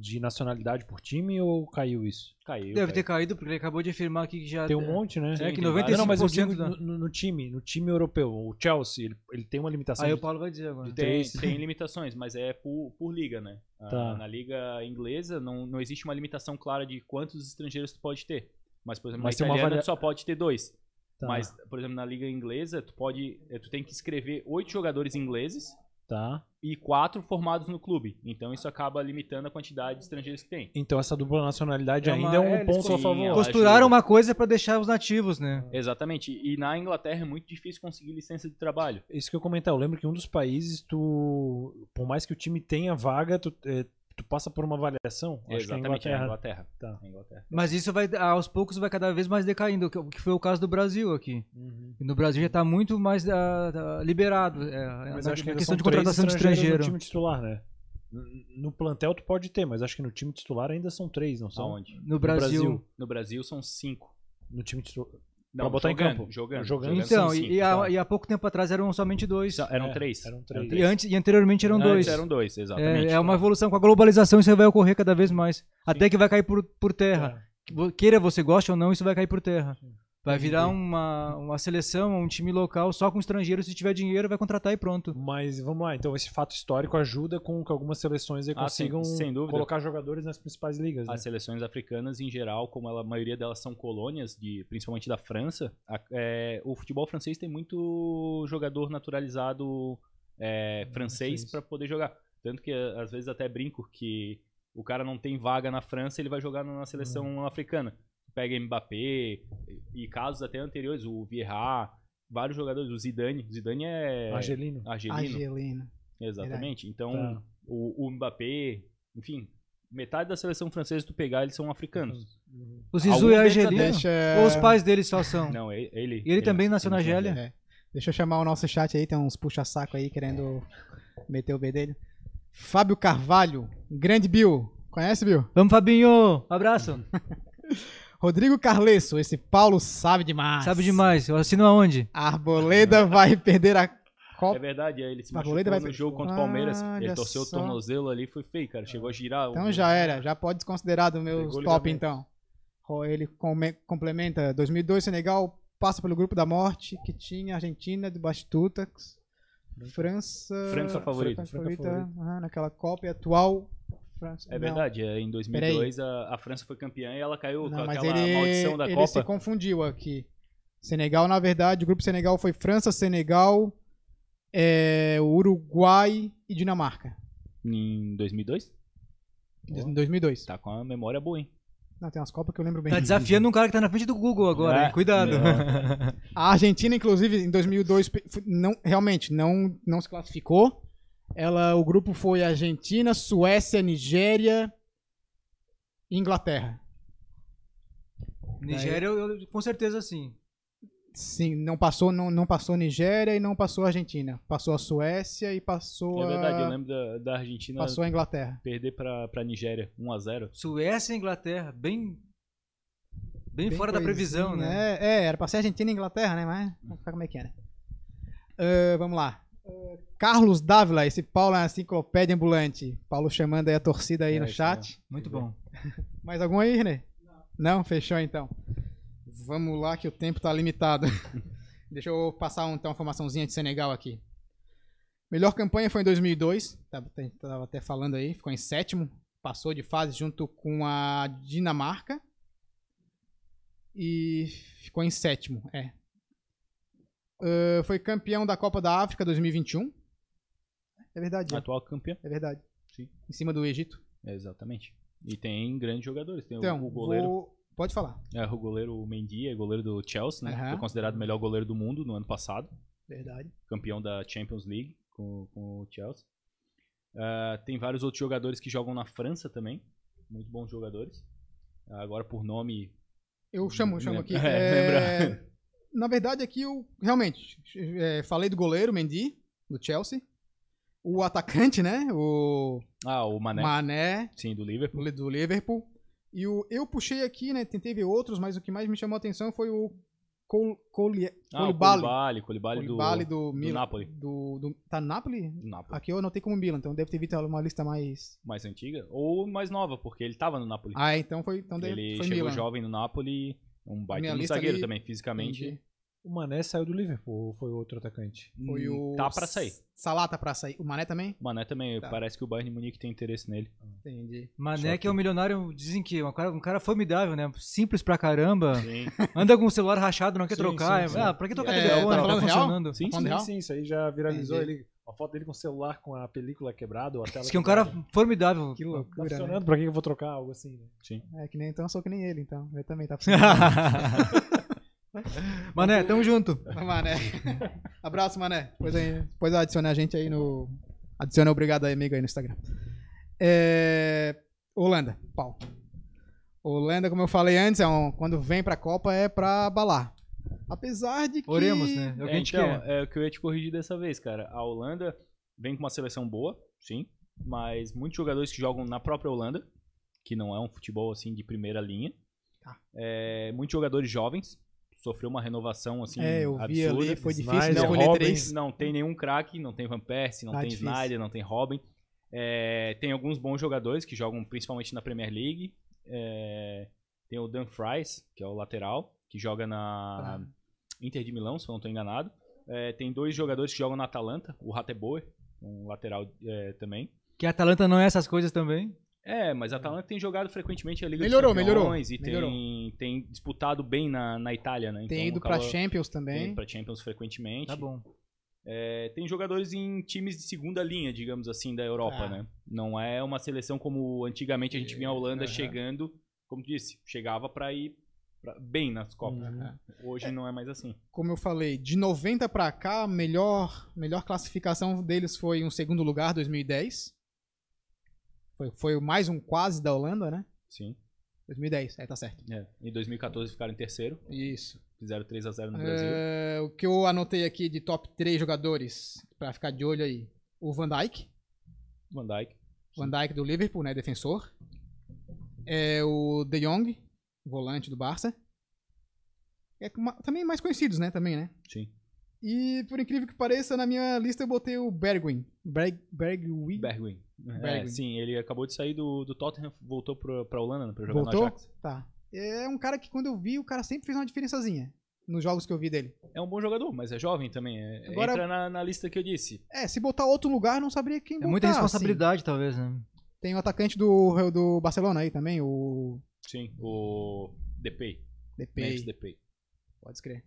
S2: de nacionalidade por time ou caiu isso?
S4: Caiu.
S3: Deve
S4: caiu.
S3: ter caído, porque ele acabou de afirmar aqui que já.
S2: Tem um monte, né?
S4: Sim,
S3: É que
S4: tem vários.
S2: Não, não, mas eu
S3: 95%
S2: digo
S3: da.
S2: no, no- no time, no time europeu, o Chelsea, ele, ele tem uma limitação.
S3: Aí
S2: de-
S3: o Paulo vai dizer agora.
S4: Tem,
S2: Três.
S4: tem limitações, mas é por, por liga, né? Ah,
S2: Tá.
S4: Na liga inglesa não, não existe uma limitação clara de quantos estrangeiros tu pode ter. Mas, por exemplo,
S2: Mas
S4: na
S2: tem uma
S4: italiana
S2: varia-
S4: tu só pode ter dois.
S2: Tá,
S4: Mas, por exemplo, na liga inglesa tu pode, eh, tu tem que escrever oito jogadores ingleses
S2: tá.
S4: e quatro formados no clube. Então isso acaba limitando a quantidade de estrangeiros que tem.
S2: Então essa dupla nacionalidade
S3: É uma-
S2: ainda é um
S3: é, eles
S2: ponto a
S4: sim,
S2: favor.
S4: ela
S3: Costuraram
S4: ajuda.
S3: uma coisa pra deixar os nativos, né?
S4: Exatamente. E na Inglaterra é muito difícil conseguir licença de trabalho.
S2: Isso que eu comentar, eu lembro que um dos países, tu, por mais que o time tenha vaga, tu, eh, tu passa por uma avaliação. Acho que é a
S4: Exatamente,
S2: Inglaterra.
S4: Inglaterra.
S2: Tá.
S4: Na Inglaterra.
S3: Mas isso vai, aos poucos, vai cada vez mais decaindo, que- que foi o caso do Brasil aqui.
S2: Uhum.
S3: E no Brasil já tá muito mais ah, ah, liberado. É,
S2: Mas
S3: na,
S2: acho que
S3: na
S2: ainda são
S3: questão de
S2: três
S3: contratação de
S2: estrangeiros
S3: estrangeiro.
S2: No time titular, né? No- No plantel tu pode ter, mas acho que no time titular ainda são três, não são?
S4: Aonde?
S3: No Brasil.
S2: Brasil.
S4: No Brasil são cinco.
S2: No time titular.
S4: Não,
S2: Pra botar em
S4: jogando,
S2: campo.
S4: Jogando.
S2: Jogando.
S3: Então,
S4: são
S3: e,
S4: cinco.
S3: e há,
S2: tá.
S3: e há pouco tempo atrás eram somente dois.
S4: São- assim, Eram
S2: É,
S4: três.
S2: eram três.
S3: E, antes, e anteriormente eram
S4: Antes
S3: dois.
S4: eram dois,
S3: É,
S4: exatamente.
S3: é uma evolução. Com a globalização isso vai ocorrer cada vez mais. Até que vai cair por, por terra. Vo- Queira você goste ou não, isso vai cair por terra. Vai virar uma, uma seleção, um time local só com estrangeiro. Se tiver dinheiro, vai contratar e pronto.
S2: Mas vamos lá, então esse fato histórico ajuda com que algumas seleções aí
S4: Ah, sim,
S2: consigam
S4: sem dúvida. Ah,
S2: colocar jogadores nas principais ligas. Né?
S4: As seleções africanas, em geral, como ela- a maioria delas são colônias, de, principalmente da França, a- é, o futebol francês tem muito jogador naturalizado é, francês
S2: Hum, francês.
S4: para poder jogar. Tanto que, a- às vezes, até brinco que o cara não tem vaga na França, ele vai jogar
S2: Hum.
S4: na seleção africana. Pega Mbappé e, e casos até anteriores, o Vieira, vários jogadores, o Zidane. O Zidane é
S2: Argelino.
S4: argelino.
S1: Angelina.
S4: Exatamente. Então,
S2: Tá.
S4: o, o Mbappé, enfim, metade da seleção francesa tu pegar, eles são africanos.
S2: Uhum.
S3: Os
S4: Alguns
S3: Izu é
S4: deles
S3: argelino?
S1: Deixa,
S3: Ou os pais deles só são?
S1: Uhum.
S4: Não, e- ele.
S3: E ele também nasceu na
S4: nasceu
S3: Argélia?
S1: é, deixa eu chamar o nosso chat aí, tem uns puxa-saco aí querendo meter o B dele. Fábio Carvalho, grande Bill. Conhece, Bill?
S3: Vamos, Fabinho! Abraço!
S1: Rodrigo Carlesso, esse Paulo sabe demais.
S3: Sabe demais. Eu assino aonde?
S1: A Arboleda vai perder a
S4: É
S1: Copa.
S4: verdade, aí ele se machucou
S1: Arboleda vai
S4: no
S1: pra-
S4: jogo contra o Palmeiras.
S1: Ah, Olha
S4: ele torceu
S1: só.
S4: o tornozelo ali, foi feio, cara. Chegou a girar.
S1: Então
S4: o...
S1: já era, já pode desconsiderar do meu
S2: Pegou o
S1: top
S2: ligamento.
S1: então. Ó, Ele come- complementa 2002 Senegal, passa pelo grupo da morte, que tinha Argentina de Bastuta, França.
S4: França favorita.
S1: França favorita, aham, naquela Copa e atual. França.
S4: É
S1: não.
S4: verdade, é, em 2002 a, a França foi campeã e ela caiu com
S1: Não, mas
S4: aquela
S1: ele,
S4: maldição da
S1: ele
S4: Copa.
S1: se confundiu aqui. Senegal, na verdade, o grupo Senegal foi França, Senegal, é, Uruguai e Dinamarca.
S4: Em 2002?
S1: Em 2002.
S4: Tá com a memória boa, hein?
S1: Não, tem umas Copas que eu lembro bem.
S3: Tá desafiando um cara que tá na frente do Google agora,
S4: É.
S3: hein? Cuidado.
S1: [LAUGHS] A Argentina, inclusive, em 2002, pe- fu- não, realmente não, não se classificou. Ela, o grupo foi Argentina, Suécia, Nigéria e Inglaterra.
S3: [LAUGHS] Nigéria, eu- eu- com certeza sim.
S1: Sim, não passou, não, não passou Nigéria e não passou Argentina. Passou a Suécia e passou,
S4: É verdade, eu
S1: a,
S4: lembro da, da Argentina
S1: passou a Inglaterra.
S4: perder pra, pra Nigéria 1x0.
S3: Suécia e Inglaterra, bem. Bem,
S1: Bem
S3: fora da previsão,
S1: coisinha,
S3: né?
S1: É, é, era pra ser Argentina e Inglaterra, né? Mas vamos ver como é que é, né? Ah, vamos lá. Ah, Carlos Dávila, esse Paulo é uma enciclopédia ambulante. Paulo chamando aí a torcida aí
S4: É
S1: no
S4: isso
S1: chat.
S3: Muito bom.
S1: Mais algum aí, René? Não. Fechou então. Vamos lá que o tempo tá limitado. [LAUGHS] Deixa eu passar um- então uma informaçãozinha de Senegal aqui. Melhor campanha foi em 2002, tava, te- tava até falando aí, ficou em sétimo, passou de fase junto com a Dinamarca e ficou em sétimo, é. Ahn, foi campeão da Copa da África 2021. É verdade, é,
S4: Atual campeã.
S1: é verdade.
S4: Ah, Sim.
S1: Em cima do Egito.
S4: É, exatamente. E tem grandes jogadores. Tem É o-
S1: Então,
S4: o goleiro.
S1: vou- pode falar.
S4: É, o goleiro Mendy, é goleiro do Chelsea, né?
S1: Aham.
S4: Foi considerado o melhor goleiro do mundo no ano passado.
S1: Verdade.
S4: Campeão da Champions League com, com o Chelsea. Ah, tem vários outros jogadores que jogam na França também. Muito bons jogadores. Agora, por nome,
S1: Eu chamo, eu chamo aqui.
S4: Lembra- [LAUGHS]
S1: É, na verdade, aqui eu realmente é, falei do goleiro, Mendy, do Chelsea. O atacante, né? O
S4: ah, o Mané,
S1: Mané,
S4: sim, do Liverpool.
S1: do- do Liverpool. E o, eu puxei aqui, né? Tentei ver outros, mas o que mais me chamou a atenção foi o Col, Colie-
S4: Ah, o
S1: Koulibaly.
S4: Koulibaly, Koulibaly do,
S1: Koulibaly do, Milan.
S4: Napoli.
S1: Do, do- tá Napoli?
S4: do Napoli.
S1: Aqui eu anotei como Milan, então deve ter vindo uma lista mais...
S4: Mais antiga ou mais nova, porque ele tava no Napoli.
S1: Ah, então foi, então deve,
S4: ele
S1: foi
S4: chegou
S1: Milan.
S4: jovem no Napoli, um baita
S1: Minha
S4: no
S1: lista
S4: zagueiro
S1: ali-
S4: também, fisicamente.
S1: Entendi.
S2: O Mané saiu do Liverpool ou foi outro atacante?
S4: hum,
S1: Foi o...
S4: Tá pra sair.
S1: Salah tá pra sair. O Mané também?
S4: O Mané também,
S1: Tá.
S4: parece que o Bayern de Munique tem interesse nele.
S1: Entendi.
S3: Mané
S4: Choque.
S3: que é um milionário, dizem que é um cara, um cara formidável, né? Simples pra caramba.
S4: Sim.
S3: Anda com o celular rachado, não quer
S2: Sim,
S3: trocar.
S2: sim,
S3: Ah,
S2: sim.
S3: pra que trocar
S1: É,
S3: telefone?
S1: tá
S3: Tá,
S1: falando real?
S3: funcionando.
S4: Sim,
S1: Tá
S4: sim.
S1: falando real?
S2: sim, isso aí já viralizou
S1: Entendi.
S2: ele. Uma foto dele com o celular com a película quebrada ou a tela
S3: Diz que é um cara
S2: quebrada.
S3: formidável.
S1: Que
S2: Tá
S1: loucura, né?
S2: funcionando, pra que eu vou trocar algo assim, né?
S1: É que nem então, eu sou que nem ele, então. Eu também tá
S3: [LAUGHS]
S1: funcionando.
S3: [LAUGHS] Mané, tamo junto.
S1: Mané. Abraço, Mané. Depois, aí, depois adiciona a gente aí no. Adiciona obrigado aí, amigo aí no Instagram. É, Holanda, pau. Holanda, como eu falei antes, é um- quando vem pra Copa é pra abalar. Apesar de que.
S3: Oremos, né? É o que a
S4: É,
S3: gente
S4: então,
S3: quer.
S4: é o que eu ia te corrigir dessa vez, cara. A Holanda vem com uma seleção boa, sim, mas muitos jogadores que jogam na própria Holanda, que não é um futebol assim de primeira linha.
S1: Tá.
S4: É, muitos jogadores jovens sofreu uma renovação assim
S1: É, eu vi
S4: absurda.
S1: ali, foi difícil
S2: Snyder,
S1: né, escolher
S2: Robin.
S1: três.
S4: Não tem nenhum craque, não tem Van Persie, não
S1: Hum. Tá
S4: tem
S1: difícil.
S4: Snyder, não tem Robin. É, tem alguns bons jogadores que jogam principalmente na Premier League. É, tem o Dan Fries, que é o lateral, que joga na
S1: Ah.
S4: Inter de Milão, se eu não estou enganado. É, tem dois jogadores que jogam na Atalanta, o Rateboer, um lateral é, também.
S3: Que a Atalanta não é essas coisas também.
S4: É, mas a Atalanta tem jogado frequentemente a Liga
S1: Melhorou,
S4: dos Campeões
S1: melhorou,
S4: e tem,
S1: melhorou.
S4: tem disputado bem na, na Itália, né?
S1: Tem
S4: Então,
S1: ido pra
S4: acaba-
S1: Champions
S4: tem
S1: também.
S4: ido pra Champions frequentemente.
S3: Tá bom.
S4: É, tem jogadores em times de segunda linha, digamos assim, da Europa,
S1: Ah.
S4: né? Não é uma seleção como antigamente a gente vinha a Holanda
S2: Aham.
S4: chegando, como disse, chegava pra ir pra- bem nas Copas.
S2: Uhum.
S4: Hoje não é mais assim.
S1: como eu falei, de 90 pra cá, a melhor, melhor classificação deles foi um segundo lugar, 2010. Foi, foi mais um quase da Holanda, né?
S4: Sim.
S1: 2010, é, tá certo.
S4: É. Em 2014 ficaram em terceiro,
S1: Isso.
S4: fizeram 3 a 0 no Brasil.
S1: É, o que eu anotei aqui de top 3 jogadores, pra ficar de olho aí. O Van Dijk,
S4: Van Dijk,
S1: Van Dijk do Liverpool, né, defensor. É o De Jong, volante do Barça. É com ma- também mais conhecidos, né, também, né?
S4: sim.
S1: E por incrível que pareça, na minha lista eu botei o Bergwin. Berg, Bergwin.
S4: Bergwijn. É,
S1: Bergwijn.
S4: sim, ele acabou de sair do, do Tottenham, voltou pra, pra Holanda né, pra jogar no
S1: Voltou?
S4: Ajax.
S1: Tá. É um cara que quando eu vi, o cara sempre fez uma diferençazinha. nos jogos que eu vi dele.
S4: É um bom jogador, mas é jovem também. é-
S1: Agora-
S4: Entra na, na lista que eu disse.
S1: É, se botar outro lugar, eu não saberia quem
S3: É
S1: botar.
S3: muita
S1: assim.
S3: responsabilidade, talvez, né?
S1: Tem o atacante do, do Barcelona aí também, o
S4: Sim, o DP. Memphis
S1: DP.
S4: DP.
S1: Pode escrever.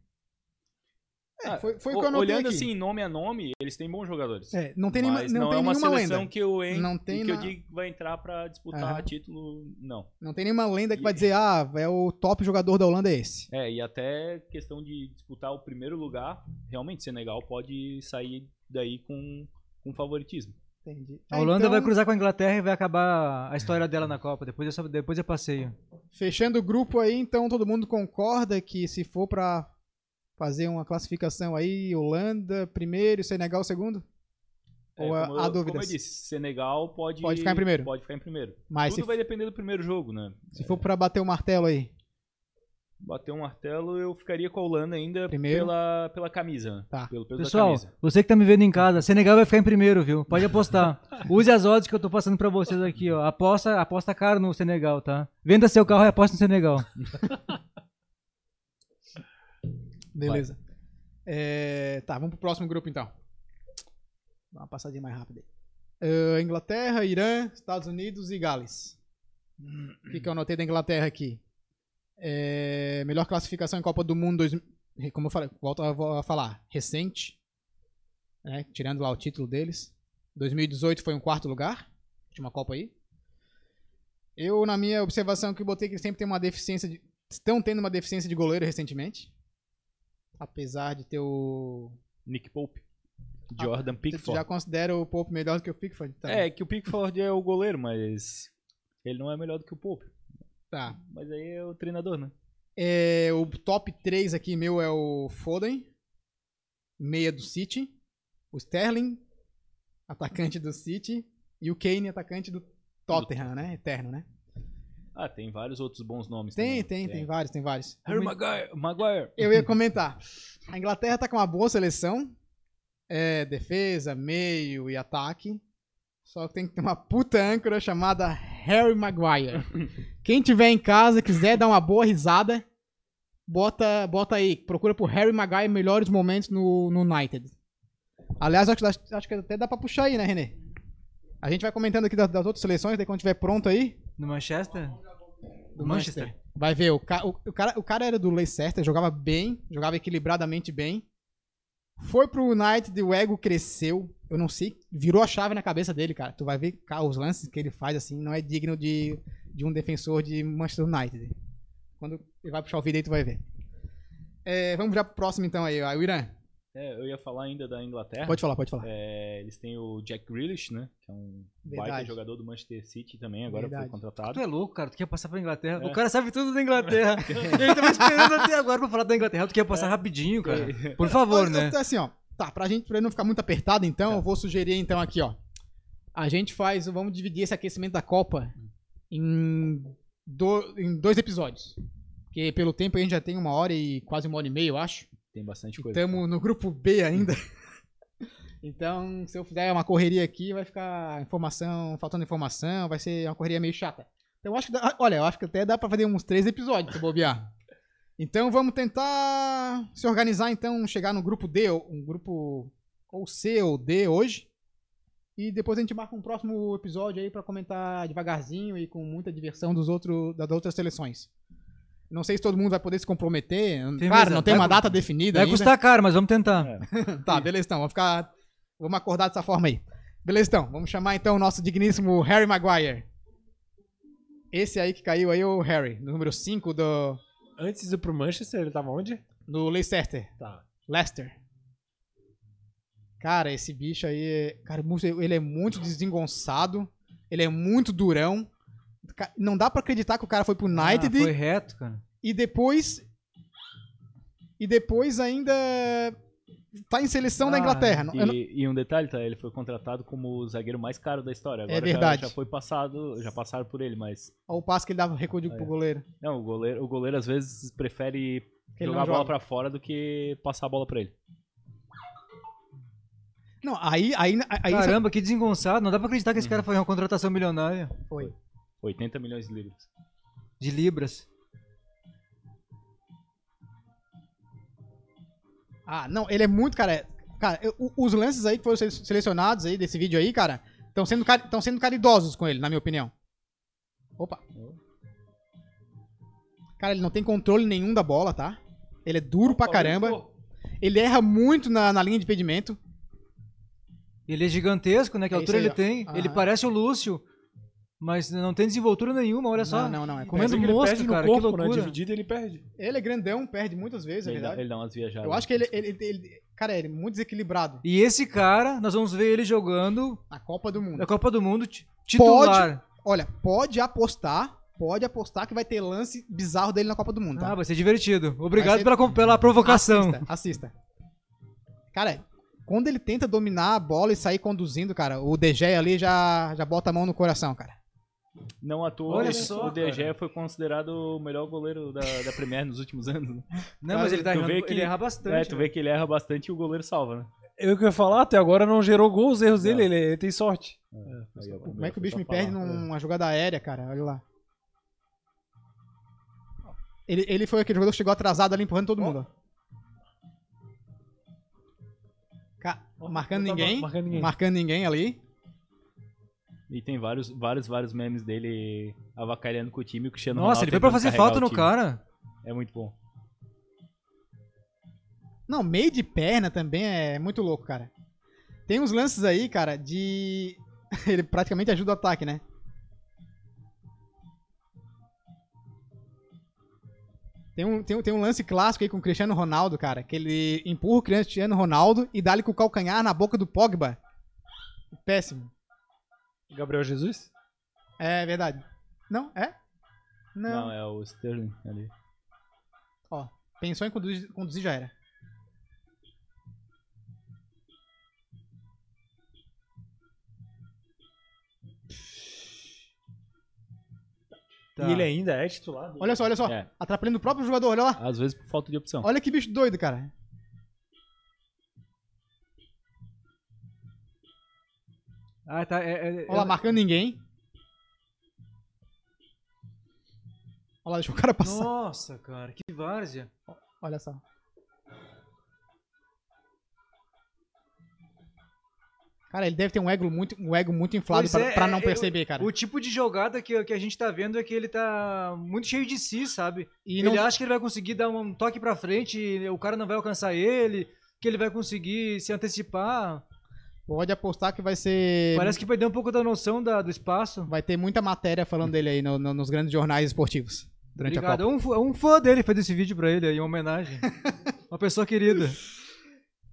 S1: É,
S4: Ah,
S1: foi, foi o
S4: O-
S1: que eu anotei
S4: Olhando
S1: aqui.
S4: assim, nome a nome, eles têm bons jogadores.
S1: É, não tem, nenhuma,
S4: Mas
S1: não tem
S4: é uma
S1: nenhuma
S4: seleção
S1: lenda.
S4: que eu, en-
S1: Não tem
S4: que eu
S1: na-
S4: digo que vai entrar pra disputar
S1: Aham.
S4: título, não.
S1: Não tem nenhuma lenda que
S4: E-
S1: vai dizer, ah, é o top jogador da Holanda é esse.
S4: É, e até questão de disputar o primeiro lugar, realmente Senegal pode sair daí com, com favoritismo.
S1: Entendi.
S3: A
S1: É,
S3: Holanda
S1: então,
S3: vai cruzar com a Inglaterra e vai acabar a história dela na Copa. Depois é, só, depois é passeio.
S1: Fechando o grupo aí, então todo mundo concorda que se for pra fazer uma classificação aí, Holanda primeiro e Senegal segundo?
S4: É,
S1: Ou há-
S4: como
S1: há
S4: eu, Como
S1: dúvidas?
S4: eu disse, Senegal pode,
S1: Pode ficar em primeiro.
S4: Pode ficar em primeiro.
S1: Mas
S4: Tudo
S1: se,
S4: vai depender do primeiro jogo, né?
S1: se for pra bater o martelo aí,
S4: Bater um martelo, eu ficaria com a Holanda ainda
S1: Primeiro.
S4: pela, pela camisa. né?
S1: Tá.
S4: Pelo peso da
S3: Pessoal,
S4: camisa.
S3: você que tá me vendo em casa, Senegal vai ficar em primeiro, viu?
S1: [LAUGHS]
S3: Pode apostar. Use as odds que eu tô passando pra vocês aqui, ó. Aposta, aposta caro no Senegal, tá? Venda seu carro e aposta no Senegal.
S1: beleza. É, tá, vamos pro próximo grupo então. Dá uma passadinha mais rápida aí. Ah, Inglaterra, Irã, Estados Unidos e Gales. O que, que eu anotei da Inglaterra aqui? É, melhor classificação em Copa do Mundo, dois, como eu falei, volto a vo- a falar, recente, né, tirando lá o título deles. 2018 foi um quarto lugar, última Copa aí. Eu, na minha observação que eu botei, que eles sempre tem uma deficiência de, estão tendo uma deficiência de goleiro recentemente. Apesar de ter o...
S4: Nick Pope. Jordan
S1: Tu Ah, já
S4: Pickford.
S1: considera o Pope melhor do que o Pickford? Então,
S4: É, que o Pickford é o goleiro, mas ele não é melhor do que o Pope.
S1: Tá.
S4: Mas aí é o treinador, né?
S1: É, o top 3 aqui meu é o Foden, meia do City, o Sterling, atacante do City, e o Kane, atacante do Tottenham, né? Eterno, né?
S4: Ah, tem vários outros bons nomes
S1: Tem,
S4: também. né?
S1: tem, tem vários, tem vários.
S4: É. Harry Maguire. Maguire.
S1: Eu ia comentar. A Inglaterra tá com uma boa seleção. É, defesa, meio e ataque. Só que tem que ter uma puta âncora chamada Harry Maguire. Quem tiver em casa, quiser dar uma boa risada, bota, bota aí. Procura por Harry Maguire melhores momentos no, no United. Aliás, acho, que dá- acho que até dá pra puxar aí, né, Renê? A gente vai comentando aqui das, das outras seleções, daí quando tiver pronto aí.
S3: No Manchester?
S1: Do Manchester. Vai ver, o, ca- o- o cara, o cara era do Leicester, jogava bem, jogava equilibradamente bem. Foi pro United, o ego cresceu. Eu não sei, virou a chave na cabeça dele, cara. Tu vai ver cara, os lances que ele faz assim, não é digno de, de um defensor de Manchester United. Quando ele vai puxar o vídeo aí, tu vai ver. É, vamos já pro próximo então aí, ó, o Irã.
S4: É, eu ia falar ainda da Inglaterra.
S1: Pode falar, pode falar.
S4: É, eles têm o Jack Grealish, né? Que é um baita
S1: Verdade.
S4: jogador do Manchester City também, agora
S1: Verdade. Então,
S4: foi contratado.
S3: Tu é louco, cara. Tu quer passar pra Inglaterra?
S4: É.
S3: O cara sabe tudo
S1: [LAUGHS]
S3: da Inglaterra. Ele tava esperando até agora pra falar da Inglaterra. Tu quer passar rapidinho, cara. Por favor,
S1: Eu-
S3: né?
S1: É. eu- Assim, ó. Tá, pra gente pra não ficar muito apertado, então,
S4: Tá.
S1: eu vou sugerir então aqui, ó. A gente faz. Vamos dividir esse aquecimento da Copa em, do- em dois episódios. Porque pelo tempo a gente já tem uma hora e quase uma hora e meia, eu acho.
S4: Tem bastante coisa.
S1: Estamos no grupo B ainda. [LAUGHS] Então, se eu fizer uma correria aqui, vai ficar informação, faltando informação, vai ser uma correria meio chata. Então, eu acho que dá, olha, eu acho que até dá pra fazer uns três episódios, se bobear. Então, vamos tentar se organizar, então, chegar no grupo D, ou- um grupo ou C ou D hoje. E depois a gente marca um próximo episódio aí pra comentar devagarzinho e com muita diversão dos outro, das outras seleções. Não sei se todo mundo vai poder se comprometer. claro, não
S3: razão.
S1: tem
S3: Vai
S1: uma
S3: cu-
S1: data definida
S3: Vai
S1: ainda.
S3: custar caro, mas vamos tentar.
S4: É.
S1: Tá, beleza então. Vamos ficar. Vamos acordar dessa forma aí. Beleza então. Vamos chamar então o nosso digníssimo Harry Maguire. Esse aí que caiu aí, é o Harry, no número 5 do.
S2: Antes de ir pro Manchester, ele tava onde?
S1: No Leicester.
S2: Tá.
S1: Leicester. Cara, esse bicho aí. é- Cara, muito- ele é muito desengonçado. Ele é muito durão. Ca- Não dá pra acreditar que o cara foi pro United
S3: Ah, foi reto, cara.
S1: e depois. E depois ainda. Tá em seleção da
S3: Ah,
S1: Inglaterra. Eu não-
S4: E, e um detalhe, tá? Ele foi contratado como o zagueiro mais caro da história. Agora
S1: É
S4: já-
S1: verdade.
S4: Já, foi passado, já passaram por ele, mas.
S1: Olha o passo que ele dava recuo de-
S4: Ah, é.
S1: pro goleiro.
S4: Não, o goleiro, o goleiro às vezes prefere
S1: Que ele
S4: jogar a
S1: não
S4: bola
S1: joga.
S4: pra fora do que passar a bola pra ele.
S1: Não, aí, aí, aí Uhum. isso é
S3: Caramba, que desengonçado. Não dá pra acreditar que esse cara foi uma contratação milionária
S1: foi.
S4: 80 milhões de libras.
S3: de libras.
S1: Ah, não, ele é muito, cara. Cara, eu- o- os lances aí que foram sele- selecionados aí desse vídeo aí, cara, estão sendo, cari- tão sendo caridosos com ele, na minha opinião. Opa. Cara, ele não tem controle nenhum da bola, tá? Ele é duro pra caramba. Ele erra muito na, na linha de impedimento.
S3: Ele é gigantesco, né? Que
S1: É
S3: altura
S1: isso aí,
S3: ele tem.
S1: ó.
S3: Ele
S1: Aham.
S3: parece o Lúcio, mas não tem desenvoltura nenhuma, olha só.
S1: Não, não, não. É
S3: Comendo
S1: comendo...
S2: Mas é que ele
S3: mosca,
S2: perde no
S3: cara, que
S2: corpo,
S3: loucura.
S2: Né? Dividido ele perde.
S1: Ele é grandão, perde muitas vezes, é
S4: Ele dá,
S1: verdade.
S4: ele dá né? umas viajadas.
S1: Eu acho que ele, ele, ele- ele- Cara, ele é muito desequilibrado.
S3: E esse cara, nós vamos ver ele jogando
S1: Na Copa do Mundo.
S3: na Copa do Mundo ti- titular.
S1: Olha, pode apostar, pode apostar que vai ter lance bizarro dele na Copa do Mundo, tá?
S3: Ah, vai ser divertido. Obrigado
S1: ser-
S3: pela, com- pela provocação.
S1: Assista, assista. Cara, quando ele tenta dominar a bola e sair conduzindo, cara, o De Gea ali já, já bota a mão no coração, cara.
S4: Não à toa,
S3: Olha
S4: o-
S2: só,
S4: o DG foi considerado o melhor goleiro da, da Premier nos últimos anos.
S3: Não, mas ele tá
S4: Tu vê
S3: errando,
S4: que-
S3: ele erra
S4: É,
S3: bastante. né?
S4: tu
S1: né?
S4: vê que ele erra bastante e o goleiro salva, né?
S2: Eu É que eu ia falar, até agora não gerou gol os erros dele,
S4: Não.
S2: ele, é- ele tem sorte.
S4: Aí, ó,
S1: Como é que o bicho
S4: só
S1: me
S4: falar.
S1: perde numa jogada aérea, cara? Olha lá. Ele, ele foi aquele jogador que chegou atrasado ali empurrando todo mundo. ó. Ca-
S2: Ó,
S1: marcando
S2: não tá
S1: ninguém.
S2: marcando ninguém.
S1: Marcando ninguém ali.
S4: E tem vários, vários, vários memes dele avacalhando com o time, o Cristiano
S3: Nossa,
S4: Ronaldo
S3: ele veio pra
S4: tentando
S3: fazer
S4: carregar
S3: falta
S4: o
S3: no
S4: time.
S3: cara.
S4: É muito bom.
S1: Não, meio de perna também é muito louco, cara. Tem uns lances aí, cara, de. [LAUGHS] Ele praticamente ajuda o ataque, né? Tem um, tem, um, tem um lance clássico aí com o Cristiano Ronaldo, cara, que ele empurra o Cristiano Ronaldo e dá-lhe com o calcanhar na boca do Pogba. Péssimo.
S2: Gabriel Jesus?
S1: É verdade. Não? É? Não.
S4: Não, é o Sterling ali.
S1: Ó, pensou em conduzir, conduzir já era.
S3: Tá.
S2: E ele ainda é titular? do-
S1: Olha só, olha só.
S4: É.
S1: Atrapalhando o próprio jogador, olha lá.
S4: Às vezes por falta de opção.
S1: Olha que bicho doido, cara.
S3: Ah, tá. É, é,
S1: Olha lá,
S3: é-
S1: marcando ninguém. Olha lá, deixa o cara passar.
S3: Nossa, cara, que várzea.
S1: Olha só. Cara, ele deve ter um ego muito, um ego muito inflado
S3: Pois
S1: pra,
S3: é,
S1: pra
S3: é,
S1: não
S3: é,
S1: perceber, cara.
S3: O tipo de jogada que, que a gente tá vendo é que ele tá muito cheio de si, sabe?
S1: E
S3: ele
S1: não,
S3: acha que ele vai conseguir dar um toque pra frente, e o cara não vai alcançar ele, que ele vai conseguir se antecipar.
S1: pode apostar que vai ser.
S3: Parece que perdeu um pouco da noção da- do espaço.
S1: Vai ter muita matéria falando dele aí no- no- nos grandes jornais esportivos. Durante
S3: Obrigado.
S1: a Copa.
S3: Um, fã- um fã dele fez esse vídeo pra ele aí,
S1: [LAUGHS]
S3: uma homenagem. uma pessoa querida.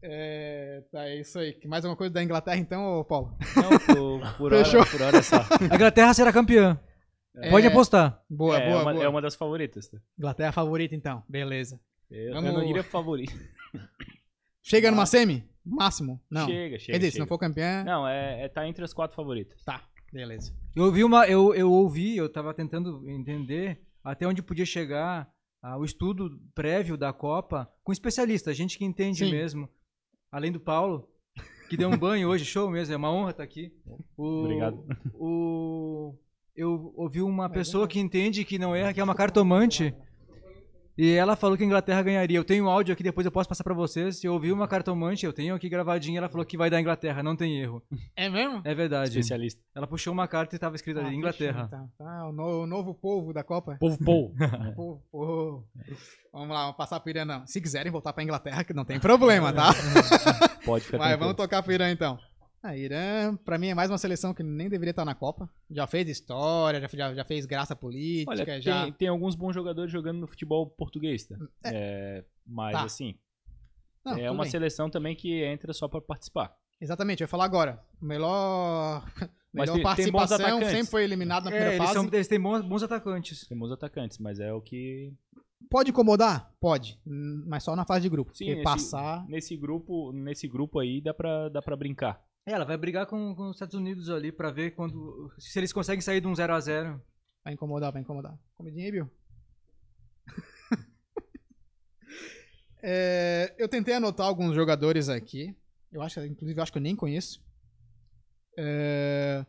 S1: É, tá, é isso aí. Mais alguma coisa da Inglaterra então, ô Paulo?
S4: Não, por, por
S1: Fechou.
S4: hora, por hora é só.
S3: A Inglaterra será campeã. Pode
S1: É,
S3: apostar.
S1: [LAUGHS] Boa,
S4: é,
S1: boa,
S4: uma,
S1: boa.
S4: é uma das favoritas. tá?
S1: Inglaterra favorita então. Beleza.
S4: Eu, eu
S1: Vamos-
S4: não diria favorita.
S1: Chega numa semi? Máximo? Não.
S4: Chega, chega.
S1: Quer dizer, se
S4: chega.
S1: não for campeã.
S4: Não, é, é- tá entre as quatro favoritas.
S1: Tá, beleza.
S3: Eu ouvi uma. Eu, eu ouvi, eu tava tentando entender até onde podia chegar ah, o estudo prévio da Copa com especialista, gente que entende
S1: Sim.
S3: mesmo. Além do Paulo, que deu um banho hoje, show mesmo, é uma honra estar aqui. O-
S4: Obrigado.
S3: o- eu ouvi uma pessoa que entende que não erra, que é uma cartomante. E ela falou que a Inglaterra ganharia. Eu tenho um áudio aqui, depois eu posso passar pra vocês. Eu ouvi uma cartomante, eu tenho aqui gravadinha, ela falou que vai dar Inglaterra, não tem erro.
S1: É mesmo?
S3: É verdade.
S4: Especialista.
S3: Ela puxou uma carta e tava
S4: É
S3: escrita ali, Inglaterra.
S1: Ah, o, no- o novo povo da Copa.
S2: Povo Paul.
S4: É.
S1: Povo, povo. Vamos lá, vamos passar pro Irã não. Se quiserem voltar pra Inglaterra, que não tem
S4: É,
S1: problema, tá?
S4: Pode ficar
S1: Mas vamos
S4: tranquilo.
S1: tocar pro Irã então. A Irã, pra mim, é mais uma seleção que nem deveria estar na Copa. Já fez história, já, já- já fez graça política,
S4: Olha,
S1: é, já.
S4: tem, tem alguns bons jogadores jogando no futebol português, tá? É, mas
S1: Tá.
S4: assim,
S1: Não,
S4: é
S1: tudo
S4: uma
S1: bem.
S4: seleção também que entra só pra participar.
S1: Exatamente, eu ia falar agora. O Melhor,
S4: Mas
S1: melhor
S4: tem- tem bons
S1: participação
S4: atacantes.
S1: sempre foi eliminado na primeira
S3: É, eles,
S1: fase.
S3: são, eles têm bons, bons atacantes.
S4: Temos atacantes, mas é o que.
S1: Pode incomodar? Pode. Hum, Mas só na fase de grupo.
S4: Sim,
S1: porque
S4: esse-
S1: passar.
S4: Nesse grupo, nesse grupo aí dá pra, dá pra brincar.
S3: É, ela vai brigar com, com os Estados Unidos ali pra ver quando se eles conseguem sair de um 0 a 0
S1: Vai incomodar, vai incomodar. Comidinha aí, Bill? [LAUGHS] É, eu tentei anotar alguns jogadores aqui. Eu acho, inclusive, eu acho que eu nem conheço. É,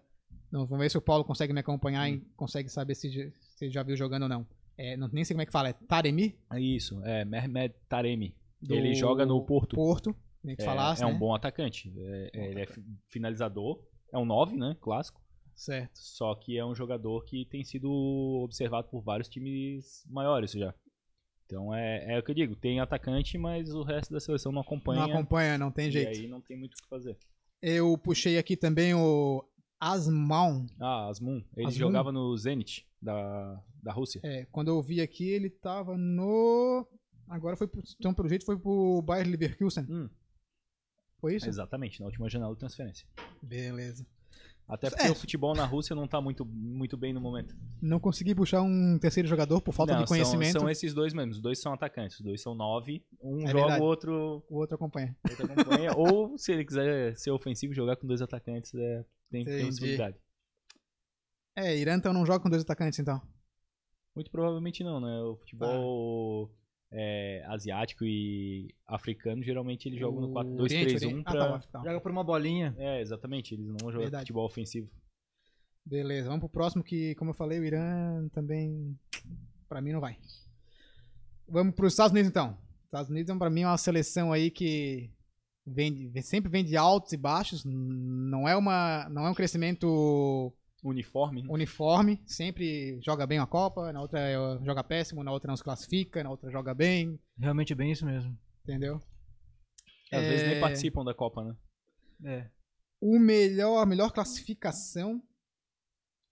S1: não, vamos ver se o Paulo consegue me acompanhar e
S4: Hum.
S1: consegue saber se, já- se já viu jogando ou não. É, não. Nem sei como é que fala. É Taremi?
S4: É isso, é Mehmet Taremi.
S1: do
S4: Ele joga no Porto.
S1: Porto, nem que
S4: É,
S1: falasse,
S4: é um
S1: né?
S4: bom atacante. É- é- ele é fi- finalizador. É um 9, né? Clássico.
S1: Certo.
S4: Só que é um jogador que tem sido observado por vários times maiores já. Então é, é o que eu digo, tem atacante, mas o resto da seleção não acompanha.
S1: Não acompanha, não tem
S4: E
S1: jeito.
S4: aí não tem muito o que fazer.
S1: Eu puxei aqui também o Asmaun.
S4: Ah, Asmun, ele
S1: Asmun?
S4: jogava no Zenit da, da Rússia.
S1: É, quando eu vi aqui, ele tava no. Agora foi pro... Então, pelo jeito, foi pro Bayer Leverkusen.
S4: Hum.
S1: Foi isso?
S4: Exatamente, na última janela de transferência.
S1: Beleza.
S4: Até porque
S1: É.
S4: o futebol na Rússia não tá muito, muito bem no momento.
S1: Não consegui puxar um terceiro jogador por falta
S4: Não,
S1: de
S4: são-
S1: conhecimento.
S4: São, esses dois mesmo, os dois são atacantes, os dois são nove, um
S1: É
S4: joga,
S1: verdade.
S4: o outro,
S1: O outro acompanha.
S4: outro
S1: [LAUGHS]
S4: acompanha. Ou se ele quiser ser ofensivo, jogar com dois atacantes, é, tem, tem
S1: Entendi.
S4: possibilidade.
S1: É, Irã então não joga com dois atacantes, então.
S4: Muito provavelmente não, né? O futebol é, asiático e africano, geralmente eles jogam no
S1: O
S4: 4-2-3-1
S1: Oriente,
S4: pra...
S1: Ah, tá, tá.
S3: Joga por uma bolinha.
S4: É, exatamente, eles não vão jogar
S1: Verdade.
S4: futebol ofensivo.
S1: Beleza, vamos pro próximo que, como eu falei, o Irã também pra mim não vai. Vamos pros Estados Unidos então. Estados Unidos pra mim é uma seleção aí que vem, de- sempre vem de altos e baixos, não é uma não é um crescimento
S4: Uniforme, né?
S1: uniforme, sempre joga bem uma Copa, na outra eh, joga péssimo, na outra não se classifica, na outra joga bem,
S3: Realmente é bem isso mesmo.
S1: entendeu?
S4: às vezes
S1: É.
S4: nem participam da Copa, né?
S3: É.
S1: O melhor, a melhor classificação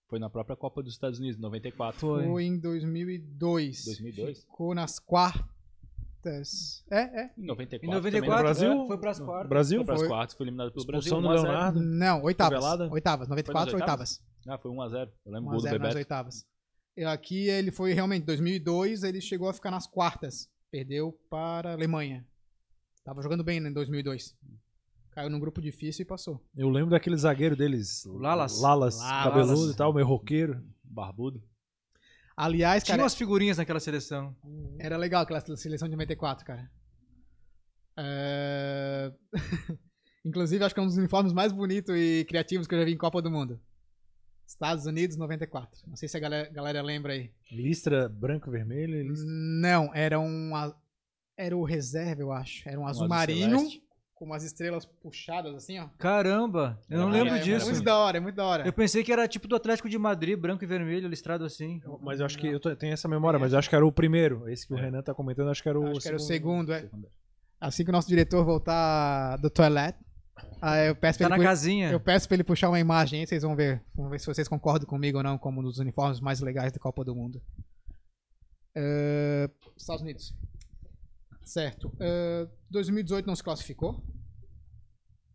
S4: Foi na própria Copa dos Estados Unidos, 94.
S3: Foi.
S1: foi em 2002.
S4: 2002?
S1: Ficou nas quartas. É, é,
S4: Em 94.
S3: Em
S4: também,
S3: 94
S2: Brasil?
S3: é, foi pras quartas.
S2: Brasil?
S4: Foi para as
S1: Foi.
S4: quartas, foi eliminado pelo Brasil.
S2: Expulsão do
S4: 1 a
S3: é
S4: 0.
S2: Leonardo.
S1: Não, oitavas.
S2: Nivelada?
S1: Oitavas, 94
S4: Foi nas
S1: oitavas.
S4: Ah, foi 1x0. Eu lembro o gol
S1: 1x0
S4: do
S1: nas
S4: Bebeto.
S1: oitavas. E aqui ele foi realmente, 2002 ele chegou a ficar nas quartas. Perdeu para a Alemanha. Tava jogando bem né, em 2002. Caiu num grupo difícil e passou.
S2: Eu lembro daquele zagueiro deles.
S3: Lalas.
S2: Lalas,
S1: Lalas.
S2: cabeludo e tal, meio roqueiro.
S4: Barbudo.
S1: Aliás,
S3: Tinha
S1: cara,
S3: umas figurinhas naquela seleção.
S1: era legal aquela seleção de 94, cara. É... [LAUGHS] Inclusive, acho que é um dos uniformes mais bonitos e criativos que eu já vi em Copa do Mundo. Estados Unidos, 94. Não sei se a galera- galera lembra aí.
S2: Listra branco e vermelho. e listra-
S1: Não, era um. a- Era o reserva, eu acho. Era um azul
S4: azul
S1: marinho
S4: celeste.
S1: com umas estrelas puxadas assim, ó.
S3: Caramba, eu não
S4: Era
S3: lembro
S1: é,
S4: maravilha,
S3: disso.
S1: É muito da hora, é muito da hora.
S3: Eu pensei que era tipo do Atlético de Madrid, branco e vermelho, listrado assim.
S2: Mas eu acho que eu tô- tenho essa memória, mas eu acho que era o primeiro. Esse que o Renan tá comentando, acho que era o.
S1: É. Acho que era o segundo, é. Assim que o nosso diretor voltar do toilet, aí eu peço pra
S3: Tá
S1: ele
S3: na
S1: pu-
S3: casinha.
S1: Eu
S4: [LAUGHS]
S1: peço pra ele puxar uma imagem aí, vocês vão ver. Vamos ver se vocês concordam comigo ou não, como um dos uniformes mais legais da Copa do Mundo. Eh, Estados Unidos. Certo. Eh, 2018 não se classificou.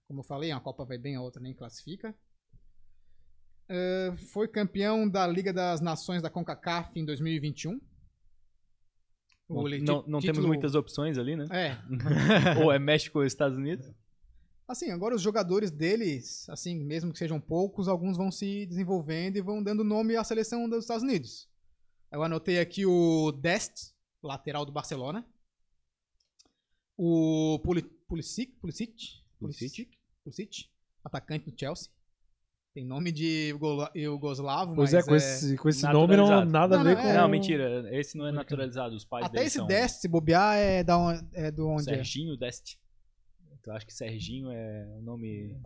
S1: Como eu falei, uma Copa vai bem, a outra nem classifica. Eh, foi campeão da Liga das Nações da CONCACAF em 2021.
S4: Não,
S1: O li-
S4: não-
S1: ti-
S4: não temos
S1: título-
S4: muitas opções ali, né?
S1: [LAUGHS] É,
S4: ou é México ou Estados Unidos.
S1: Assim, agora os jogadores deles, assim, mesmo que sejam poucos, alguns vão se desenvolvendo e vão dando nome à seleção dos Estados Unidos. Eu anotei aqui o Dest, lateral do Barcelona. O Puli- Pulisic, Pulisic,
S4: Pulisic.
S1: Pulisic, atacante do Chelsea. Tem nome de Yugo- Yugoslavo,
S2: Pois é,
S1: mas
S2: com esse, com esse
S4: naturalizado.
S2: nome não nada
S1: Não,
S2: a ver
S1: não,
S2: com.
S1: é.
S4: Não, mentira. Esse não é naturalizado. Os pais
S1: até
S4: dele
S1: esse
S4: são né?
S1: Dest, se bobear, é, da on- é do onde é.
S4: Serginho Dest. Eu acho que Serginho é o nome. Ele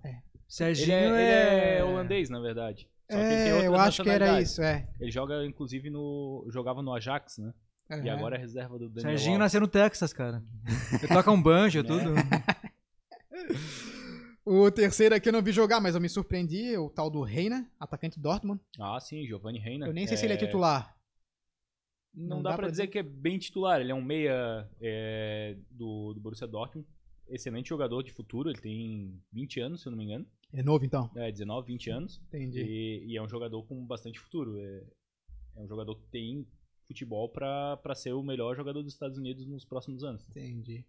S3: Serginho
S4: é, ele
S3: é...
S4: é holandês, na verdade. Só que ele tem
S1: É,
S4: outra
S1: eu acho que era
S4: nacionalidade.
S1: isso, é.
S4: Ele joga, inclusive, no. jogava no Ajax, né? E
S1: Aham.
S4: agora é reserva do Daniel.
S3: Serginho
S4: Alves.
S3: nasceu no Texas, cara. Ele toca um banjo,
S4: Né?
S1: [LAUGHS]
S3: tudo.
S1: O terceiro aqui eu não vi jogar, mas eu me surpreendi. é O tal do Reina, atacante do Dortmund.
S4: Ah, sim, Giovanni Reina.
S1: Eu nem sei se ele é titular.
S4: Não, dá, pra dizer que é bem titular. Ele é um meia é, do, do Borussia Dortmund. Excelente jogador de futuro. Ele tem 20 anos, se eu não me engano.
S1: É novo, então.
S4: É, 19, 20 anos.
S1: Entendi.
S4: E, e é um jogador com bastante futuro. É, é um jogador que tem futebol pra pra ser o melhor jogador dos Estados Unidos nos próximos anos.
S1: Entendi.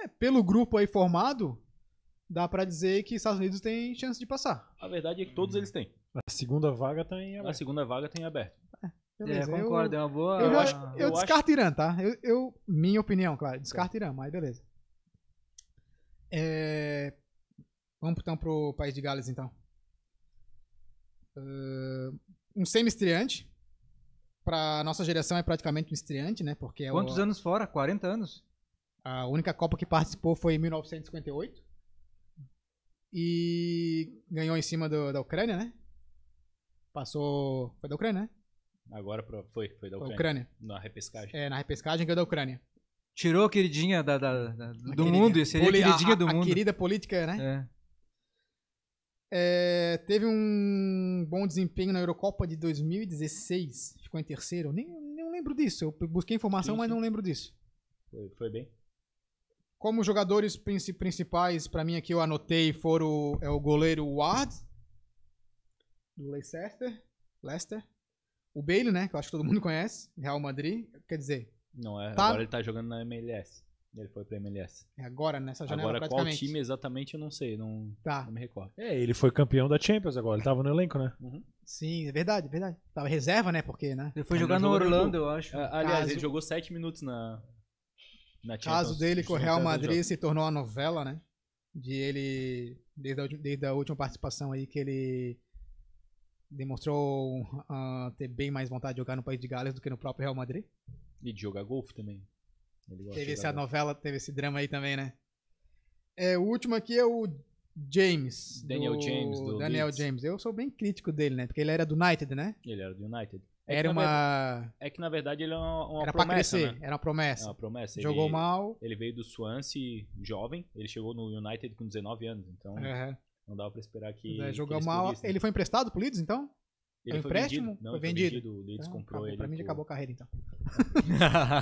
S1: É, pelo grupo aí formado, dá pra dizer que Estados Unidos tem chance de passar.
S4: A verdade é que todos eles têm.
S2: A segunda vaga tá
S1: É,
S2: em.
S4: A segunda vaga tem aberto.
S3: É,
S1: Beleza, eu-
S3: concordo, é uma boa.
S1: Eu,
S4: Ah,
S1: acho, eu,
S4: eu acho-
S1: descarto Irã, tá? Eu, eu- minha opinião, claro. Descarto Irã, mas beleza. É, Vamos então pro País de Gales, então. Ahn, um semi-estreante. Pra nossa geração é praticamente um estreante, né? Porque é
S3: Quantos
S1: o...
S3: anos fora? 40 anos?
S1: A única Copa que participou foi em 1958. E ganhou em cima do- da Ucrânia, né? Passou. Foi da Ucrânia, né?
S4: Agora pra- foi, foi da
S1: Foi da
S4: Ucrânia.
S1: Ucrânia.
S4: Na repescagem.
S1: É, na repescagem ganhou da Ucrânia.
S3: Tirou a queridinha da, da- da-
S1: A
S3: do
S1: queridinha.
S3: mundo, seria a
S1: Poli-
S3: queridinha
S1: a-
S3: do
S1: a
S3: mundo.
S1: querida política, né?
S3: É.
S1: É, teve um bom desempenho na Eurocopa de 2016. Ficou em terceiro. Nem, não lembro disso. Eu busquei informação,
S4: Sim,
S1: mas
S4: sim.
S1: não lembro disso.
S4: Foi, foi bem.
S1: Como jogadores princi- principais, pra mim aqui eu anotei, foram o- é o goleiro Ward, do Leicester, Leicester. O Bale, né, que eu acho que todo mundo conhece, Real Madrid. Quer dizer,
S4: Não é,
S1: Tá.
S4: Agora ele tá jogando na MLS. Ele foi pra MLS.
S1: é agora, nessa janela
S4: Agora qual
S1: praticamente.
S4: time exatamente eu não sei, não,
S1: Tá,
S4: não me recordo.
S2: É, ele foi campeão da Champions agora, ele tava no elenco, né?
S1: sim, é verdade, é verdade. Tava reserva, né, porque, né,
S3: Ele foi
S4: Ele
S3: jogar
S4: não
S3: no
S4: jogou nenhum
S3: Orlando, eu acho.
S4: Ah, aliás,
S1: Caso-
S4: ele jogou 7 minutos na, na
S1: o
S4: Champions.
S1: caso dele com o Real
S4: Tantos
S1: Madrid
S4: jogos.
S1: se tornou uma novela, né, de ele, desde a, ulti- desde a última participação aí, que ele demonstrou ah, ter bem mais vontade de jogar no País de Gales do que no próprio Real Madrid.
S4: E de jogar golfe também. Ele gosta
S1: Teve
S4: de jogar
S1: essa
S4: golfe.
S1: novela, teve esse drama aí também, né? É, o último aqui é o James.
S4: Daniel James, do
S1: Daniel
S4: Leeds.
S1: James. Eu sou bem crítico dele, né? Porque ele era do United, né?
S4: Ele era do United. É que
S1: Era
S4: na
S1: uma.
S4: É que na verdade ele é uma, uma
S1: Era pra
S4: promessa,
S1: crescer,
S4: né?
S1: era uma
S4: É
S1: promessa.
S4: uma promessa.
S1: Jogou
S4: ele,
S1: mal.
S4: Ele veio do Swansea jovem, ele chegou no United com 19 anos, então
S1: é,
S4: não dava pra esperar que.
S1: né,
S4: que
S1: jogou
S4: ele
S1: mal.
S4: explodisse, né?
S1: Ele foi emprestado pro Leeds, então? foi empréstimo?
S4: vendido.
S1: Foi
S4: Não, ele foi
S1: vendido?
S4: vendido. O Leeds
S1: Então,
S4: comprou
S1: acabou.
S4: ele.
S1: pra mim já
S4: por-
S1: acabou a carreira,
S4: [LAUGHS]
S1: então.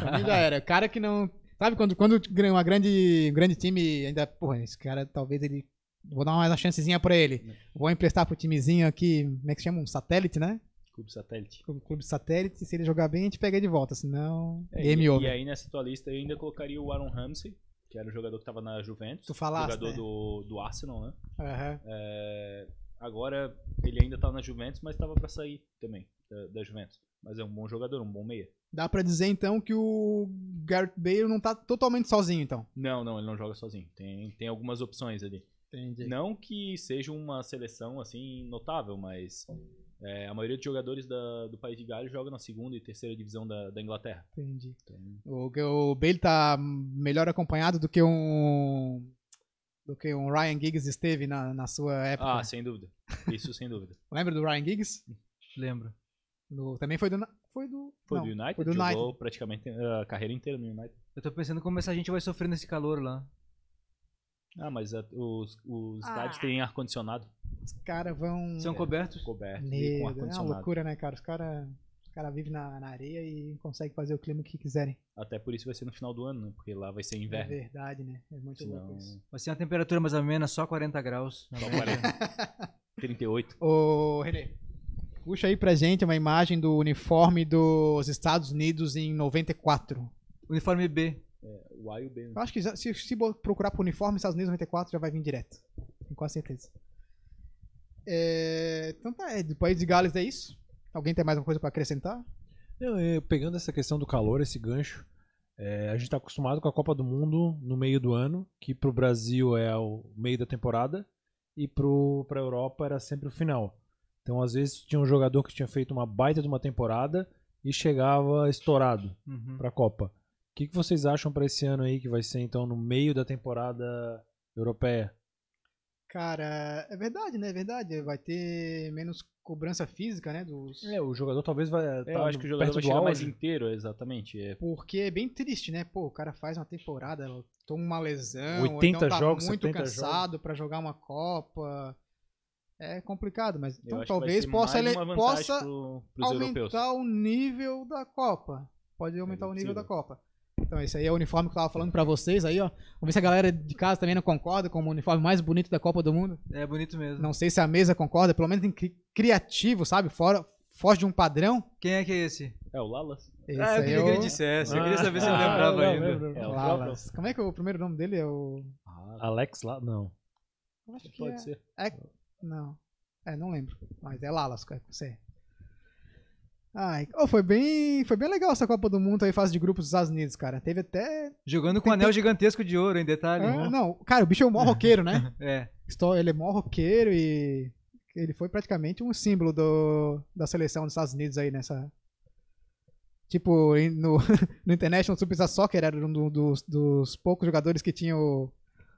S1: pra mim já era. Cara que não. Sabe quando, quando ganha uma grande, um grande time, ainda. Porra, esse cara talvez ele. Vou dar mais uma chancezinha pra ele.
S4: É.
S1: Vou emprestar pro timezinho aqui, como é que chama? Um satélite, né?
S4: Clube Satélite.
S1: o clube satélite, se ele jogar bem, a gente pega ele de volta, senão
S4: É,
S1: game
S4: e, e
S1: over.
S4: aí nessa tua lista eu ainda colocaria o Aaron Ramsey, que era o jogador que tava na Juventus.
S1: Tu falaste,
S4: Jogador
S1: né?
S4: do, do Arsenal, né?
S1: Aham.
S4: É, agora ele ainda tá na Juventus, mas tava pra sair também da, da Juventus. Mas é um bom jogador, um bom meia.
S1: Dá pra dizer então que o Garrett Bale não tá totalmente sozinho, então.
S4: Não, não, ele não joga sozinho. Tem, tem algumas opções ali.
S1: Entendi.
S4: Não que seja uma seleção assim notável, mas é, a maioria dos jogadores da- do país de Gales joga na segunda e terceira divisão da, da Inglaterra.
S1: Entendi.
S4: Então,
S1: O, o Bale tá melhor acompanhado do que um do que um Ryan Giggs esteve na, na sua época.
S4: ah, sem dúvida. Isso
S1: [LAUGHS]
S4: sem dúvida.
S1: Lembra do Ryan Giggs?
S3: Lembro.
S1: Do- também foi do foi do
S4: Foi
S1: não,
S4: do United,
S1: foi do
S4: jogou
S1: United.
S4: praticamente a carreira inteira no United.
S3: Eu tô pensando como essa gente vai sofrer nesse calor lá.
S4: Ah, mas a- os, os
S1: Ah.
S4: estádios têm ar-condicionado
S1: Os caras vão
S3: São cobertos.
S4: coberto e com
S1: Meu, é uma
S4: ar-condicionado.
S1: loucura, né, cara? Os caras os cara vivem na, na areia e conseguem fazer o clima que quiserem.
S4: Até por isso vai ser no final do ano, né? Porque lá vai ser
S1: É
S4: inverno.
S1: verdade, né? É muito louco
S4: Senão,
S1: isso.
S3: Vai ser uma temperatura mais amena, só 40 graus. na
S4: só
S3: média.
S4: 40. 38.
S1: Ô, Renê, puxa aí pra gente uma imagem do uniforme dos Estados Unidos em 94.
S3: [LAUGHS] Uniforme B.
S4: O A e o B. né?
S1: Eu acho que já- se, se bo- procurar por uniforme Estados Unidos 94 já vai vir direto. Tenho quase certeza. É, então tá, é, do País de Gales é isso. Alguém tem mais alguma coisa pra acrescentar?
S2: Não, eu, pegando essa questão do calor, esse gancho, é, a gente tá acostumado com a Copa do Mundo no meio do ano, que pro Brasil é o meio da temporada e pro, pra Europa era sempre o final. Então, às vezes, tinha um jogador que tinha feito uma baita de uma temporada e chegava estourado
S3: Uhum.
S2: pra Copa. O que, que vocês acham pra esse ano aí, que vai ser então no meio da temporada europeia?
S1: Cara, é verdade, né? É verdade. Vai ter menos cobrança física, né? Dos...
S2: É, o jogador talvez vai estar
S4: É,
S1: tá
S4: eu acho que o jogador vai chegar mais inteiro, exatamente. É,
S1: Porque é bem triste, né? Pô, o cara faz uma temporada, toma uma lesão,
S2: 80
S1: ou então tá
S2: jogos,
S1: muito
S2: 70
S1: cansado pra jogar uma Copa. É complicado, mas
S4: eu
S1: então,
S4: acho que vai
S1: talvez
S4: ser
S1: possa,
S4: mais
S1: ele,
S4: uma vantagem
S1: possa
S4: pro, pros europeus.
S1: aumentar o nível da Copa. Pode aumentar
S4: É
S1: o nível da
S4: possível.
S1: Copa. Então, esse aí é o uniforme que eu tava falando pra vocês aí, ó. Vamos ver se a galera de casa também não concorda com o uniforme mais bonito da Copa do Mundo.
S3: É bonito mesmo.
S1: Não sei se a mesa concorda, pelo menos em cri- criativo, sabe? Fora, foge de um padrão.
S3: Quem é que é esse?
S4: É o Lalas?
S1: Esse
S3: ah, eu
S1: aí
S3: queria
S1: é
S3: que ele
S1: o-
S3: dissesse. Eu
S2: Ah.
S3: queria saber se ele
S2: Ah,
S3: lembrava
S2: não,
S3: ainda.
S2: lembro.
S4: É o Lalas.
S1: Lalas. Como é que o primeiro nome dele é o.
S4: Ah.
S2: Alex lá? Não.
S1: Eu Acho que é-
S4: Pode ser.
S1: Não. É, não lembro. Mas é Lalas, é com C. Ai, oh, foi bem, foi bem legal essa Copa do Mundo aí, fase de grupos dos Estados Unidos, cara. Teve até.
S3: Jogando com um anel gigantesco de ouro, em detalhe.
S1: Ah, não, cara, o bicho
S3: [LAUGHS]
S1: é um mó roqueiro, né?
S3: É.
S1: Histó- Ele é mó roqueiro e ele foi praticamente um símbolo do, da seleção dos Estados Unidos aí nessa, Tipo, em- no, [LAUGHS] no International Superstar Soccer era um do- dos, dos poucos jogadores que tinham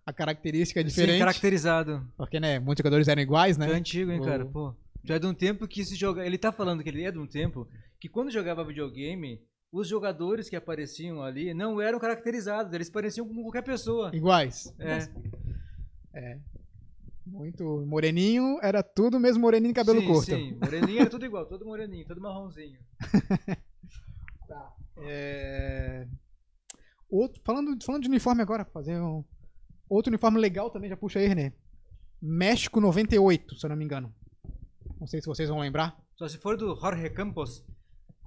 S1: a característica diferente.
S3: Sim, caracterizado.
S1: Porque, né, muitos jogadores eram iguais,
S3: Tu é
S1: né?
S3: antigo, hein,
S1: O-
S3: cara? Pô. Tu é de um tempo que se joga. Ele tá falando que ele é de um tempo que quando jogava videogame, os jogadores que apareciam ali não eram caracterizados, eles pareciam com qualquer pessoa.
S1: Iguais.
S3: É,
S1: Muito moreninho, era tudo mesmo moreninho e cabelo
S3: sim,
S1: curto.
S3: Sim, moreninho era tudo igual, todo moreninho, todo marronzinho.
S1: É, Outro, falando, falando de uniforme agora, fazer um. Outro uniforme legal também, já puxa aí, René. México 98, se eu não me engano. Não sei se vocês vão lembrar.
S3: Só se for do Jorge Campos.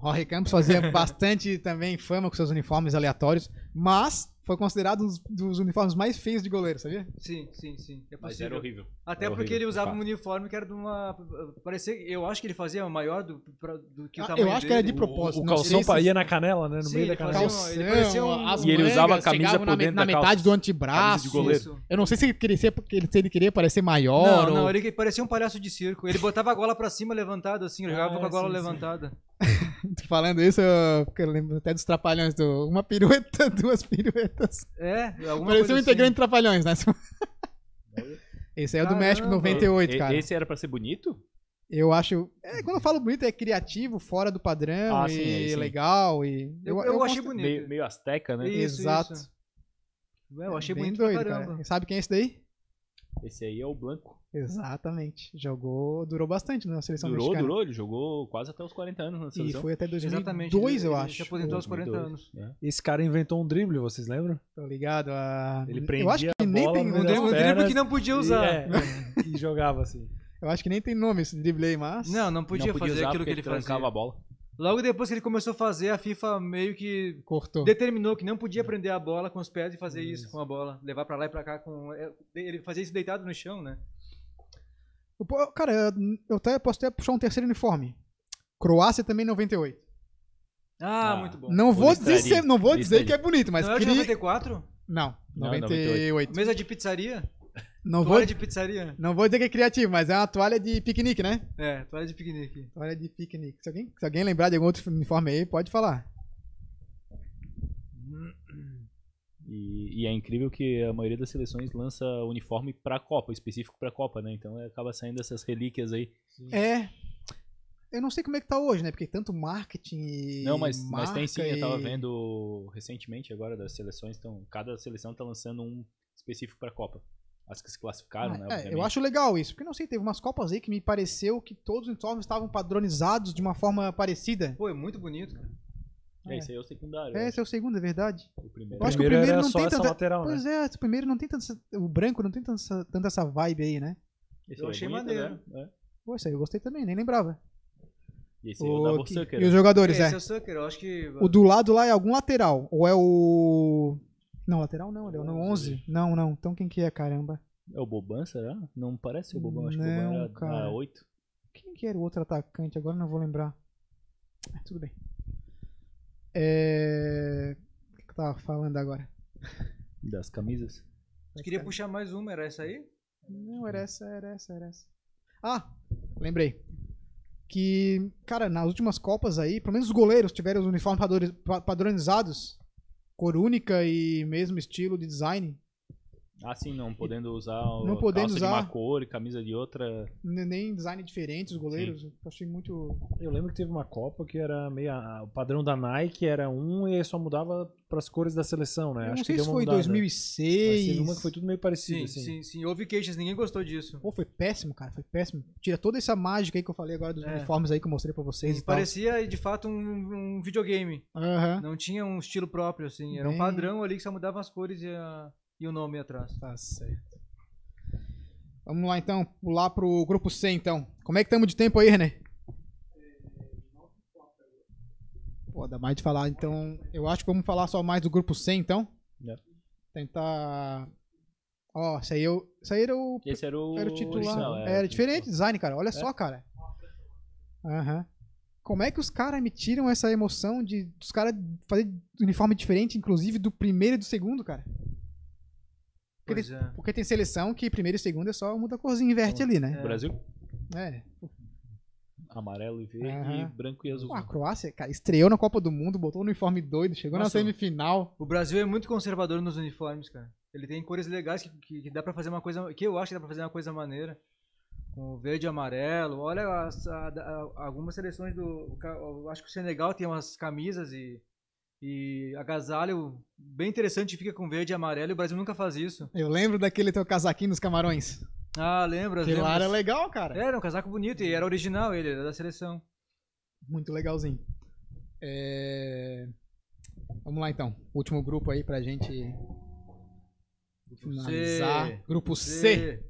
S1: Jorge Campos
S4: [LAUGHS]
S1: fazia bastante também fama com seus uniformes aleatórios, mas foi considerado um dos, dos uniformes mais feios de goleiro, sabia?
S3: Sim, sim, sim. É
S4: Mas
S3: possível.
S4: era horrível.
S3: Até
S4: Era
S3: porque
S4: horrível,
S3: ele
S4: de
S3: usava
S4: fato.
S3: um uniforme que era de uma. Parecia, eu acho que ele fazia maior do, pra- do que o
S1: Ah,
S3: tamanho
S1: eu acho que era de
S3: dele.
S1: propósito.
S2: O
S1: não sei
S2: calção
S1: se-
S2: paia na canela, né? No
S3: Sim,
S2: meio da
S3: ele
S2: canela.
S3: fazia um- ele parecia um-
S1: as
S4: E ele usava
S1: mangas
S4: a camisa
S1: chegavam
S4: por
S1: na, me-
S4: dentro
S1: na
S4: da calça.
S1: metade do
S4: Camisa
S1: antebraço.
S4: de goleiro.
S3: Isso.
S1: Eu não sei se ele queria ser, porque ele- se ele queria parecer maior.
S3: Não,
S1: ou-
S3: não, ele que parecia um palhaço de circo. Ele botava a gola pra cima levantada, assim, ele jogava
S2: Ah,
S3: com a gola
S2: sim, sim.
S3: levantada.
S1: Tu Falando isso, eu, porque eu lembro até dos trapalhões do. Uma pirueta, [LAUGHS] duas piruetas.
S3: É, alguma
S1: Parecia um
S3: coisa
S1: integrante de trapalhões, né? Esse aí é o do
S3: Caramba.
S1: México 98,
S4: E-
S1: cara.
S4: Esse era pra ser bonito?
S1: Eu acho. É, quando eu falo bonito, é criativo, fora do padrão,
S4: Ah, sim,
S1: e
S4: aí sim.
S1: legal. E...
S3: Eu, assim. eu, achei
S1: gosto-
S3: bonito.
S4: Meio, meio asteca, né?
S3: Isso,
S1: Exato.
S3: isso. Ué, É, eu achei
S1: Bem
S3: bonito
S1: doido,
S3: pra caramba.
S1: cara. Sabe quem é esse daí?
S4: Esse aí é o Blanco.
S1: Exatamente. Jogou. Durou bastante na seleção
S4: durou,
S1: mexicana.
S4: durou, ele jogou quase até os 40 anos na
S1: E
S4: seleção.
S1: foi até 2002,
S3: Exatamente. ele-
S1: eu
S3: ele
S1: acho.
S3: Se aposentou aos 40
S4: 2002.
S3: anos.
S2: Esse cara inventou um drible, vocês lembram?
S1: Tô ligado. A...
S2: Ele
S1: eu acho
S2: prendia
S1: que
S2: a
S1: nem
S2: bola
S1: tem.
S2: no
S1: eu
S2: meio
S3: Um
S1: não-
S2: das
S3: drible
S2: pernas
S3: que não podia usar.
S2: E, é, e jogava assim.
S1: Eu acho que nem tem nome esse drible aí, mas.
S3: Não, não podia,
S4: não podia
S3: fazer
S4: usar
S3: aquilo que
S4: porque
S3: ele fazia.
S4: trancava a bola.
S3: Logo depois que ele começou a fazer, a FIFA meio que
S1: Cortou.
S3: determinou que não podia prender a bola com os pés e fazer isso, com a bola. Levar pra lá e pra cá com... é, Ele fazia isso deitado no chão, né?
S1: Eu po- Cara, eu- eu até, posso até puxar um terceiro uniforme. Croácia também 98.
S3: Ah,
S4: Ah,
S3: muito bom.
S1: Não vou,
S4: listaria.
S1: dizer, não vou dizer
S4: Listaria.
S1: que é bonito, mas
S3: não é o de
S1: queria-
S3: 94?
S1: Não,
S4: Não,
S1: 98.
S3: Mesa de pizzaria?
S1: Não vou,
S3: toalha de pizzaria?
S1: não vou dizer que é criativo, mas é uma toalha de piquenique, né?
S3: É, toalha de piquenique.
S1: Toalha de piquenique. Se alguém, se alguém lembrar de algum outro uniforme aí, pode falar.
S4: E, e é incrível que a maioria das seleções lança uniforme pra Copa, específico pra Copa, né? Então é, acaba saindo essas relíquias aí.
S1: É. Eu não sei como é que tá hoje, né? Porque tanto marketing e.
S4: Não, mas, mas tem
S1: marca
S4: sim, eu tava
S1: e-
S4: vendo recentemente agora das seleções, então cada seleção tá lançando um específico pra Copa. As que se classificaram, né?
S1: Ah, é,
S4: obviamente.
S1: eu acho legal isso, porque não sei, teve umas copas aí que me pareceu que todos os uniformes estavam padronizados de uma forma parecida.
S3: Pô, é muito bonito, cara.
S4: É, esse aí é o secundário.
S1: É,
S4: eu
S1: esse é o segundo, é verdade.
S4: acho. O primeiro
S1: eu acho que o
S2: Primeiro
S1: primeiro
S2: era
S1: não
S2: só
S1: tem
S2: essa
S1: tanta-
S2: lateral, né?
S1: Pois é, o primeiro não tem tanto. essa- O branco não tem tanta essa, tanta essa vibe aí, né?
S4: é- esse
S3: eu
S4: aí é
S3: achei
S4: bonito,
S3: maneiro.
S4: né? É.
S1: Pô, isso aí eu gostei também, nem lembrava.
S4: E esse aí é o da
S1: O que-
S4: Borsucker.
S1: e os jogadores,
S3: Esse é
S1: é.
S3: o Sucker, eu acho que...
S1: O do lado lá é algum lateral. Ou é o. Não, lateral não, ele é o 11. Não, não. Então quem que é, caramba?
S4: É o Boban, será? Não parece o Boban, acho que o
S1: Não,
S4: Boban era
S1: cara.
S4: na 8.
S1: Quem que era o outro atacante? Agora não vou lembrar. Ah, Tudo bem. É. O que que eu tava falando agora?
S4: Das camisas.
S3: Eu queria puxar mais uma, era essa aí?
S1: Não, era essa, era essa, era essa. Ah, lembrei. Que, cara, nas últimas Copas aí, pelo menos os goleiros tiveram os uniformes padori- pa- padronizados. Cor única e mesmo estilo de design.
S4: Ah, sim, não podendo usar o
S1: Não podendo
S4: calça de
S1: usar.
S4: uma cor e camisa de outra.
S1: N- Nem design diferente, os goleiros. Eu achei muito.
S2: Eu lembro que teve uma Copa que era meia. O padrão da Nike era um e aí só mudava pras cores da seleção, né?
S1: Eu não
S2: Acho
S1: sei
S2: que deu
S1: se
S2: uma
S1: foi em
S2: mudada. Mas
S1: 2006.
S2: teve uma que foi tudo meio
S3: Sim,
S2: parecido,
S3: sim,
S2: assim.
S3: sim, Houve queixas, ninguém gostou disso.
S1: Pô, foi péssimo, cara. Foi péssimo. Tira toda essa mágica aí que eu falei agora dos
S3: É.
S1: uniformes aí que eu mostrei pra vocês.
S3: então.
S1: E tal.
S3: Parecia, de fato, um, um videogame.
S1: Aham.
S3: Não tinha um estilo próprio, assim. Era um
S1: Bem-
S3: padrão ali que só mudavam as cores e, a- e o nome atrás.
S1: Tá certo. Vamos lá então, pular pro grupo C então. Como é que estamos de tempo aí, René? Pô, dá mais de falar, então. Eu acho que vamos falar só mais do grupo C então.
S4: É.
S1: Tentar. Ó, isso aí eu. Isso aí era o.
S4: Esse é era o,
S1: Era o titular.
S4: original,
S1: era, diferente o design, cara. Olha só, cara. Aham. Como é que os caras me tiram essa emoção de os caras fazer uniforme diferente, inclusive do primeiro e do segundo, cara? Porque
S3: Pois é.
S1: Porque tem seleção que primeiro e segundo Então, né? é só muda a corzinha, inverte ali,
S4: O
S1: né?
S4: Brasil?
S1: É.
S4: amarelo e verde,
S1: Aham. Ah,
S4: branco e azul.
S1: Pô, a Croácia, cara, estreou na Copa do Mundo, botou um uniforme doido, chegou
S3: Nossa.
S1: na semifinal.
S3: O Brasil é muito conservador nos uniformes, cara. Ele tem cores legais que, que, que dá pra fazer uma coisa. Que eu acho que dá pra fazer uma coisa maneira. Com o verde e amarelo. Olha as- a- a- algumas seleções do. o ca- Eu acho que o Senegal tem umas camisas e. E agasalho bem interessante fica com verde e amarelo. E o Brasil nunca faz isso.
S1: Eu lembro daquele teu casaquinho dos camarões.
S3: Ah, lembra?
S1: Que lá
S3: lembra?
S1: era legal, cara.
S3: Era um casaco bonito e era original ele, era da seleção.
S1: Muito legalzinho. É, Vamos lá então. Último grupo aí pra gente finalizar. grupo C.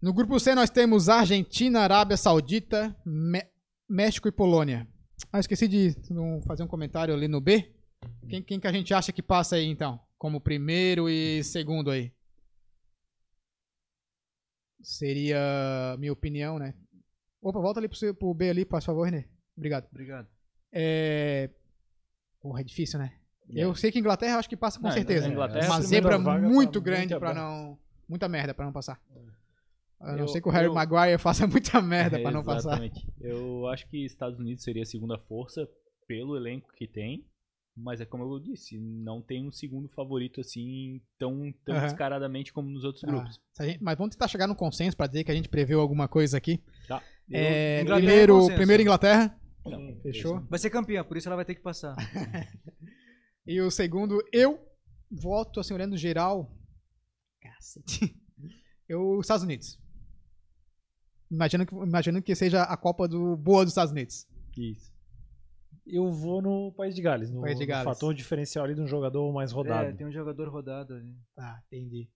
S1: No grupo C nós temos Argentina, Arábia Saudita, Mé- México e Polônia. Ah, eu esqueci de não fazer um comentário ali no B. Quem, quem que a gente acha que passa aí então? Como primeiro e segundo aí? Seria minha opinião, né? Opa, volta ali pro, seu- pro B ali, por favor, Renê. Obrigado.
S3: Obrigado.
S1: É. Porra, é difícil, né?
S4: É.
S1: Eu sei que Inglaterra eu acho que passa com
S4: Não,
S1: certeza.
S4: Inglaterra,
S1: Uma
S4: a
S1: zebra
S2: primeira vaga tá
S1: muito
S2: muito
S1: grande pra
S2: aberta.
S1: não. Muita merda pra não passar. A não
S4: Eu-
S1: ser que o Harry
S4: eu-
S1: Maguire faça [LAUGHS] muita
S4: [LAUGHS]
S1: merda pra não passar.
S4: Exatamente. Eu acho que Estados Unidos seria a segunda força pelo elenco que tem, mas é como eu disse, não tem um segundo favorito assim tão, tão
S1: Aham.
S4: descaradamente como nos outros
S1: Ah,
S4: grupos.
S1: se a gente- mas vamos tentar chegar num consenso pra dizer que a gente preveu alguma coisa aqui.
S4: Tá.
S1: É,
S3: Inglaterra é
S1: primeiro,
S3: consenso.
S1: primeiro Inglaterra.
S4: Não,
S1: Fechou?
S4: esse-
S3: Vai ser campeã, por isso ela vai ter que passar.
S1: E o segundo, eu voto, assim, olhando geral. Cacete. [LAUGHS] Eu, Estados Unidos. Imagino que, imagino que seja a Copa do Boa dos Estados Unidos.
S4: Isso.
S2: Eu vou no País de Gales, no,
S1: País de
S2: no
S1: Gales.
S2: fator diferencial ali de um jogador mais rodado.
S3: É, tem um jogador rodado ali.
S1: Tá, entendi.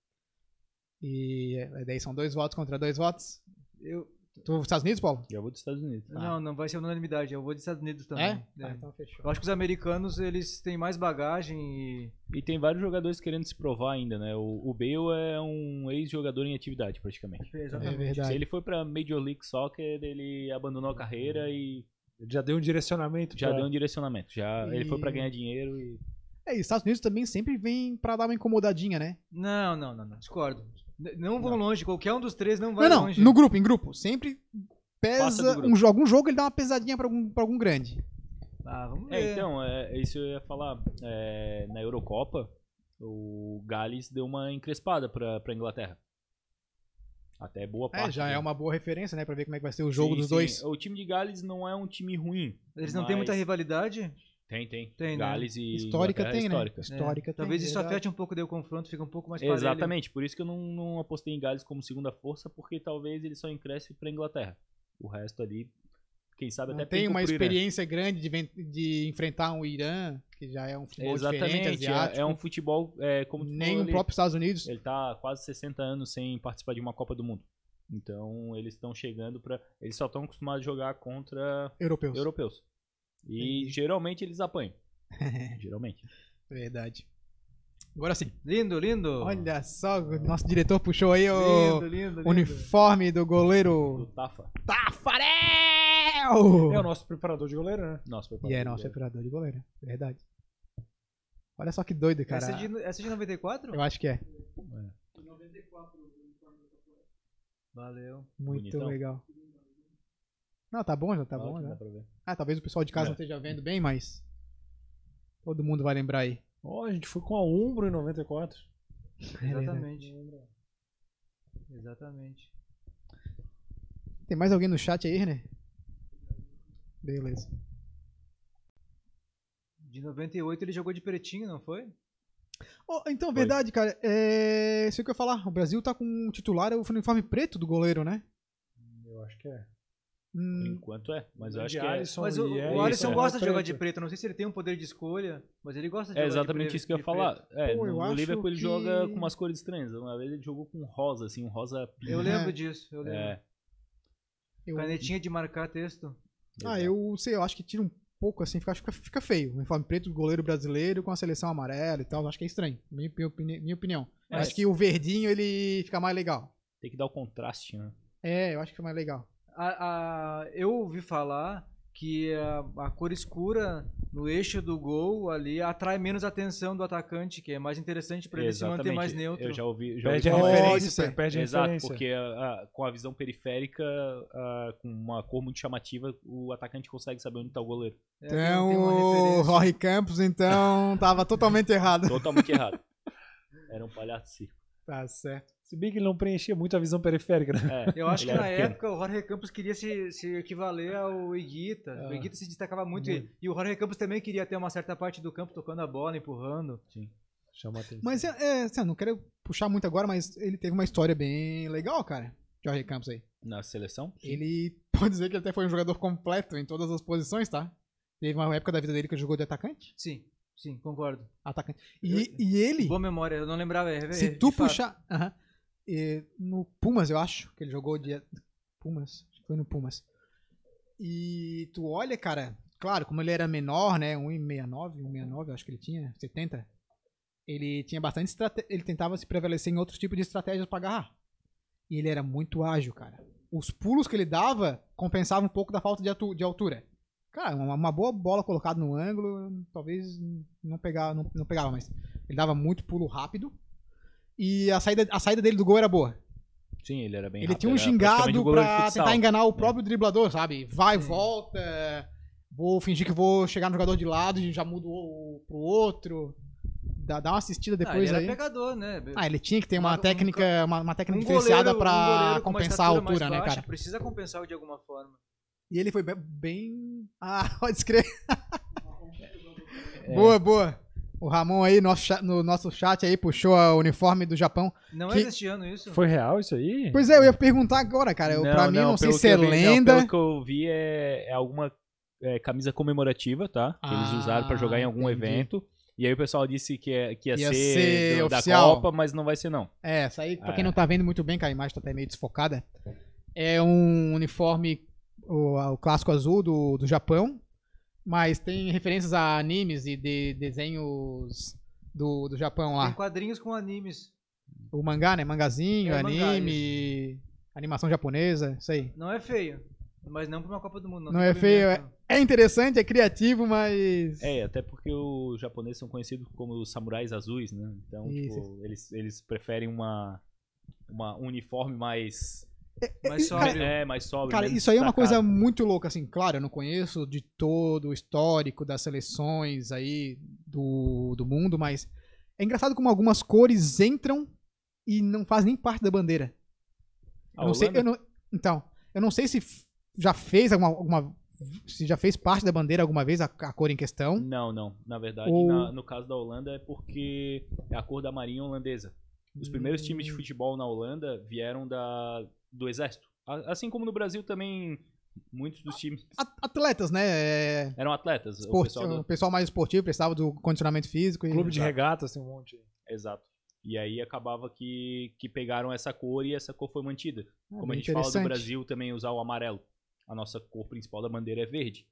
S1: E é, daí são dois votos contra dois votos.
S3: Eu,
S1: Tu, Estados Unidos, Paulo?
S4: Já vou dos Estados Unidos. tá?
S3: Não, não vai ser unanimidade. Eu vou dos Estados Unidos também.
S1: Tá. É?
S3: É.
S1: Tá, então fechou.
S3: Eu acho que os americanos eles têm mais bagagem e
S4: E tem vários jogadores querendo se provar ainda, né? O, o Bale é um ex-jogador em atividade, praticamente.
S1: É
S4: Se
S1: verdade.
S4: ele foi pra Major League Soccer, ele abandonou a carreira e
S2: Ele Já deu um direcionamento.
S4: já
S2: pra-
S4: deu um direcionamento. Já, Ele foi pra
S1: É. E-
S4: ganhar dinheiro e
S1: É, e Estados Unidos também sempre vem pra dar uma incomodadinha, né?
S3: Não, não, não, não. Discordo. N- Não vão longe. Qualquer um dos três não vai
S1: não, não,
S3: longe.
S1: no grupo, em grupo. Sempre
S4: Passa
S1: pesa
S4: do grupo.
S1: um jogo. Algum jogo ele dá uma pesadinha pra algum, pra algum grande.
S3: Ah, vamos ver.
S4: É, então, é, isso eu ia falar. É, na Eurocopa, o Gales deu uma encrespada pra, pra Inglaterra. Até boa parte.
S1: É, já
S4: né?
S1: é uma boa referência, né? Pra ver como é que vai ser o jogo
S4: Sim,
S1: dos
S4: sim.
S1: dois.
S4: O time de Gales não é um time ruim.
S3: Eles não têm
S4: mas-
S3: muita rivalidade.
S4: Tem, tem.
S3: Tem, né?
S4: Gales e.
S1: Histórica
S4: Inglaterra é
S1: tem, né?
S4: histórica.
S1: É, Histórica tem,
S3: Talvez isso
S1: verdade.
S3: afete um pouco daí o confronto, fica um pouco mais parelho.
S4: Exatamente, por isso que eu não, não apostei em Gales como segunda força, porque talvez ele só encresce pra Inglaterra. O resto ali, quem sabe
S1: Não
S4: até né?
S1: tem
S4: pinta
S1: uma
S4: pro Irã.
S1: experiência grande de, ven- de enfrentar um Irã, que já é um futebol diferente,
S4: Exatamente, é,
S1: asiático.
S4: é um futebol, é, como tu
S1: nem um
S4: falou
S1: o
S4: ali,
S1: próprio Estados Unidos.
S4: Ele tá há quase 60 anos sem participar de uma Copa do Mundo. Então, eles estão chegando pra. Eles só estão acostumados a jogar contra
S1: Europeus.
S4: europeus. E
S1: Entendi.
S4: geralmente eles apanham. geralmente.
S1: Verdade. Agora sim.
S3: Lindo, lindo.
S1: Olha só, o nosso diretor puxou aí o
S3: Lindo, lindo, lindo.
S1: uniforme do
S4: O
S1: goleiro
S4: Tafa.
S2: É o
S1: Tafarel!
S2: é nosso preparador de goleiro, né?
S4: Nossa, foi
S1: E é nosso operador de goleiro, verdade. Olha só que doido, cara.
S3: Essa é, de, essa é de 94?
S1: Eu acho que é.
S4: [LAUGHS]
S3: Valeu.
S1: Muito
S4: Bonitão.
S1: legal. Não, tá bom já, tá bom já. Ah, talvez o pessoal de casa
S4: É.
S1: não esteja vendo bem, mas. Todo mundo vai lembrar aí.
S2: Ó, a gente foi com a Umbro em 94.
S3: Exatamente. Exatamente.
S1: Tem mais alguém no chat aí, né? Beleza.
S3: De 98 ele jogou de pretinho, não foi?
S1: Ô, então, verdade, cara. É... Sei o que eu ia falar. O Brasil tá com um titular, é o uniforme preto do goleiro, né?
S2: Eu acho que é.
S1: Hum,
S4: Enquanto é, mas eu
S2: De
S4: acho que é.
S2: Alisson
S3: Mas o,
S2: e é
S3: o Alisson
S2: isso, é.
S3: gosta de jogar
S2: Preto.
S3: de preto. Não sei se ele tem um poder de escolha, mas ele gosta de
S4: É
S3: jogar de
S4: exatamente
S3: pre-
S4: isso que eu ia
S3: de preto.
S4: falar. É,
S1: Pô, eu
S4: no
S1: acho
S4: Liverpool ele
S1: que-
S4: joga com umas cores estranhas. Uma vez ele jogou com rosa, assim, um rosa
S3: Eu
S1: É.
S3: lembro disso, eu lembro.
S4: É,
S1: eu...
S3: Canetinha de marcar texto.
S1: Ah, eu sei, eu acho que tira um pouco assim, fica, acho que fica feio. O uniforme preto do goleiro brasileiro com a seleção amarela e tal. Acho que é estranho. Minha, minha opini- minha opinião. Eu
S4: É.
S1: Acho que o verdinho ele fica mais legal.
S4: Tem que dar o contraste, né?
S1: É, eu acho que é mais legal.
S3: A- a- eu ouvi falar que a, a cor escura no eixo do gol ali atrai menos atenção do atacante, que é mais interessante para ele se manter mais neutro.
S4: Eu já ouvi. Já ouvi
S2: Perde a
S1: Pode
S4: falar-
S2: referência,
S1: ser.
S2: perde a
S4: Exato,
S2: referência.
S4: porque ah, ah, com a visão periférica, ah, com uma cor muito chamativa, o atacante consegue saber onde tá o goleiro.
S3: É,
S1: Então,
S3: não tem uma
S1: o
S3: referência.
S1: Rory Campos,
S3: [LAUGHS]
S1: então, tava totalmente errado.
S2: [LAUGHS]
S4: Totalmente errado. Era um palhaço de circo.
S1: Tá certo.
S2: Se bem que ele não preenchia muito a visão periférica, né?
S4: É,
S3: Eu acho
S4: ele
S3: que
S4: era
S3: na
S4: pequeno.
S3: época o Jorge Campos queria se, se equivaler ao Iguita.
S2: Ah,
S3: o Iguita se destacava muito, e- E, o Jorge Campos também queria ter uma certa parte do campo tocando a bola, empurrando.
S2: Chama a atenção.
S1: Mas, é, é, assim, não quero puxar muito agora, mas ele teve uma história bem legal, cara. Jorge Campos aí.
S4: Na seleção?
S1: Ele [LAUGHS] pode dizer que ele até foi um jogador completo em todas as posições, tá? Teve uma época da vida dele que ele jogou de atacante.
S3: Sim, sim, concordo.
S1: atacante. E, e ele,
S3: Boa memória, eu não lembrava. é- é-
S1: se
S3: de
S1: tu
S3: fato.
S1: puxar. Aham. E no Pumas, eu acho, que ele jogou de. Pumas? Acho que Foi no Pumas. E tu olha, cara, claro, como ele era menor, né? 1,69, 1,69, eu acho que ele tinha, 70. Ele tinha bastante estratégia. Ele tentava se prevalecer em outros tipos de estratégias pra agarrar. E ele era muito ágil, cara. Os pulos que ele dava compensavam um pouco da falta de, atu- de altura. Cara, uma, uma boa bola colocada no ângulo, talvez não pegava, não, não pegava, mas ele dava muito pulo rápido. E a saída, a saída dele do gol era boa.
S4: Sim, ele era bem
S1: ele
S4: rápido,
S1: tinha um
S4: era praticamente
S1: gingado
S4: um goleiro de
S1: pra
S4: futsal.
S1: tentar enganar o próprio driblador, sabe? Vai,
S3: É. Sim.
S1: volta. Vou fingir que vou chegar no jogador de lado e já mudo o, pro outro. Dá, dá uma assistida
S3: ah, ele
S1: depois
S3: era
S1: aí.
S3: pegador, né?
S1: Ah, ele tinha que ter uma
S3: Um- um
S1: técnica, uma, uma técnica
S3: Um
S1: diferenciada
S3: goleiro- um
S1: pra
S3: goleiro com uma
S1: compensar a
S3: estatura mais
S1: altura, né,
S3: baixa
S1: cara?
S3: Precisa compensar de alguma forma.
S1: E ele foi be- bem. Ah, [LAUGHS] pode escrever. Boa, boa. O Ramon aí, nosso cha- no nosso chat aí, puxou a uniforme do Japão.
S3: Não
S1: Que-
S3: é deste ano isso?
S2: Foi real isso aí?
S1: Pois é, eu ia perguntar agora, cara. Eu, pra mim, não, sei
S4: pelo
S1: se
S4: que
S1: é
S4: eu vi- não,
S1: lenda.
S4: pelo que eu vi, é, é alguma é, camisa comemorativa, tá? Que eles
S1: Ah,
S4: usaram pra jogar em algum
S1: entendi.
S4: evento. E aí o pessoal disse que, é, que ia,
S1: Ia
S4: ser,
S1: ser
S4: do- da
S1: oficial.
S4: Copa, mas não vai ser, não.
S1: É, essa aí, pra
S4: Ah,
S1: quem
S4: é.
S1: não tá vendo muito bem, que a imagem tá até meio desfocada. É um uniforme, o, o clássico azul do, do Japão, mas tem referências a animes e de desenhos do, do Japão lá.
S3: Tem quadrinhos com animes.
S1: O mangá, né? Mangazinho,
S3: É, mangá,
S1: anime, animação japonesa, isso aí.
S3: Não é feio, mas não pra uma Copa do Mundo.
S1: Não
S3: tem
S1: é feio,
S3: cabimento.
S1: É interessante, é criativo, mas.
S4: É, até porque os japoneses são conhecidos como os samurais azuis, né? Então,
S1: Isso,
S4: tipo, eles, eles preferem uma, uma um uniforme mais...
S3: Mas só
S1: Cara,
S4: é, mais sóbrio,
S1: Cara,
S4: menos
S1: isso aí é uma coisa
S4: destacado.
S1: muito louca, assim, claro, eu não conheço de todo o histórico das seleções aí do, do mundo, mas é engraçado como algumas cores entram e não fazem nem parte da bandeira.
S4: A
S1: Eu não sei,
S4: Holanda?
S1: eu não- então, eu não sei se f- já fez alguma, alguma- se já fez parte da bandeira alguma vez a, a cor em questão.
S4: Não, não. Na verdade,
S1: Ou-
S4: na- no caso da Holanda é porque é a cor da marinha holandesa. Os primeiros times
S1: Hum.
S4: de futebol na Holanda vieram da, do exército. A- Assim como no Brasil também, muitos dos times
S1: A- Atletas, né? É,
S4: eram atletas. o
S1: esporte-
S4: pessoal do-
S1: mais esportivo precisava do condicionamento físico. e- é,
S2: Clube de regatas tem um monte.
S4: Exato. E aí acabava que, que pegaram essa cor e essa cor foi mantida.
S1: Ah,
S4: Como a
S1: bem
S4: gente fala do
S1: interessante.
S4: Brasil, também usar o amarelo. A nossa cor principal da bandeira é verde.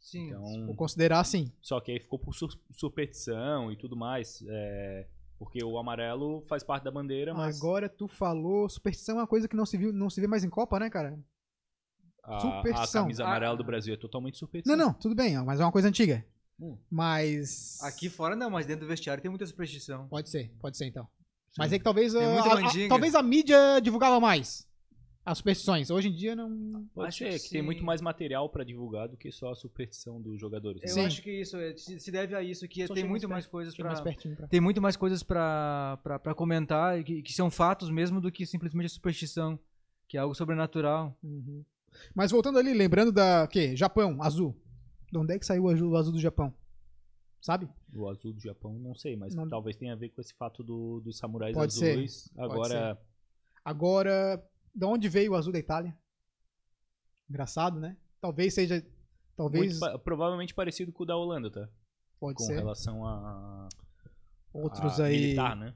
S3: Sim.
S1: Vou
S4: Então,
S1: considerar assim.
S4: só que aí ficou por sur- superstição e tudo mais. é, porque o amarelo faz parte da bandeira, mas
S1: Agora tu falou, superstição é uma coisa que não se viu, não se vê mais em Copa, né, cara?
S4: a, a
S1: superstição.
S4: camisa amarela do
S3: Ah.
S4: Brasil é totalmente superstição.
S1: Não, não, tudo bem, ó, mas é uma coisa antiga.
S4: Hum.
S1: Mas
S3: Aqui fora não, mas dentro do vestiário tem muita superstição.
S1: pode ser, pode ser então.
S4: Sim.
S1: Mas é que talvez a,
S3: Tem muita
S1: a- a-
S3: mandinga.
S1: talvez a mídia divulgava mais as superstições. Hoje em dia não.
S4: Pode
S3: Acho
S4: ser,
S3: que
S4: que, tem
S3: sim.
S4: muito mais material pra divulgar do que só a superstição dos jogadores. né?
S3: Eu
S1: Sim.
S3: acho que isso é, se se deve a isso, que
S1: Só
S3: tem
S1: chega
S3: muito
S1: mais
S3: mais coisas
S1: Chega é
S4: Ah.
S1: mais
S3: para
S1: pertinho pra.
S3: tem muito mais coisas para para comentar e que, que são fatos mesmo do que simplesmente a superstição, que é algo sobrenatural.
S1: Uhum. Mas voltando ali, lembrando da que Japão, azul. De onde é que saiu o azul, o azul do Japão? Sabe?
S4: O azul do Japão, não sei, mas
S1: Não-
S4: talvez tenha a ver com esse fato do, dos samurais
S1: Pode ser,
S4: azuis. Agora,
S1: Agora, da onde veio o azul da Itália? Engraçado, né? Talvez seja,
S4: muito
S1: talvez
S4: pa- provavelmente parecido com o da Holanda, tá?
S1: pode
S4: com
S1: ser
S4: relação a
S1: outros
S4: a
S1: aí.
S4: militar, né?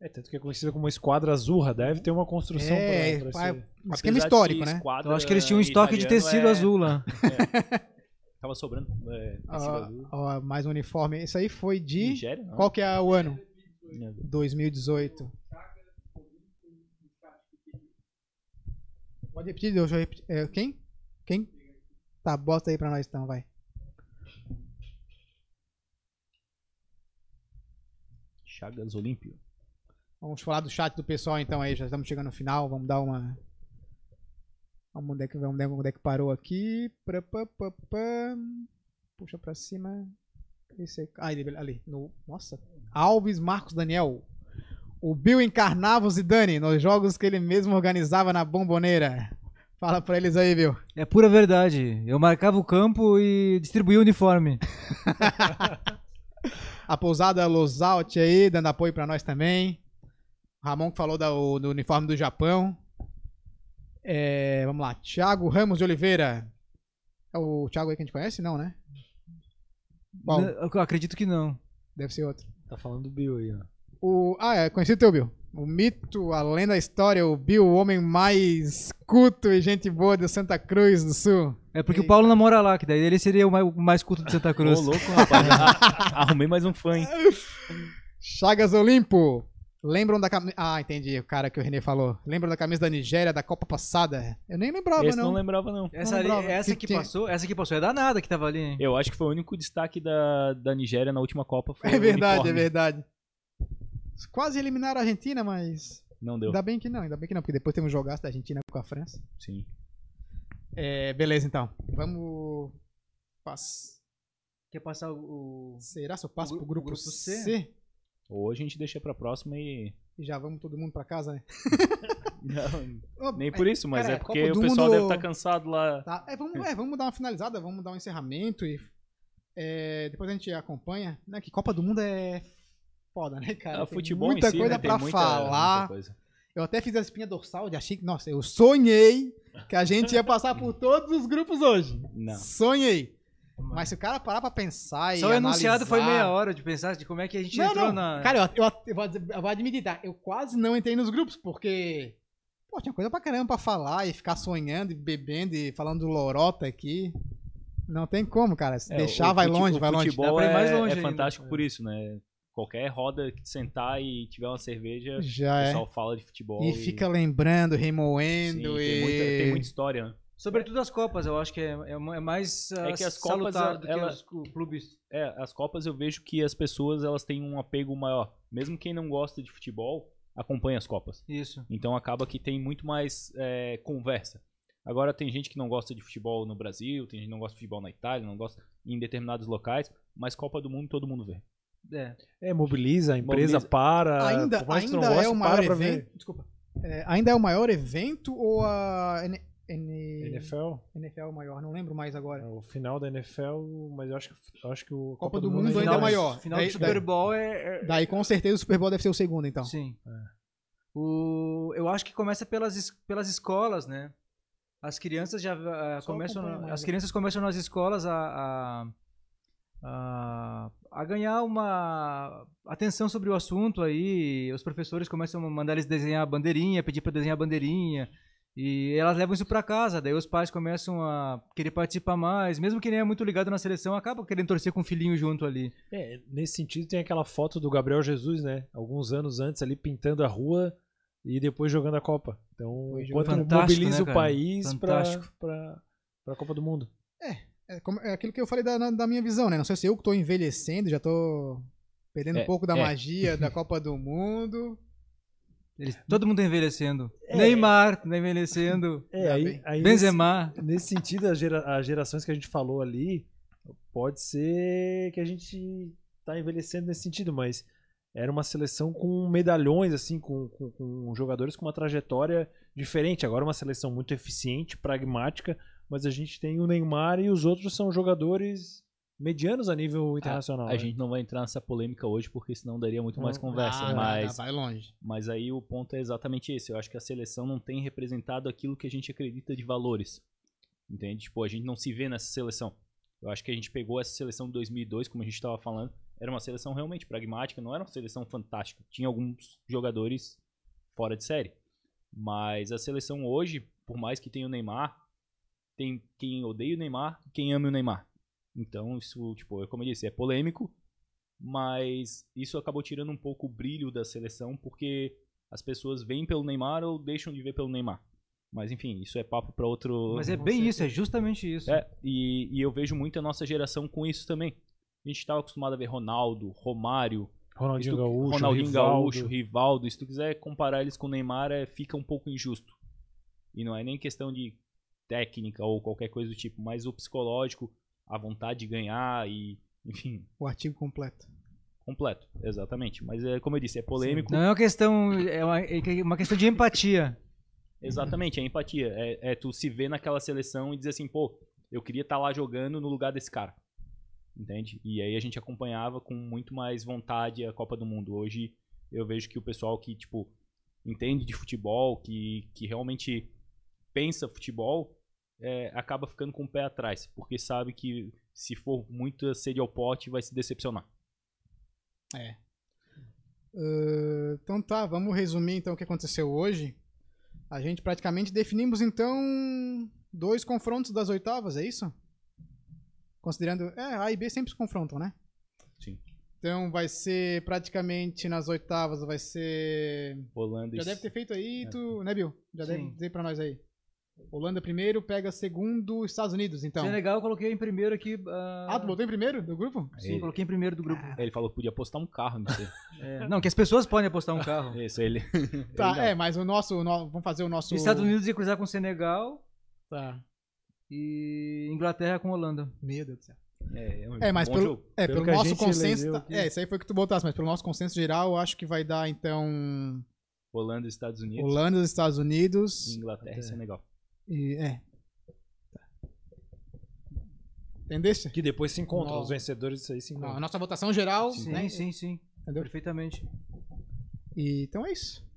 S2: É, tanto que é conhecida como Esquadra Azurra. Deve ter uma construção
S1: É,
S2: pra, pra
S1: pai-
S2: ser-
S1: um esquema
S4: Apesar de
S1: histórico,
S4: que
S1: né?
S4: esquadra
S3: Eu acho que eles tinham um estoque de
S4: italiano
S3: tecido
S4: é-
S3: azul lá.
S4: Tava sobrando é, tecido
S1: Ó,
S4: azul.
S1: ó, mais um uniforme. Isso aí foi de.
S4: Nigéria? Não.
S1: Ah, Qual que é o ano? 2018. Pode repetir, deixa eu repetir. É, quem? Quem? Tá, bota aí pra nós então, vai.
S4: Chagas Olímpio.
S1: Vamos falar do chat do pessoal então aí, já estamos chegando no final, vamos dar uma. Vamos onde é que, vamos ver onde é que parou aqui. Pra, pá, pá, pá. Puxa pra cima. Esse aqui. Ah, ele- ali. No... Nossa. Alves Marcos Daniel. O Bill encarnava o Zidane nos jogos que ele mesmo organizava na bomboneira. Fala pra eles aí, Bill.
S3: É pura verdade. Eu marcava o campo e distribuía o uniforme.
S1: A pousada Losaut aí, dando apoio pra nós também. Ramon que falou da- o- do uniforme do Japão. É, vamos lá. Thiago Ramos de Oliveira. É o Thiago aí que a gente conhece? Não, né? Qual?
S3: N- Eu acredito que não.
S1: Deve ser outro.
S2: Tá falando do Bill aí, ó.
S1: O, ah, é, conheci o teu Bill. O mito, a lenda, a história, o Bill, o homem mais culto e gente boa de Santa Cruz do Sul.
S3: É porque
S1: Ei.
S3: o Paulo namora lá, que daí ele seria o mai- o mais culto de Santa
S4: Ô,
S3: Cruz.
S4: louco, rapaz.
S1: [LAUGHS]
S4: Ah, Arrumei mais um fã, hein?
S1: Chagas Olimpo. Lembram da camisa. Ah, entendi o cara que o Renê falou. Lembram da camisa da Nigéria da Copa passada? Eu nem lembrava,
S4: Esse
S1: não.
S4: não lembrava, não.
S3: Essa, ali-
S1: lembrava.
S3: essa
S1: Que
S3: que
S1: tinha-
S3: passou, essa que passou é danada que tava ali. hein?
S4: Eu acho que foi o único destaque da, da Nigéria na última Copa. Foi
S1: É
S4: o
S1: verdade,
S4: uniforme.
S1: é verdade. Quase eliminaram a Argentina, mas.
S4: Não deu.
S1: Ainda bem que não, ainda bem que não, porque depois temos um jogaço da Argentina com a França.
S4: Sim.
S1: É, beleza então. Vamos. Pass...
S3: Quer passar o. o-
S1: Será se eu passo
S3: O
S1: pro
S3: gru-
S1: grupo,
S3: grupo
S1: C?
S3: C?
S4: Ou a gente deixa pra próxima e. [LAUGHS]
S1: E já vamos todo mundo pra casa, né? Ô,
S4: nem
S1: é,
S4: por isso, mas
S1: cara,
S4: é
S1: Copa
S4: porque
S1: do
S4: o pessoal
S1: Mundo-
S4: deve estar cansado lá.
S1: tá. É, vamos, é, vamos dar uma finalizada, vamos dar um encerramento e. é, depois a gente acompanha. Né, que Copa do Mundo é foda, né, cara?
S4: Ah,
S1: Tem
S4: futebol
S1: muita
S4: em si,
S1: coisa
S4: né?
S1: pra
S4: Tem muita,
S1: falar.
S4: muita coisa.
S1: Eu até fiz a espinha dorsal de achei que, nossa, eu sonhei que a gente ia passar por todos os grupos hoje.
S4: Não.
S1: Sonhei. Mas se o cara parar pra pensar e.
S3: Só o enunciado
S1: analisar-
S3: foi meia hora de pensar de como é que a gente
S1: Não,
S3: entrou
S1: não.
S3: na.
S1: Cara, eu, eu- eu vou, dizer- eu vou admitir, tá? Eu quase não entrei nos grupos, porque. Pô, tinha coisa pra caramba pra falar e ficar sonhando e bebendo e falando lorota aqui. Não tem como, cara. Se
S4: É,
S1: deixar,
S4: o
S1: vai
S4: fute-
S1: longe,
S4: o
S1: vai longe.
S4: futebol
S3: Dá pra ir
S4: é,
S3: mais longe
S4: é
S3: ainda.
S4: fantástico por isso, né? Qualquer roda que sentar e tiver uma cerveja, o
S1: Já é.
S4: pessoal fala de futebol.
S1: E fica lembrando, remoendo
S4: Sim,
S1: e.
S4: tem, muita, tem muita história, né?
S3: Sobretudo as Copas, eu acho que é, é uma- é mais ah,
S4: É que as Copas, a-
S3: salutar do
S4: ela-
S3: que os cu- clubes.
S4: É, as Copas eu vejo que as pessoas elas têm um apego maior. Mesmo quem não gosta de futebol, acompanha as Copas.
S3: Isso.
S4: Então acaba que tem muito mais é, conversa. Agora tem gente que não gosta de futebol no Brasil, tem gente que não gosta de futebol na Itália, não gosta em determinados locais, mas Copa do Mundo todo mundo vê.
S3: É.
S2: É, mobiliza, a empresa
S4: Mobiliza.
S2: para.
S1: Ainda,
S2: por mais que tu
S1: ainda
S2: não
S1: é
S2: goste,
S1: o
S2: para
S1: maior
S2: pra
S1: evento. Desculpa. É, ainda é o maior evento ou a N- N-
S2: ver. NFL,
S1: NFL é o maior? Não lembro mais agora.
S2: é o final da NFL, mas eu acho que, eu acho que o Copa,
S1: do Mundo ainda
S3: Final-
S1: é maior.
S3: Final
S1: Daí-
S3: do Super
S1: daí-
S3: Bowl é- é,
S1: Daí com certeza o Super Bowl deve ser o segundo, então.
S3: Sim. O, eu acho que começa pelas, es- pelas escolas, né? As crianças já ah,
S1: Só
S3: começam,
S1: acompanha mais,
S3: as
S1: né?
S3: crianças começam nas escolas a, a, a, a ganhar uma atenção sobre o assunto aí. Os professores começam a mandar eles desenhar a bandeirinha, pedir para desenhar a bandeirinha. E elas levam isso para casa, daí os pais começam a querer participar mais, mesmo que nem é muito ligado na seleção, acaba querendo torcer com o filhinho junto ali.
S2: É, nesse sentido tem aquela foto do Gabriel Jesus, né? Alguns anos antes ali pintando a rua e depois jogando a Copa. Então,
S1: Depois
S2: enquanto
S3: jogando. Fantástico,
S2: mobiliza
S3: né,
S2: o
S3: cara?
S2: país pra,
S3: Fantástico.
S2: pra, pra Copa do Mundo.
S1: É, como- é aquilo que eu falei da, na- da minha visão, né? Não sei se eu que tô envelhecendo, já tô perdendo
S4: É,
S1: um pouco da
S4: é.
S1: magia da Copa do Mundo.
S3: Eles- todo mundo tá envelhecendo.
S2: É.
S3: Neymar tá envelhecendo.
S2: É,
S1: Tá
S2: aí,
S1: bem.
S2: aí
S3: Benzema.
S2: nesse, nesse sentido, as, gera- as gerações que a gente falou ali, pode ser que a gente tá envelhecendo nesse sentido, mas era uma seleção com medalhões, assim, com, com- com jogadores com uma trajetória diferente. Agora é uma seleção muito eficiente, pragmática, mas a gente tem o Neymar e os outros são jogadores medianos a nível internacional.
S4: A
S2: né?
S4: gente não vai entrar nessa polêmica hoje porque senão daria muito mais
S2: Não.
S4: conversa,
S1: Ah,
S4: mas
S1: vai longe.
S4: Mas aí o ponto é exatamente esse. Eu acho que a seleção não tem representado aquilo que a gente acredita de valores. Entende? Tipo, a gente não se vê nessa seleção. Eu acho que a gente pegou essa seleção de 2002, como a gente estava falando, era uma seleção realmente pragmática, não era uma seleção fantástica. Tinha alguns jogadores fora de série. Mas a seleção hoje, por mais que tenha o Neymar, tem quem odeia o Neymar e quem ama o Neymar. Então, isso, tipo, é como eu disse, é polêmico, mas isso acabou tirando um pouco o brilho da seleção, porque as pessoas veem pelo Neymar ou deixam de ver pelo Neymar. Mas enfim, isso é papo para outro.
S3: Mas é bem isso, é justamente isso.
S4: É, e, e eu vejo muito a nossa geração com isso também. A gente estava acostumado a ver Ronaldo, Romário,
S2: Ronaldinho
S4: se tu-
S2: Gaúcho,
S4: Ronaldinho
S2: Rivaldo.
S4: Gaúcho, Rivaldo. Se tu quiser comparar eles com o Neymar, é, fica um pouco injusto. E não é nem questão de técnica ou qualquer coisa do tipo, mas o psicológico, a vontade de ganhar e, enfim,
S1: O artigo completo.
S4: completo, exatamente. Mas é como eu disse, é polêmico.
S3: Não é uma questão, é uma, é uma questão de empatia.
S4: Exatamente, é empatia. É, é tu se ver naquela seleção e dizer assim, pô, eu queria estar lá jogando no lugar desse cara. Entende? E aí a gente acompanhava com muito mais vontade a Copa do Mundo. Hoje eu vejo que o pessoal que, tipo, entende de futebol, que, que realmente pensa futebol, é, acaba ficando com o pé atrás, porque sabe que se for muito sede ao pote, vai se decepcionar.
S1: Ah, então tá, vamos resumir então o que aconteceu hoje. A gente praticamente definimos então dois confrontos das oitavas, é isso? Considerando. É, A e B sempre se confrontam, né?
S4: Sim.
S1: Então vai ser praticamente nas oitavas, vai ser.
S4: Holanda
S1: Já
S4: e
S1: deve ter feito aí,
S4: É.
S1: tu, né, Bill? Já
S3: Sim.
S1: deve dizer pra nós aí. Holanda primeiro, pega segundo, Estados Unidos, então.
S3: Senegal é legal, eu coloquei em primeiro aqui.
S1: Ah, tu botou em primeiro do grupo?
S3: Sim, coloquei em primeiro do grupo.
S4: Ele falou que podia apostar um carro, não sei.
S3: É, Não, que as pessoas podem apostar um carro.
S4: Isso, ele.
S1: Tá,
S4: Legal.
S1: é, mas o nosso, o no- vamos fazer o nosso.
S3: Estados Unidos ia cruzar com Senegal
S1: Tá.
S3: e Inglaterra com Holanda.
S1: Meu Deus do céu.
S4: É, um
S1: É, mas
S4: bom
S1: pelo-
S4: jogo.
S1: É,
S2: Pelo
S1: pelo,
S2: que a
S1: nosso
S2: gente
S1: consenso.
S2: elegeu
S1: tá-
S2: aqui.
S1: É, isso aí foi o que tu botasse, mas pelo nosso consenso geral, eu acho que vai dar, então.
S4: Holanda, Estados Unidos,
S1: Holanda, Estados Unidos.
S4: Inglaterra é
S1: é.
S4: e Senegal.
S1: E, é. Tá. Entendeste?
S2: Que depois se encontram,
S1: Não.
S2: os vencedores disso aí se
S1: Não, a
S2: encontram.
S1: nossa votação geral,
S3: Sim,
S1: né?
S3: sim, sim.
S1: Entendeu?
S3: Perfeitamente.
S1: E, então é isso.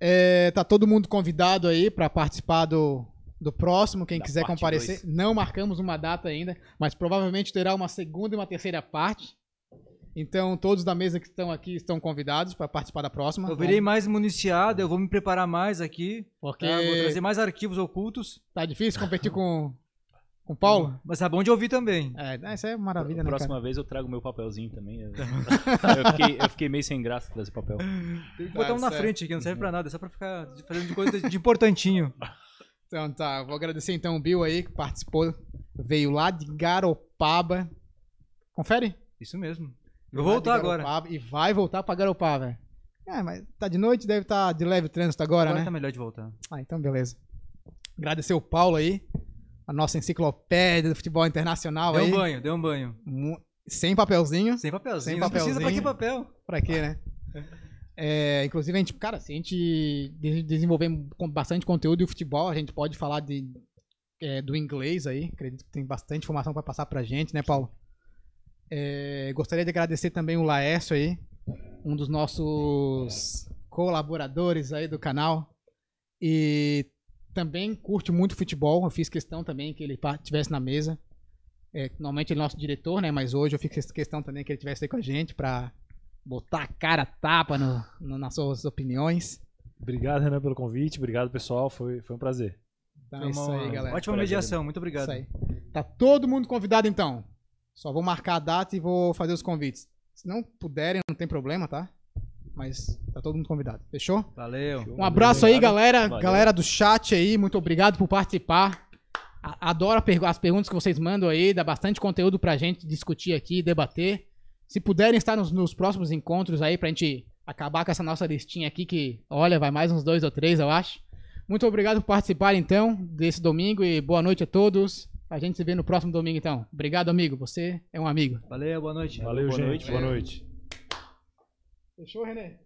S1: É, tá todo mundo convidado aí pra participar do, do próximo, quem
S4: Da
S1: quiser
S4: parte
S1: comparecer.
S4: dois.
S1: Não marcamos uma data ainda, mas provavelmente terá uma segunda e uma terceira parte. Então todos da mesa que estão aqui estão convidados pra participar da próxima. né?
S3: Eu virei mais municiado, eu vou me preparar mais aqui.
S1: porque
S3: tá? Vou trazer mais arquivos ocultos.
S1: tá difícil competir com com o Paulo.
S3: Mas tá bom de ouvir também.
S1: É, né, isso é maravilha, né, cara?
S4: Próxima vez eu trago meu papelzinho
S1: [LAUGHS]
S4: também. Eu, eu fiquei, eu fiquei meio sem graça trazer papel.
S3: Tem que
S1: Tá
S3: botar um na
S1: certo.
S3: frente aqui, não serve pra nada, é só pra ficar fazendo coisa de importantinho.
S1: Então tá, eu vou agradecer então o Bill aí que participou, veio lá de Garopaba. Confere?
S3: Isso mesmo.
S1: Lá
S3: Eu vou
S1: de
S3: voltar agora.
S1: Garopaba E vai voltar pra Garopaba. velho. É, mas tá de noite, deve estar de leve trânsito agora,
S3: Agora
S1: né?
S3: tá melhor de voltar.
S1: Ah, então beleza. Agradecer o Paulo aí, a nossa enciclopédia do futebol internacional
S3: Deu
S1: aí.
S3: um banho, deu um banho.
S1: Mu- Sem papelzinho.
S3: Sem papelzinho.
S1: Sem
S3: Não precisa pra que
S1: papelzinho.
S3: papel?
S1: Pra quê, né? É, inclusive, a gente, cara, se a gente de- desenvolver com- bastante conteúdo e o futebol, a gente pode falar de, é, do inglês aí. Acredito que tem bastante informação pra passar pra gente, né, Paulo? É, gostaria de agradecer também o Laércio aí, um dos nossos colaboradores aí do canal. E também curte muito futebol. Eu fiz questão também que ele pa- tivesse na mesa. É, normalmente ele é nosso diretor, né? Mas hoje eu fiz questão também que ele tivesse aí com a gente pra botar a cara a tapa no, no- nas suas opiniões.
S2: Obrigado, Renan, pelo convite. Obrigado, pessoal. Foi, foi um prazer.
S1: Então
S3: Foi
S1: é isso
S3: uma
S1: aí, galera.
S3: Ótima
S2: Prazer.
S3: mediação, muito
S1: É
S3: obrigado.
S1: Isso aí. Tá todo mundo convidado então. Só vou marcar a data e vou fazer os convites. Se não puderem, não tem problema, tá? Mas tá todo mundo convidado. Fechou?
S3: Valeu.
S1: Um abraço aí,
S4: Obrigado.
S1: galera.
S4: Valeu.
S1: Galera do chat aí, muito obrigado por participar. A- Adoro a pergu- as perguntas que vocês mandam aí, dá bastante conteúdo pra gente discutir aqui, debater. Se puderem estar nos, nos próximos encontros aí, pra gente acabar com essa nossa listinha aqui, que, olha, vai mais uns dois ou três, eu acho. Muito obrigado por participar, então, desse domingo e boa noite a todos. A gente se vê no próximo domingo, então. Obrigado, amigo. Você é um amigo.
S3: Valeu, boa noite. né?
S2: Valeu,
S4: boa
S2: gente.
S4: noite.
S2: Boa noite.
S1: Fechou, Renê?